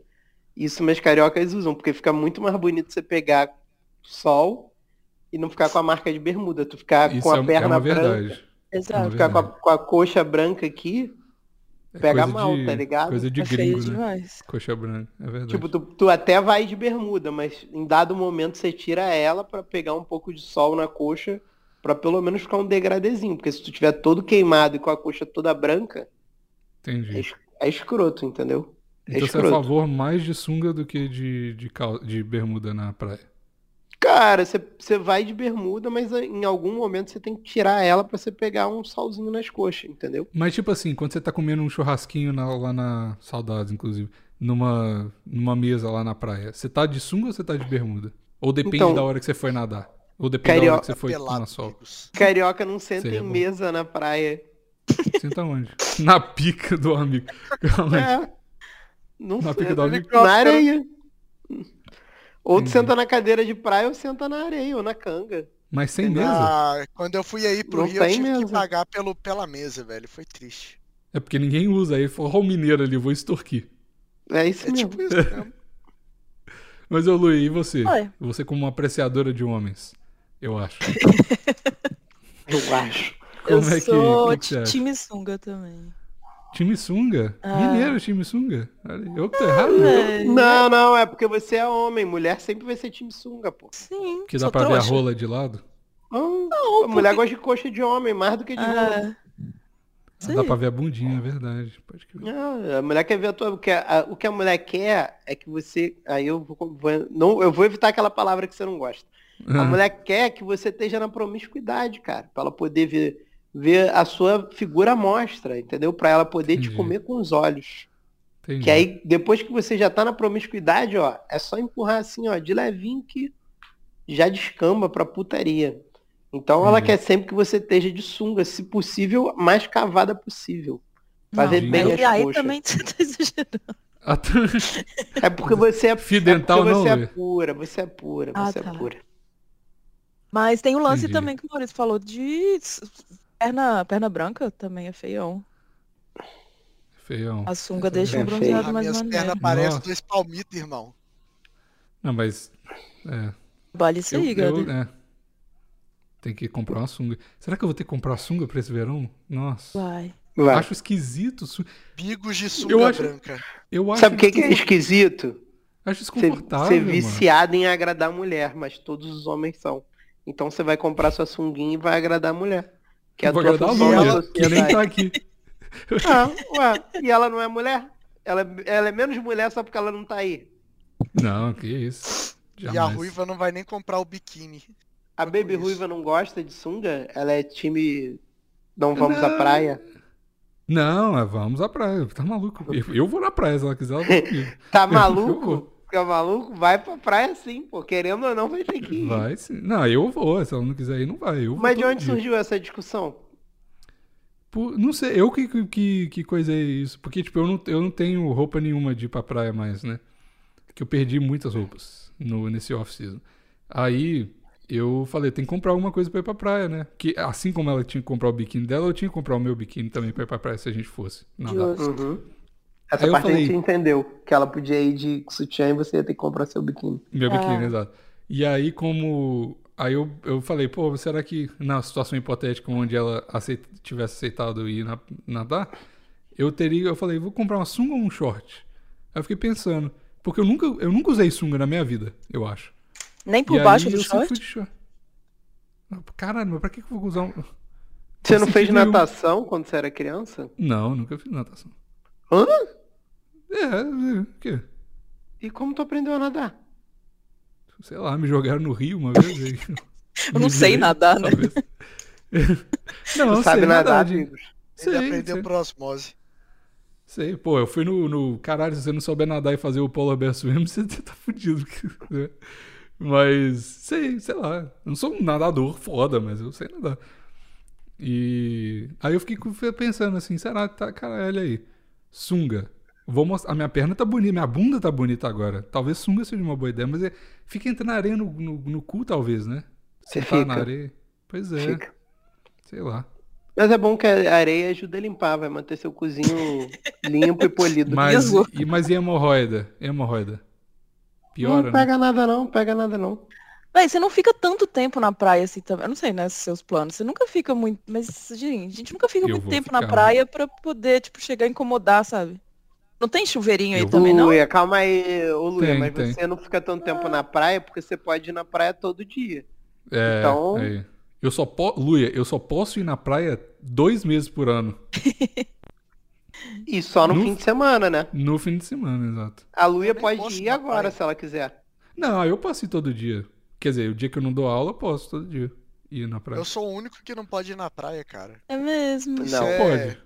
[SPEAKER 4] isso, mas cariocas usam, porque fica muito mais bonito você pegar sol e não ficar com a marca de bermuda, tu ficar
[SPEAKER 1] Isso
[SPEAKER 4] com a
[SPEAKER 1] é, é
[SPEAKER 4] perna
[SPEAKER 1] uma
[SPEAKER 4] branca,
[SPEAKER 1] verdade.
[SPEAKER 3] Exato.
[SPEAKER 1] É
[SPEAKER 4] ficar com a, com a coxa branca aqui,
[SPEAKER 1] É
[SPEAKER 4] pega
[SPEAKER 1] coisa
[SPEAKER 4] mal,
[SPEAKER 1] de-
[SPEAKER 4] tá ligado?
[SPEAKER 1] Coisa de
[SPEAKER 3] é feio
[SPEAKER 1] gringo, né?
[SPEAKER 3] demais.
[SPEAKER 1] Coxa branca, é verdade.
[SPEAKER 4] Tipo, tu, tu até vai de bermuda, mas em dado momento você tira ela pra pegar um pouco de sol na coxa, pra pelo menos ficar um degradezinho, porque se tu tiver todo queimado e com a coxa toda branca,
[SPEAKER 1] Entendi.
[SPEAKER 4] é, es- é escroto, entendeu? É
[SPEAKER 1] Então você é a
[SPEAKER 4] escroto.
[SPEAKER 1] favor mais de sunga do que de, de, cal- de bermuda na praia.
[SPEAKER 4] Cara, você- você vai de bermuda, mas em algum momento você tem que tirar ela pra você pegar um solzinho nas coxas, entendeu?
[SPEAKER 1] Mas tipo assim, quando você tá comendo um churrasquinho na- lá na. Saudades, inclusive. Numa, numa mesa lá na praia. Você tá de sunga ou você tá de bermuda? Ou depende
[SPEAKER 4] Então-
[SPEAKER 1] da hora que você foi nadar? Ou depende da hora
[SPEAKER 4] Carioca
[SPEAKER 1] que você foi tomar sol?
[SPEAKER 2] amigos.
[SPEAKER 4] Carioca não senta
[SPEAKER 1] Seria
[SPEAKER 4] em
[SPEAKER 1] bom.
[SPEAKER 4] mesa na praia.
[SPEAKER 1] Senta onde? Na pica do amigo. Calma aí.
[SPEAKER 4] É. Não
[SPEAKER 1] Na
[SPEAKER 4] senta.
[SPEAKER 1] pica do amigo.
[SPEAKER 4] Na areia. Ou tu
[SPEAKER 1] Entendi.
[SPEAKER 4] senta na cadeira de praia ou senta na areia ou na canga.
[SPEAKER 1] Mas sem
[SPEAKER 4] Tem
[SPEAKER 1] mesa?
[SPEAKER 2] Ah, quando eu fui aí pro
[SPEAKER 4] Não
[SPEAKER 2] Rio, eu
[SPEAKER 4] tem
[SPEAKER 2] tive
[SPEAKER 4] mesmo.
[SPEAKER 2] que pagar pelo, pela mesa, velho. Foi triste.
[SPEAKER 1] É porque ninguém usa. Aí falou, ó o mineiro ali, eu vou extorquir.
[SPEAKER 4] É isso
[SPEAKER 2] É
[SPEAKER 4] mesmo.
[SPEAKER 2] tipo isso mesmo.
[SPEAKER 1] Mas ô Luiz, e você?
[SPEAKER 3] Oi.
[SPEAKER 1] Você como uma apreciadora de homens, eu acho.
[SPEAKER 4] Eu acho.
[SPEAKER 1] Como
[SPEAKER 3] eu
[SPEAKER 1] é que-
[SPEAKER 3] sou
[SPEAKER 1] que que você acha?
[SPEAKER 3] time sunga também.
[SPEAKER 1] Time sunga?
[SPEAKER 3] Ah.
[SPEAKER 1] Mineiro, time sunga? Olha, Eu
[SPEAKER 4] Ah,
[SPEAKER 1] que tô errado?
[SPEAKER 4] né?
[SPEAKER 1] né?
[SPEAKER 3] Véi,
[SPEAKER 4] Não, não, é porque você é homem. Mulher sempre vai ser time sunga, pô.
[SPEAKER 3] Sim.
[SPEAKER 1] Que dá
[SPEAKER 3] sou
[SPEAKER 1] pra ver a
[SPEAKER 3] trouxa.
[SPEAKER 1] rola de lado?
[SPEAKER 4] Não,
[SPEAKER 3] Não,
[SPEAKER 4] mulher
[SPEAKER 3] porque-
[SPEAKER 4] gosta de coxa de homem mais do que de
[SPEAKER 3] Ah,
[SPEAKER 4] rola.
[SPEAKER 1] Ah,
[SPEAKER 3] Sim.
[SPEAKER 1] Dá pra ver a bundinha, é verdade. Pode crer.
[SPEAKER 4] Não, Ah, a mulher quer ver a tua. o que a- o que a mulher quer é que você. Aí eu vou, vou- não, eu vou evitar aquela palavra que você não gosta.
[SPEAKER 1] Ah, Hum.
[SPEAKER 4] A mulher quer que você esteja na promiscuidade, cara, pra ela poder ver, ver a sua figura à mostra, entendeu? Pra ela poder
[SPEAKER 1] Entendi.
[SPEAKER 4] te comer com os olhos.
[SPEAKER 1] Entendi.
[SPEAKER 4] Que aí,
[SPEAKER 1] Uhum.
[SPEAKER 4] depois que você já tá na promiscuidade, ó, é só empurrar assim, ó, de levinho que já descamba pra putaria. Então ela
[SPEAKER 1] Entendi.
[SPEAKER 4] quer sempre que você esteja de sunga, se possível, mais cavada possível. Pra
[SPEAKER 3] Não,
[SPEAKER 4] ver
[SPEAKER 1] mas
[SPEAKER 4] bem
[SPEAKER 3] aí,
[SPEAKER 4] as
[SPEAKER 3] aí
[SPEAKER 4] coxas.
[SPEAKER 3] também você tá exagerando.
[SPEAKER 1] Ah, tá.
[SPEAKER 4] É porque você é,
[SPEAKER 1] Fio
[SPEAKER 4] é porque
[SPEAKER 1] dental não,
[SPEAKER 4] você é
[SPEAKER 1] Lê?
[SPEAKER 4] pura, você é pura,
[SPEAKER 3] Ah,
[SPEAKER 4] você
[SPEAKER 3] tá.
[SPEAKER 4] é pura.
[SPEAKER 3] Mas tem o lance
[SPEAKER 1] Entendi.
[SPEAKER 3] também que o Maurício falou de s- perna, perna branca também é feião.
[SPEAKER 1] Feião.
[SPEAKER 3] A sunga
[SPEAKER 1] Essa
[SPEAKER 3] deixa
[SPEAKER 4] é
[SPEAKER 3] um
[SPEAKER 4] feia.
[SPEAKER 3] bronzeado
[SPEAKER 2] Ah,
[SPEAKER 3] mais
[SPEAKER 2] minhas
[SPEAKER 3] maneiro.
[SPEAKER 2] pernas parecem
[SPEAKER 1] Nossa.
[SPEAKER 2] dois palmitos, irmão.
[SPEAKER 1] Não, mas. É.
[SPEAKER 3] Trabalha isso
[SPEAKER 1] eu,
[SPEAKER 3] aí,
[SPEAKER 1] eu,
[SPEAKER 3] Gabi.
[SPEAKER 1] é. Tem que comprar uma sunga. Será que eu vou ter que comprar sunga pra esse verão? Nossa.
[SPEAKER 3] Vai.
[SPEAKER 4] Vai.
[SPEAKER 1] Acho esquisito. su-
[SPEAKER 2] Bigos de
[SPEAKER 1] Eu
[SPEAKER 2] sunga
[SPEAKER 1] acho-
[SPEAKER 2] branca.
[SPEAKER 1] Eu acho,
[SPEAKER 4] Sabe o que, que é esquisito?
[SPEAKER 1] acho
[SPEAKER 4] Você
[SPEAKER 1] desconfortável.
[SPEAKER 4] ser
[SPEAKER 1] mano.
[SPEAKER 4] viciado em agradar a mulher, mas todos os homens são. Então você vai comprar sua sunguinha e vai agradar a mulher. Que é a
[SPEAKER 1] Vou
[SPEAKER 4] tua
[SPEAKER 1] agradar a
[SPEAKER 4] função é na
[SPEAKER 1] Lúlia, que nem
[SPEAKER 4] sociedade.
[SPEAKER 1] tá aqui.
[SPEAKER 4] Ah, ué, e ela não é mulher? Ela, ela é menos mulher só porque ela não tá aí.
[SPEAKER 1] Não, que isso.
[SPEAKER 2] E a
[SPEAKER 1] Jamais.
[SPEAKER 2] ruiva não vai nem comprar o biquíni.
[SPEAKER 4] A Baby
[SPEAKER 2] isso.
[SPEAKER 4] Ruiva não gosta de sunga? Ela é time não vamos à
[SPEAKER 1] Não.
[SPEAKER 4] praia?
[SPEAKER 1] Não, é, vamos à praia. Tá maluco? Eu, eu vou na praia, se ela quiser, ela vai comigo.
[SPEAKER 4] Tá
[SPEAKER 1] Eu vou.
[SPEAKER 4] maluco? Fica maluco? Vai pra praia sim, pô. Querendo ou não, vai ter que ir.
[SPEAKER 1] Vai sim. Não, eu vou. Se ela não quiser ir, não vai. Eu vou
[SPEAKER 4] Mas de
[SPEAKER 1] todo
[SPEAKER 4] onde
[SPEAKER 1] dia.
[SPEAKER 4] surgiu essa discussão?
[SPEAKER 1] Pô, não sei, eu que, que- que, que coisei isso. Porque, tipo, eu não, eu não tenho roupa nenhuma de ir pra praia mais, né? Que eu perdi muitas roupas no, nesse off-season. Aí eu falei, tem que comprar alguma coisa pra ir pra praia, né? Que assim como ela tinha que comprar o biquíni dela, eu tinha que comprar o meu biquíni também pra ir pra praia se a gente fosse. Nadar.
[SPEAKER 3] Justo.
[SPEAKER 4] Essa
[SPEAKER 1] Uhum. Aí eu
[SPEAKER 4] parte a
[SPEAKER 1] falei-
[SPEAKER 4] gente entendeu. Que ela podia ir de sutiã e você ia ter que comprar seu biquíni.
[SPEAKER 1] Meu biquíni,
[SPEAKER 3] Ah.
[SPEAKER 1] exato. E aí, como. Aí eu, eu falei, pô, será que na situação hipotética onde ela aceita- tivesse aceitado ir na, nadar, eu teria. Eu falei, vou comprar uma sunga ou um short? Aí eu fiquei pensando. Porque eu nunca, eu nunca usei sunga na minha vida, eu acho.
[SPEAKER 3] Nem por
[SPEAKER 1] e
[SPEAKER 3] baixo
[SPEAKER 1] aí
[SPEAKER 3] do
[SPEAKER 1] eu sempre
[SPEAKER 3] short?
[SPEAKER 1] fui de short. Ah, Caralho, mas pra que que eu vou usar um.
[SPEAKER 4] Você não fez
[SPEAKER 1] sentido nenhum.
[SPEAKER 4] natação quando você era criança?
[SPEAKER 1] Não, nunca fiz natação.
[SPEAKER 4] Hã?
[SPEAKER 1] É, o quê?
[SPEAKER 4] E como tu aprendeu a nadar?
[SPEAKER 1] Sei lá, me jogaram no rio uma vez. aí
[SPEAKER 3] Eu
[SPEAKER 1] me
[SPEAKER 3] não sei
[SPEAKER 1] virei,
[SPEAKER 3] nadar, né?
[SPEAKER 1] talvez. não,
[SPEAKER 4] Tu
[SPEAKER 1] eu
[SPEAKER 4] sabe
[SPEAKER 1] sei
[SPEAKER 4] nadar,
[SPEAKER 1] gente.
[SPEAKER 4] amigos.
[SPEAKER 2] Ele
[SPEAKER 1] Sei,
[SPEAKER 2] aprendeu
[SPEAKER 1] sei.
[SPEAKER 2] por osmose.
[SPEAKER 1] Sei, pô, eu fui no, no. Caralho, se você não souber nadar e fazer o Polar Bear Swim, você tá fudido. né? Mas, sei, sei lá. Eu não sou um nadador foda, mas eu sei nadar. E. Aí eu fiquei com- pensando assim, será que tá, caralho, aí. Sunga. Vou mostrar. A minha perna tá bonita, minha bunda tá bonita agora. Talvez sunga seja uma boa ideia, mas é... fica entrando na areia no, no, no cu, talvez, né?
[SPEAKER 4] Você
[SPEAKER 1] Tá na
[SPEAKER 4] fica,
[SPEAKER 1] areia. Pois é,
[SPEAKER 4] fica.
[SPEAKER 1] sei lá.
[SPEAKER 4] Mas é bom que a areia ajuda a limpar, vai manter seu cozinho limpo e polido.
[SPEAKER 1] Mas,
[SPEAKER 3] Isso.
[SPEAKER 1] e, mas e hemorroida? Hemorroida? Piora, né?
[SPEAKER 4] não pega nada não, pega nada não.
[SPEAKER 3] Véi, você não fica tanto tempo na praia assim também. Eu não sei, né, seus planos. Você nunca fica muito. Mas, gente, a gente nunca fica
[SPEAKER 1] Eu
[SPEAKER 3] muito
[SPEAKER 1] vou
[SPEAKER 3] tempo na
[SPEAKER 1] ficar.
[SPEAKER 3] praia pra poder, tipo, chegar a incomodar, sabe? Não tem chuveirinho aí
[SPEAKER 1] Eu vou-
[SPEAKER 3] também, não?
[SPEAKER 4] Luia, calma aí, ô Luia,
[SPEAKER 1] Tem,
[SPEAKER 4] mas
[SPEAKER 1] tem.
[SPEAKER 4] você não fica tanto tempo na praia porque você pode ir na praia todo dia.
[SPEAKER 1] É,
[SPEAKER 4] Então-
[SPEAKER 1] aí. Eu só po... Luia, eu só posso ir na praia dois meses por ano.
[SPEAKER 4] E só no
[SPEAKER 1] No-
[SPEAKER 4] fim de semana, né?
[SPEAKER 1] No fim de semana, exato.
[SPEAKER 4] A Luia
[SPEAKER 2] Eu nem
[SPEAKER 4] pode
[SPEAKER 2] posso ir
[SPEAKER 4] ir
[SPEAKER 2] na
[SPEAKER 4] agora
[SPEAKER 2] praia.
[SPEAKER 4] se ela quiser.
[SPEAKER 1] Não, eu posso ir todo dia. Quer dizer, o dia que eu não dou aula, eu posso todo dia ir na praia.
[SPEAKER 2] Eu sou o único que não pode ir na praia, cara.
[SPEAKER 3] É mesmo.
[SPEAKER 2] Isso
[SPEAKER 4] Não.
[SPEAKER 2] é,
[SPEAKER 1] Pode.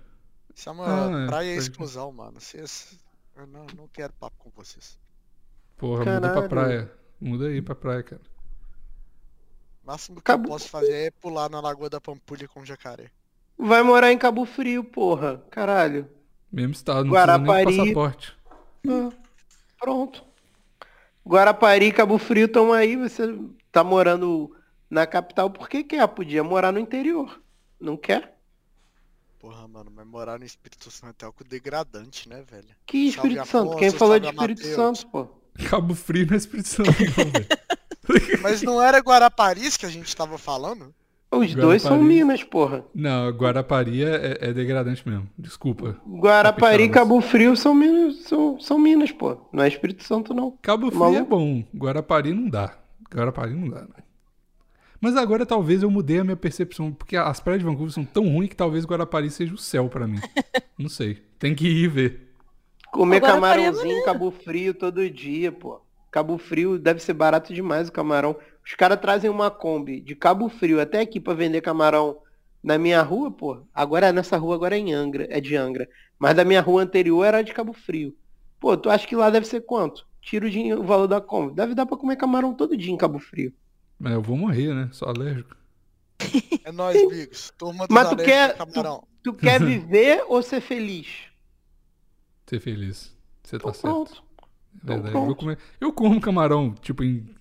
[SPEAKER 2] Isso é uma
[SPEAKER 1] Ah, é,
[SPEAKER 2] praia
[SPEAKER 1] pode.
[SPEAKER 2] exclusão, mano. Vocês. Eu não, não quero papo com vocês.
[SPEAKER 1] Porra, muda pra
[SPEAKER 4] Caralho.
[SPEAKER 1] praia. Muda aí pra praia, cara.
[SPEAKER 2] O máximo que
[SPEAKER 4] Acabou.
[SPEAKER 2] eu posso fazer é pular na Lagoa da Pampulha com jacaré.
[SPEAKER 4] Vai morar em Cabo Frio, porra. Caralho.
[SPEAKER 1] Mesmo estado, não precisa nem
[SPEAKER 4] Guarapari.
[SPEAKER 1] de passaporte.
[SPEAKER 4] Ah, pronto. Guarapari e Cabo Frio estão aí, você tá morando na capital porque quer, é? podia morar no interior. Não quer?
[SPEAKER 2] Porra, mano, mas morar no Espírito Santo é algo degradante, né, velho?
[SPEAKER 4] Que
[SPEAKER 2] Salve
[SPEAKER 4] Espírito
[SPEAKER 2] Afonso,
[SPEAKER 4] Santo? Quem falou de
[SPEAKER 2] salve
[SPEAKER 4] Espírito
[SPEAKER 2] Mateus.
[SPEAKER 4] Santo, pô?
[SPEAKER 1] Cabo Frio não é Espírito Santo, não, velho.
[SPEAKER 2] Mas não era Guaraparis que a gente tava falando?
[SPEAKER 4] Os dois são
[SPEAKER 1] Guarapari.
[SPEAKER 4] Minas, porra.
[SPEAKER 1] Não, Guarapari é, é degradante mesmo. Desculpa.
[SPEAKER 4] Guarapari e
[SPEAKER 1] Capixabas.
[SPEAKER 4] Cabo Frio são Minas, são, são Minas, pô. Não é Espírito Santo, não.
[SPEAKER 1] Cabo Frio
[SPEAKER 4] Maluco.
[SPEAKER 1] é bom. Guarapari não dá. Guarapari não dá, né? Mas agora talvez eu mudei a minha percepção, porque as praias de Vancouver são tão ruins que talvez Guarapari seja o céu pra mim. não sei. Tem que ir ver.
[SPEAKER 4] Comer
[SPEAKER 3] Guarapari é
[SPEAKER 4] camarãozinho, em Cabo Frio todo dia, pô. Cabo Frio deve ser barato demais o camarão. Os caras trazem uma Kombi de Cabo Frio até aqui pra vender camarão na minha rua, pô. Agora nessa rua agora é em Angra, é de Angra. Mas da minha rua anterior era de Cabo Frio. Pô, tu acha que lá deve ser quanto? Tira o, dinheiro, o valor da Kombi. Deve dar pra comer camarão todo dia em Cabo Frio.
[SPEAKER 1] Mas eu vou morrer, né? Sou alérgico.
[SPEAKER 2] É nós, amigos. Turma dos
[SPEAKER 4] Mas tu
[SPEAKER 2] Anéis
[SPEAKER 4] quer-
[SPEAKER 2] do Camarão.
[SPEAKER 4] Tu quer viver ou ser feliz?
[SPEAKER 1] Ser feliz. Você
[SPEAKER 4] Então
[SPEAKER 1] tá certo.
[SPEAKER 4] pronto.
[SPEAKER 1] É verdade.
[SPEAKER 4] Então
[SPEAKER 1] Eu,
[SPEAKER 4] pronto.
[SPEAKER 1] come- eu como camarão, tipo, em-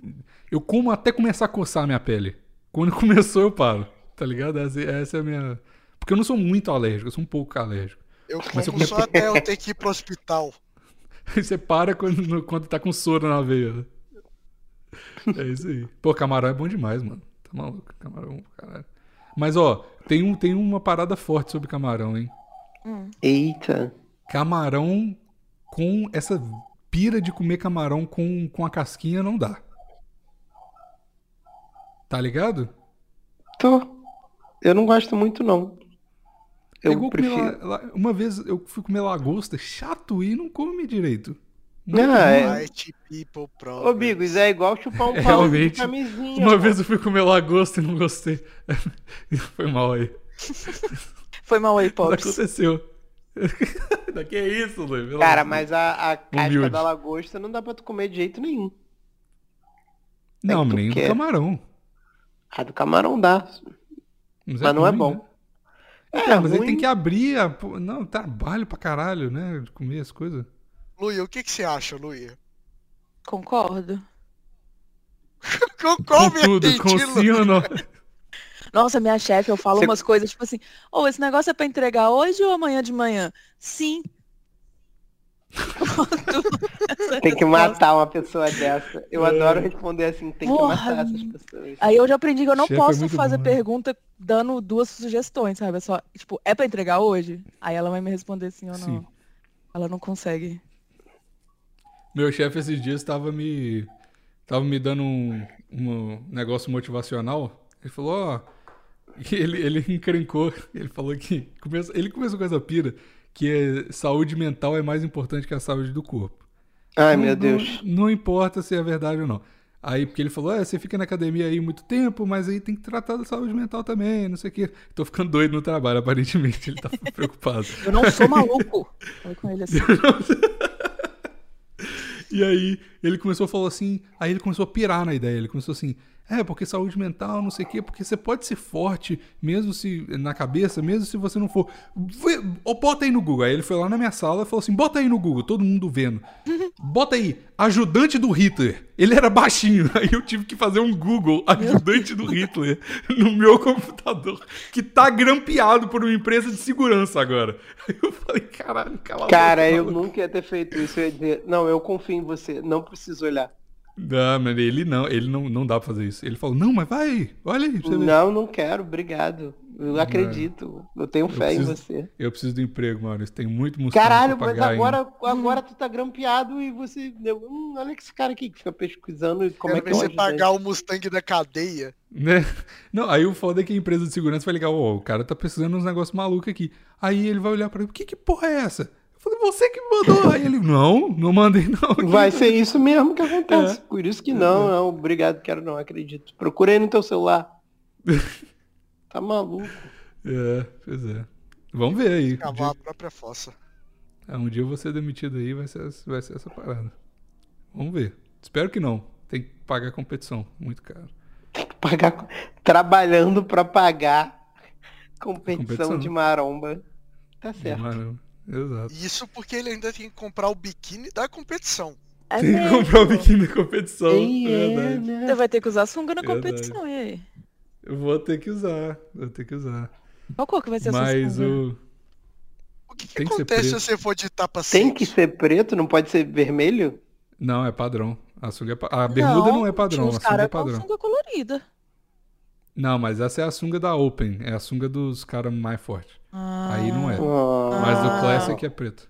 [SPEAKER 1] eu como até começar a coçar a minha pele. Quando começou, eu paro. Tá ligado? Essa, essa é a minha. Porque eu não sou muito alérgico, eu sou um pouco alérgico.
[SPEAKER 2] Eu
[SPEAKER 1] Mas eu
[SPEAKER 2] como só
[SPEAKER 1] come-
[SPEAKER 2] até eu ter que ir pro hospital.
[SPEAKER 1] Você para quando, quando tá com soro na veia. né? É isso aí. Pô, camarão é bom demais, mano. Tá maluco? Camarão, é bom pra caralho. Mas, ó, tem, um, tem uma parada forte sobre camarão, hein?
[SPEAKER 3] Hum.
[SPEAKER 4] Eita.
[SPEAKER 1] Camarão com essa pira de comer camarão com, com a casquinha não dá. Tá ligado?
[SPEAKER 4] Tô. Eu não gosto muito, não.
[SPEAKER 1] É
[SPEAKER 4] Eu
[SPEAKER 1] igual comer
[SPEAKER 4] prefiro.
[SPEAKER 1] la- la- Uma vez eu fui comer lagosta, chato e não come direito.
[SPEAKER 4] Ah, é.
[SPEAKER 2] White people
[SPEAKER 4] Ô,
[SPEAKER 2] problem.
[SPEAKER 4] Bigos, é igual chupar um
[SPEAKER 1] É,
[SPEAKER 4] pau de
[SPEAKER 1] realmente.
[SPEAKER 4] camisinha.
[SPEAKER 1] Uma
[SPEAKER 4] pô.
[SPEAKER 1] vez eu fui comer lagosta e não gostei. Foi mal aí.
[SPEAKER 3] Foi mal aí,
[SPEAKER 1] Nada
[SPEAKER 3] Pops.
[SPEAKER 1] aconteceu. que é isso, Luiz? Pelo
[SPEAKER 4] Cara,
[SPEAKER 1] amor de
[SPEAKER 4] mas a, a casca
[SPEAKER 1] Humilde.
[SPEAKER 4] da lagosta não dá pra tu comer de jeito nenhum.
[SPEAKER 1] Deus. Não,
[SPEAKER 4] é que tu
[SPEAKER 1] nem do
[SPEAKER 4] quer.
[SPEAKER 1] camarão.
[SPEAKER 4] A do camarão dá. Mas não é bom.
[SPEAKER 1] né?
[SPEAKER 4] É,
[SPEAKER 1] Então, mas ele
[SPEAKER 4] ruim.
[SPEAKER 1] tem que abrir. A... po- Não, trabalho pra caralho, né? de Comer as coisas.
[SPEAKER 2] Luia, o que, que você acha, Luia?
[SPEAKER 3] Concordo.
[SPEAKER 2] Com,
[SPEAKER 1] Com
[SPEAKER 2] com,
[SPEAKER 1] tudo, com sim ou não.
[SPEAKER 3] Nossa, minha chefe, eu falo
[SPEAKER 4] Você-
[SPEAKER 3] umas coisas tipo assim, ô, esse negócio é pra entregar hoje ou amanhã de manhã? Sim.
[SPEAKER 4] Tem que matar uma pessoa dessa. Eu
[SPEAKER 1] É.
[SPEAKER 4] adoro responder assim, tem que
[SPEAKER 3] Porra,
[SPEAKER 4] matar essas pessoas.
[SPEAKER 3] Aí eu já aprendi que eu não
[SPEAKER 1] Chefe é
[SPEAKER 3] posso
[SPEAKER 1] muito
[SPEAKER 3] fazer
[SPEAKER 1] bom, né?
[SPEAKER 3] pergunta dando duas sugestões, sabe? É só, tipo, é pra entregar hoje? Aí ela vai me responder sim ou não.
[SPEAKER 1] Sim.
[SPEAKER 3] Ela não consegue.
[SPEAKER 1] Meu chefe esses dias tava me tava me dando um, um negócio motivacional. Ele falou, ó, ele ele encrencou, ele falou que começou- ele começou com essa pira que é, saúde mental é mais importante que a saúde do corpo.
[SPEAKER 4] Ai,
[SPEAKER 1] Não-
[SPEAKER 4] meu
[SPEAKER 1] não-
[SPEAKER 4] Deus.
[SPEAKER 1] Não, importa se é verdade ou não. Aí porque ele falou, é, você fica na academia aí muito tempo, mas aí tem que tratar da saúde mental também, não sei o quê. Tô ficando doido no trabalho, aparentemente ele tá preocupado.
[SPEAKER 3] Eu não sou maluco. Falei com ele assim.
[SPEAKER 1] E aí ele começou a falar assim, aí ele começou a pirar na ideia, ele começou assim, é, porque saúde mental, não sei o quê, porque você pode ser forte, mesmo se na cabeça, mesmo se você não for. Vê- Ó, bota aí no Google. Aí ele foi lá na minha sala e falou assim: bota aí no Google, todo mundo vendo. Bota aí, ajudante do Hitler. Ele era baixinho, aí eu tive que fazer um Google, ajudante do Hitler, no meu computador, que tá grampeado por uma empresa de segurança agora. Aí eu falei, caralho, cala a boca,
[SPEAKER 4] Cara, eu
[SPEAKER 1] maluco."
[SPEAKER 4] nunca ia ter feito isso. Eu ia dizer, não, eu confio em você, não preciso olhar.
[SPEAKER 1] Não, Ah, mas ele não, ele não, não dá pra fazer isso. Ele falou, não, mas vai, olha aí. pra você ver."
[SPEAKER 4] Não, não quero, obrigado. Eu acredito. Eu tenho fé em
[SPEAKER 1] preciso-
[SPEAKER 4] você.
[SPEAKER 1] Eu preciso do emprego, Maurício. Tem muito mosquito
[SPEAKER 4] Caralho,
[SPEAKER 1] pra
[SPEAKER 4] mas
[SPEAKER 1] pagar
[SPEAKER 4] agora, agora tu tá grampeado e você. deu- Hum, olha que esse cara aqui que fica pesquisando e como
[SPEAKER 2] Quero
[SPEAKER 4] é que
[SPEAKER 2] ver
[SPEAKER 4] eu
[SPEAKER 2] você
[SPEAKER 4] ajudo ele.
[SPEAKER 2] pagar o Mustang da cadeia.
[SPEAKER 1] Né? Não, aí o foda é que a empresa de segurança vai ligar, ó, o cara tá precisando uns negócios malucos aqui. Aí ele vai olhar pra mim, que, que porra é essa? Eu falei, você que me mandou. Aí ele, não, não mandei não.
[SPEAKER 2] um
[SPEAKER 1] aqui."
[SPEAKER 4] Vai ser isso mesmo que
[SPEAKER 1] É.
[SPEAKER 4] acontece. Por isso que não, não, obrigado, quero não, acredito. Procura aí no teu celular. tá maluco.
[SPEAKER 1] É, pois é. Vamos ver aí. Um
[SPEAKER 2] Cavar
[SPEAKER 1] dia,
[SPEAKER 2] a própria fossa.
[SPEAKER 1] ah, um dia eu vou ser demitido aí, vai ser, vai ser essa parada. Vamos ver. Espero que não. Tem que pagar a competição, muito caro.
[SPEAKER 4] Tem que pagar. co- Trabalhando pra pagar competição,
[SPEAKER 1] Competição.
[SPEAKER 4] de maromba. Tá certo.
[SPEAKER 1] Mano, exato.
[SPEAKER 2] E Isso porque ele ainda tem que comprar o biquíni da competição.
[SPEAKER 3] É
[SPEAKER 1] Tem que
[SPEAKER 3] mesmo.
[SPEAKER 1] comprar o biquíni da competição.
[SPEAKER 4] Ei, é,
[SPEAKER 1] verdade.
[SPEAKER 4] né?
[SPEAKER 3] Você vai ter que usar sunga na
[SPEAKER 1] Verdade.
[SPEAKER 3] competição, e aí?
[SPEAKER 1] Eu vou ter que usar. Vou ter que usar.
[SPEAKER 3] Qual cor que vai ser a
[SPEAKER 1] Mas
[SPEAKER 3] sua sunga?
[SPEAKER 1] o.
[SPEAKER 2] O que, que
[SPEAKER 1] Tem que ser
[SPEAKER 2] acontece
[SPEAKER 1] preto.
[SPEAKER 2] se você for de tapa
[SPEAKER 4] Tem
[SPEAKER 2] seco?
[SPEAKER 4] que ser preto, não pode ser vermelho?
[SPEAKER 1] Não, é padrão. A, sunga é pa- a bermuda não, é padrão, a
[SPEAKER 3] Os
[SPEAKER 1] sunga é
[SPEAKER 3] caras com
[SPEAKER 1] padrão.
[SPEAKER 3] sunga colorida.
[SPEAKER 1] Não, mas essa é a sunga da Open. É a sunga dos caras mais fortes. Aí não é.
[SPEAKER 4] Ah.
[SPEAKER 1] Mas o
[SPEAKER 3] Ah.
[SPEAKER 1] Classic é preto.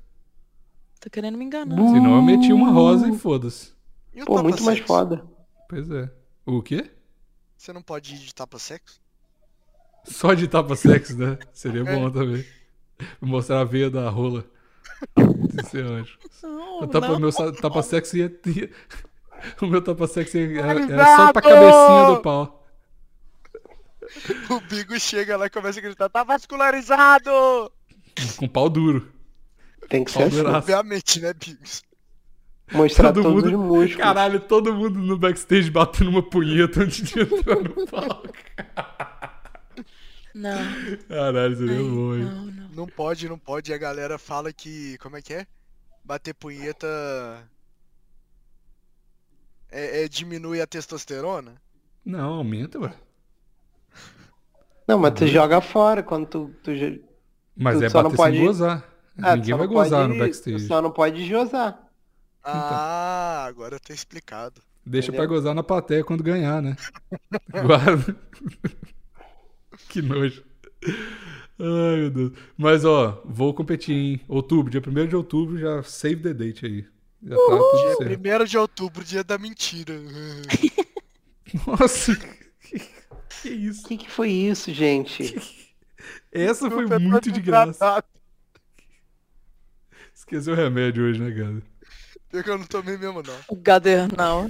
[SPEAKER 3] Tá querendo me enganar.
[SPEAKER 4] Bu-
[SPEAKER 1] Senão eu meti uma rosa e foda-se.
[SPEAKER 2] E o
[SPEAKER 4] Pô,
[SPEAKER 2] tapa
[SPEAKER 4] muito mais
[SPEAKER 2] sexo?
[SPEAKER 4] foda.
[SPEAKER 1] Pois é. O quê?
[SPEAKER 2] Você não pode ir de tapa sexo?
[SPEAKER 1] Só de tapa sexo, né? Seria bom também. Mostrar a veia da rola. Isso é ótimo.
[SPEAKER 3] Não,
[SPEAKER 1] O tapa,
[SPEAKER 3] não.
[SPEAKER 1] meu sa- tapa sexo ia, ia- O meu tapa sexo ia, era, era só pra cabecinha do pau.
[SPEAKER 2] O Bigo chega lá e começa a gritar, tá vascularizado!
[SPEAKER 1] Com pau duro.
[SPEAKER 4] Tem que ser
[SPEAKER 1] Pau
[SPEAKER 4] assim.
[SPEAKER 1] duraço.
[SPEAKER 2] Obviamente, né, Bigos?
[SPEAKER 4] Mostrar
[SPEAKER 1] Todo
[SPEAKER 4] todos
[SPEAKER 1] mundo-
[SPEAKER 4] os músculos.
[SPEAKER 1] Caralho, todo mundo no backstage batendo uma punheta antes de entrar no palco.
[SPEAKER 3] Não,
[SPEAKER 1] Caralho, seria bom, hein?
[SPEAKER 3] não, não.
[SPEAKER 2] Não pode, não pode. E a galera fala que. Como é que é? Bater punheta. É, é, diminui a testosterona?
[SPEAKER 1] Não, aumenta, ué.
[SPEAKER 4] Não, mas tu joga fora quando tu. tu jo-
[SPEAKER 1] Mas
[SPEAKER 4] Tu
[SPEAKER 1] é
[SPEAKER 4] só não
[SPEAKER 1] bater
[SPEAKER 4] pode-
[SPEAKER 1] sem gozar.
[SPEAKER 4] Ah, tu
[SPEAKER 1] Ninguém
[SPEAKER 4] só
[SPEAKER 1] vai
[SPEAKER 4] não pode-
[SPEAKER 1] gozar no
[SPEAKER 4] Tu
[SPEAKER 1] backstage.
[SPEAKER 4] só não pode josar.
[SPEAKER 1] Então.
[SPEAKER 2] Ah, agora tá explicado.
[SPEAKER 1] Deixa
[SPEAKER 4] Entendeu?
[SPEAKER 1] pra gozar na plateia quando ganhar, né? Guarda. que nojo. Ai, meu Deus. Mas, ó, vou competir em outubro, dia 1 de outubro, já save the date aí. Já tá tudo certo.
[SPEAKER 2] 1 É de outubro, dia da mentira.
[SPEAKER 1] Nossa, que, que
[SPEAKER 4] O
[SPEAKER 1] isso?
[SPEAKER 4] que, que foi isso, gente?
[SPEAKER 1] Essa foi muito de graça. Esqueceu o remédio hoje, né, cara?
[SPEAKER 2] Pior que eu não tomei mesmo, não.
[SPEAKER 3] O gadernal.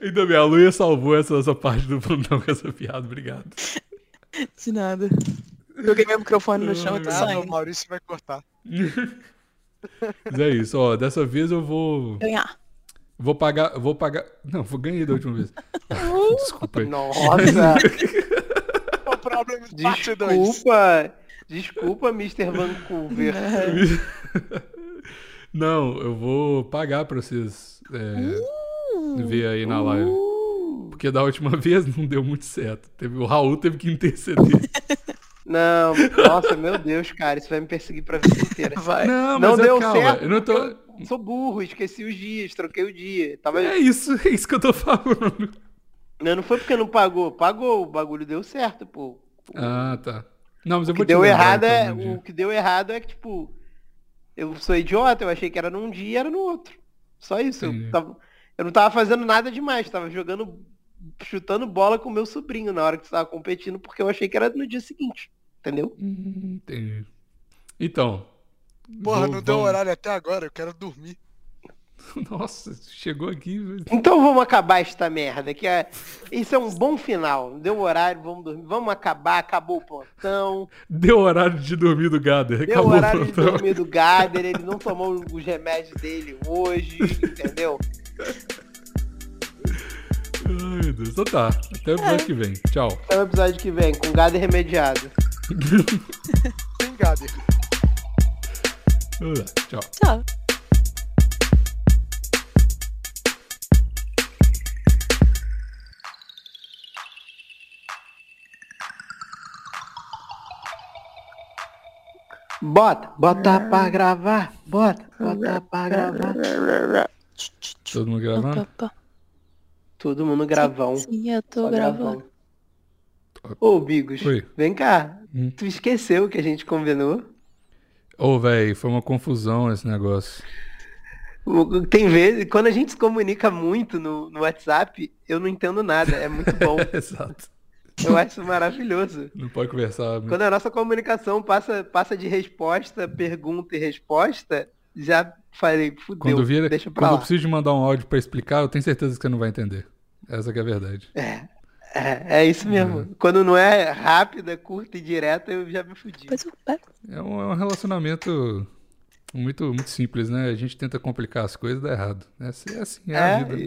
[SPEAKER 1] Ainda bem, a Luia salvou essa, essa parte do plantão com essa piada, obrigado.
[SPEAKER 3] De nada. Joguei meu microfone no chão e tô
[SPEAKER 1] Tá
[SPEAKER 2] Ah, não, o
[SPEAKER 3] saindo.
[SPEAKER 2] Maurício vai cortar.
[SPEAKER 1] Mas é isso, ó, dessa vez eu vou...
[SPEAKER 3] Ganhar.
[SPEAKER 1] Vou pagar... Vou pagar... Não, vou ganhei da última vez. Desculpa aí.
[SPEAKER 4] Nossa!
[SPEAKER 2] O problema é parte 2.
[SPEAKER 4] desculpa! Desculpa, Mr. Vancouver.
[SPEAKER 1] Não, eu vou pagar pra vocês é, ver aí na live.
[SPEAKER 4] Uh!
[SPEAKER 1] Porque da última vez não deu muito certo. Teve, o Raul teve que interceder.
[SPEAKER 4] Não, nossa, meu Deus, cara, isso vai me perseguir pra vida inteira.
[SPEAKER 3] Vai.
[SPEAKER 1] Não,
[SPEAKER 4] Não
[SPEAKER 1] mas
[SPEAKER 4] deu
[SPEAKER 1] é, calma.
[SPEAKER 4] certo,
[SPEAKER 1] Eu não tô...
[SPEAKER 4] Eu sou burro, esqueci os dias, troquei o dia. Tava...
[SPEAKER 1] É isso, é isso que eu tô falando.
[SPEAKER 4] Não, não foi porque não pagou. Pagou, o bagulho deu certo, pô.
[SPEAKER 1] Ah, tá. Não, mas eu
[SPEAKER 4] O
[SPEAKER 1] vou
[SPEAKER 4] que
[SPEAKER 1] te
[SPEAKER 4] deu
[SPEAKER 1] lembrar,
[SPEAKER 4] errado
[SPEAKER 1] então,
[SPEAKER 4] é.
[SPEAKER 1] um dia.
[SPEAKER 4] O que deu errado é que, tipo, eu sou idiota, eu achei que era num dia e era no outro. Só isso.
[SPEAKER 1] Entendi.
[SPEAKER 4] Eu, tava- eu não tava fazendo nada demais, tava jogando. chutando bola com meu sobrinho na hora que tava competindo, porque eu achei que era no dia seguinte. Entendeu?
[SPEAKER 1] Hum, Entendi. Então.
[SPEAKER 2] Porra,
[SPEAKER 1] vou-
[SPEAKER 2] não deu
[SPEAKER 1] vamos-
[SPEAKER 2] horário até agora, eu quero dormir.
[SPEAKER 1] Nossa, chegou aqui. velho.
[SPEAKER 4] Então vamos acabar esta merda, que é. Isso é um bom final. Deu horário, vamos dormir. Vamos acabar, acabou o plantão.
[SPEAKER 1] Deu horário de dormir do Gader.
[SPEAKER 4] Deu
[SPEAKER 1] Acabou o
[SPEAKER 4] horário de
[SPEAKER 1] plantão.
[SPEAKER 4] dormir do Gader, ele não tomou os remédios dele hoje, entendeu?
[SPEAKER 1] Ai, meu Deus. Então tá.
[SPEAKER 4] É.
[SPEAKER 1] Até o mês que vem. Tchau.
[SPEAKER 4] Até É o episódio que vem, com Gader remediado.
[SPEAKER 2] Tem Gader.
[SPEAKER 1] Tchau.
[SPEAKER 3] Tchau.
[SPEAKER 4] Bom, Bota, bota pra gravar, bota, bota Ah. pra gravar.
[SPEAKER 1] Todo mundo gravando?
[SPEAKER 3] Pá, pá, pá.
[SPEAKER 4] Todo mundo gravão.
[SPEAKER 3] Sim, eu tô
[SPEAKER 4] Só
[SPEAKER 3] gravando.
[SPEAKER 4] gravão. Ô, Bigos,
[SPEAKER 1] Oi.
[SPEAKER 4] vem cá.
[SPEAKER 1] Hum.
[SPEAKER 4] Tu esqueceu que a gente combinou?
[SPEAKER 1] Ô, velho, foi uma confusão esse negócio.
[SPEAKER 4] O- Tem vezes, quando a gente se comunica muito no, no WhatsApp, eu não entendo nada. É muito bom.
[SPEAKER 1] Exato.
[SPEAKER 4] Eu acho maravilhoso.
[SPEAKER 1] Não pode conversar. né?
[SPEAKER 4] Quando a nossa comunicação passa, passa de resposta, pergunta e resposta, já falei, fudeu,
[SPEAKER 1] Quando vira,
[SPEAKER 4] deixa pra
[SPEAKER 1] quando eu
[SPEAKER 4] lá.
[SPEAKER 1] preciso de mandar um áudio pra explicar, eu tenho certeza que você não vai entender. Essa que é a verdade.
[SPEAKER 4] É, é isso mesmo. Quando não é rápida, curta e direta, eu já me fudi.
[SPEAKER 3] Depois eu pego.
[SPEAKER 1] É um, é um relacionamento muito, muito simples, né? A gente tenta complicar as coisas e dá errado. É assim, é assim, é a
[SPEAKER 4] É,
[SPEAKER 1] vida.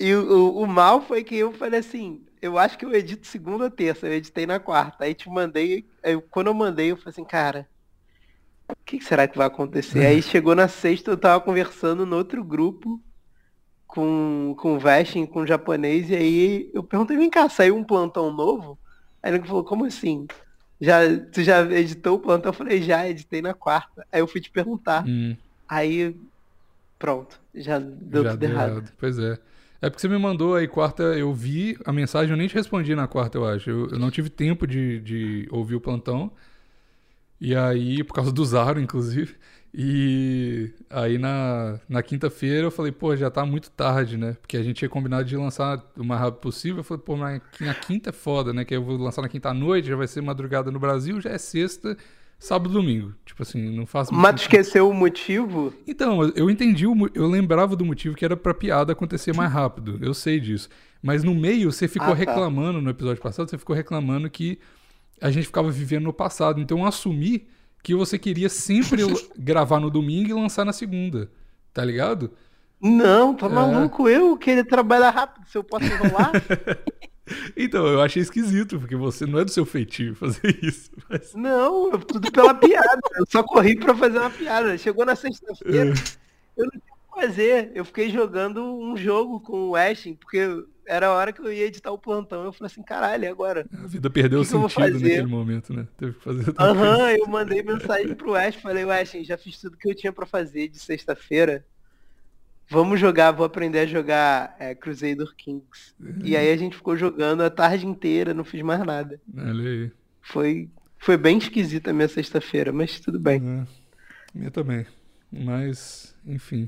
[SPEAKER 4] e, e o, o mal foi que eu falei assim, eu acho que eu edito segunda ou terça, eu editei na quarta. Aí te mandei, aí quando eu mandei, eu falei assim, cara, o que que será que vai acontecer? Aí chegou na sexta, eu tava conversando no outro grupo com, com o Vestin, com o japonês, e aí eu perguntei, vem cá, saiu um plantão novo? Aí ele falou, como assim? Já, tu já editou o plantão? Eu falei, já, editei na quarta. Aí eu fui te perguntar.
[SPEAKER 1] Hum,
[SPEAKER 4] Aí, pronto, já deu
[SPEAKER 1] já
[SPEAKER 4] tudo
[SPEAKER 1] deu
[SPEAKER 4] errado.
[SPEAKER 1] Pois é. É porque você me mandou aí quarta, eu vi a mensagem, eu nem te respondi na quarta, eu acho. Eu, eu não tive tempo de, de ouvir o plantão. E aí, por causa do Zaro, inclusive. E aí na, na quinta-feira eu falei, pô, já tá muito tarde, né? Porque a gente tinha combinado de lançar o mais rápido possível. Eu falei, pô, mas na quinta é foda, né? Que aí eu vou lançar na quinta à noite, já vai ser madrugada no Brasil, já é sexta, sábado, domingo. Tipo assim, não faço
[SPEAKER 4] Mas tu esqueceu o motivo?
[SPEAKER 1] Então, eu- eu entendi, o mo- eu lembrava do motivo que era pra piada acontecer mais rápido. Eu sei disso. Mas no meio você ficou
[SPEAKER 4] Ah, tá.
[SPEAKER 1] reclamando no episódio passado, você ficou reclamando que a gente ficava vivendo no passado. Então eu assumi que você queria sempre l- gravar no domingo e lançar na segunda. Tá ligado?
[SPEAKER 4] Não, tá
[SPEAKER 1] É.
[SPEAKER 4] maluco eu querer trabalhar rápido, se eu posso enrolar?
[SPEAKER 1] Então, eu achei esquisito, porque você não é do seu feitio fazer isso. Mas...
[SPEAKER 4] não, eu- tudo pela piada. Eu só corri pra fazer uma piada. Chegou na sexta-feira,
[SPEAKER 1] É.
[SPEAKER 4] eu não tinha o que fazer. Eu fiquei jogando um jogo com o Ashton, porque era a hora que eu ia editar o plantão. Eu falei assim, caralho, e agora?
[SPEAKER 1] A vida perdeu o
[SPEAKER 4] Que que eu vou
[SPEAKER 1] sentido
[SPEAKER 4] fazer?
[SPEAKER 1] naquele momento, né? Teve que fazer outra
[SPEAKER 4] Aham,
[SPEAKER 1] coisa.
[SPEAKER 4] eu mandei mensagem pro Ashton, falei, Ashton, já fiz tudo que eu tinha pra fazer de sexta-feira. Vamos jogar, vou aprender a jogar é, Crusader Kings. E aí a gente ficou jogando a tarde inteira, não fiz mais nada.
[SPEAKER 1] Olha aí.
[SPEAKER 4] Foi, foi bem esquisita a minha sexta-feira, mas tudo bem.
[SPEAKER 1] né? Minha também. Mas, enfim.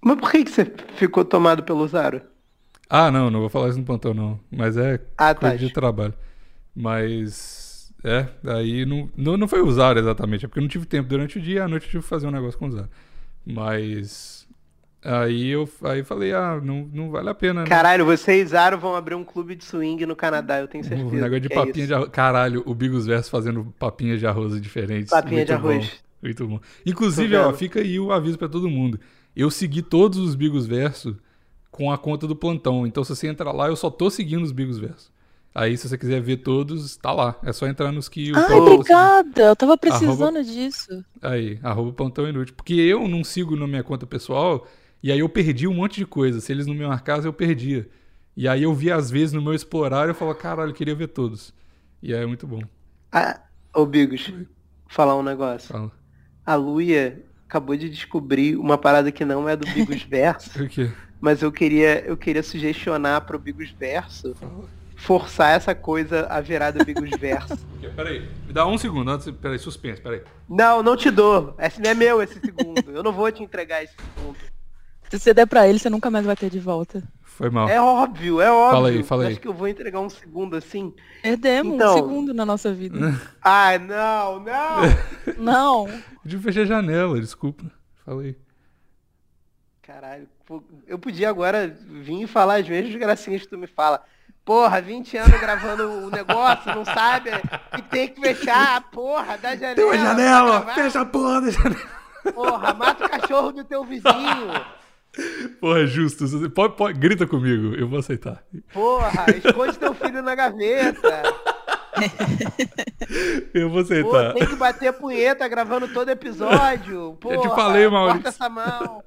[SPEAKER 4] Mas por que, que você ficou tomado pelo Zaro?
[SPEAKER 1] Ah, não, não vou falar isso no plantão, não. Mas é
[SPEAKER 4] Ah, tá.
[SPEAKER 1] coisa de trabalho. Mas. É, aí não, não, não foi usar exatamente, é porque eu não tive tempo durante o dia, à noite eu tive que fazer um negócio com usar. Mas. Aí eu aí eu falei, ah, não, não vale a pena. né?
[SPEAKER 4] Caralho, você e Zaro vão abrir um clube de swing no Canadá, eu tenho certeza.
[SPEAKER 1] Um negócio de
[SPEAKER 4] que é
[SPEAKER 1] papinha
[SPEAKER 4] isso.
[SPEAKER 1] de arroz. Caralho, o Bigos Verso fazendo papinha de arroz diferentes.
[SPEAKER 4] Papinha
[SPEAKER 1] Muito
[SPEAKER 4] de arroz.
[SPEAKER 1] bom, muito bom. Inclusive, ó,
[SPEAKER 4] vendo.
[SPEAKER 1] fica aí o aviso pra todo mundo. Eu segui todos os Bigos Verso com a conta do plantão. Então, se você entrar lá, eu só tô seguindo os Bigos Verso. Aí, se você quiser ver todos, tá lá. É só entrar nos que o
[SPEAKER 3] Ai,
[SPEAKER 1] plantão tá seguindo.
[SPEAKER 3] Ah, obrigada. Eu tava precisando disso.
[SPEAKER 1] Aí, arroba plantão inútil. Porque eu não sigo na minha conta pessoal, e aí eu perdi um monte de coisa. Se eles não me marcassem, eu perdia. E aí eu vi às vezes no meu explorar, eu falo, caralho, eu queria ver todos. E aí é muito bom.
[SPEAKER 4] Ah, ô Bigos, falar um negócio.
[SPEAKER 1] Fala.
[SPEAKER 4] A Luia acabou de descobrir uma parada que não é do Bigos Verso,
[SPEAKER 1] O quê?
[SPEAKER 4] mas eu queria, eu queria sugestionar pro Bigos Verso forçar essa coisa a virar do Bigos Verso.
[SPEAKER 1] Peraí, me dá um segundo. Antes, peraí, suspense, peraí.
[SPEAKER 4] Não, não te dou. Esse não é meu esse segundo. Eu não vou te entregar esse segundo.
[SPEAKER 3] Se você der pra ele, você nunca mais vai ter de volta.
[SPEAKER 1] Foi mal.
[SPEAKER 4] É óbvio, é óbvio.
[SPEAKER 1] Fala aí, fala
[SPEAKER 4] Eu
[SPEAKER 1] aí.
[SPEAKER 4] Acho que eu vou entregar um segundo assim.
[SPEAKER 3] Perdemos
[SPEAKER 4] Então.
[SPEAKER 3] um segundo na nossa vida.
[SPEAKER 4] Ah, não, não.
[SPEAKER 3] Não.
[SPEAKER 1] De fechar a janela, desculpa. Falei.
[SPEAKER 4] Caralho, pô, eu podia agora vir e falar as mesmas gracinhas que tu me fala. Porra, 20 anos gravando o negócio, não sabe? E tem que fechar, porra, da janela. pra gravar,
[SPEAKER 1] a porra da janela!
[SPEAKER 4] Porra, mata o cachorro do teu vizinho.
[SPEAKER 1] Porra, é justo. você- Pode, pode, grita comigo, eu vou aceitar.
[SPEAKER 4] Porra, esconde teu filho na gaveta.
[SPEAKER 1] Eu vou
[SPEAKER 4] Pô,
[SPEAKER 1] aceitar.
[SPEAKER 4] tem que bater punheta gravando todo episódio. Porra,
[SPEAKER 1] falei, Maurício.
[SPEAKER 4] corta essa mão.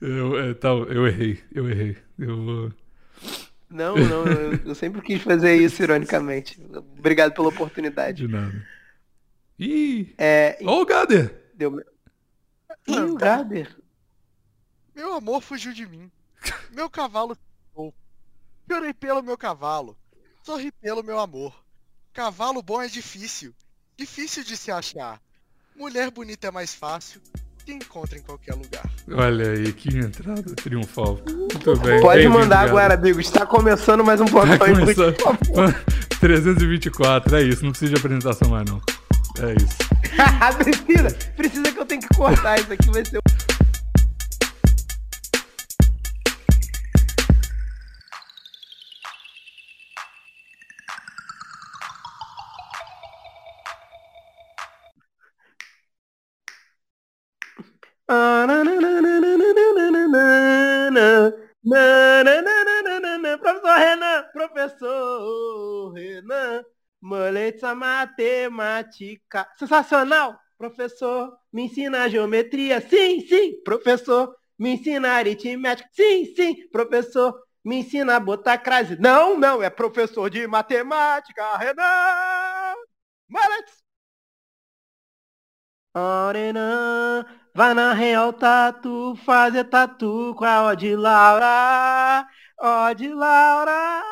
[SPEAKER 1] Eu, é, tá, eu errei, eu errei. Eu vou.
[SPEAKER 4] Não, não, eu, eu sempre quis fazer isso ironicamente. Obrigado pela oportunidade.
[SPEAKER 1] De nada. Ih!
[SPEAKER 4] É,
[SPEAKER 1] Ó o Gader!
[SPEAKER 4] deu... Ih, o Gader.
[SPEAKER 2] Meu amor fugiu de mim. Meu cavalo ficou. Chorei pelo meu cavalo. Sorri pelo meu amor. Cavalo bom é difícil. Difícil de se achar. Mulher bonita é mais fácil. Que encontra em qualquer lugar.
[SPEAKER 1] Olha aí, que entrada triunfal. Muito bem.
[SPEAKER 4] Pode
[SPEAKER 1] bem-vindo,
[SPEAKER 4] mandar
[SPEAKER 1] Gader.
[SPEAKER 4] agora, amigo. Está começando mais um
[SPEAKER 1] Tá
[SPEAKER 4] portão Inútil.
[SPEAKER 1] começando. 324, é isso, não precisa de apresentação mais não. É isso.
[SPEAKER 4] precisa, precisa que eu tenho que cortar isso aqui, vai ser Professor Renan, professor Renan, moleta matemática. Sensacional! Professor, me ensina geometria. Sim, sim. Professor, me ensina aritmética. Sim, sim. Professor, me ensina a botar crase. Não, não, é professor de matemática, Renan! Moretz! Ó, Renan, vai na Real Tatu fazer tatu com a Ó de Laura. Ó de Laura,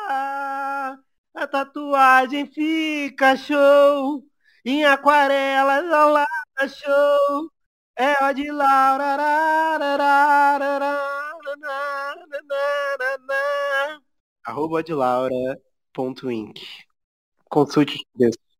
[SPEAKER 4] a tatuagem fica show. Em aquarela, lá, show. É Ó de Laura. Rá, rá, rá, rá, rá, rá, rá, rá, rá, rá. Arroba de Laura. Ponto Inc. Consulte os preços.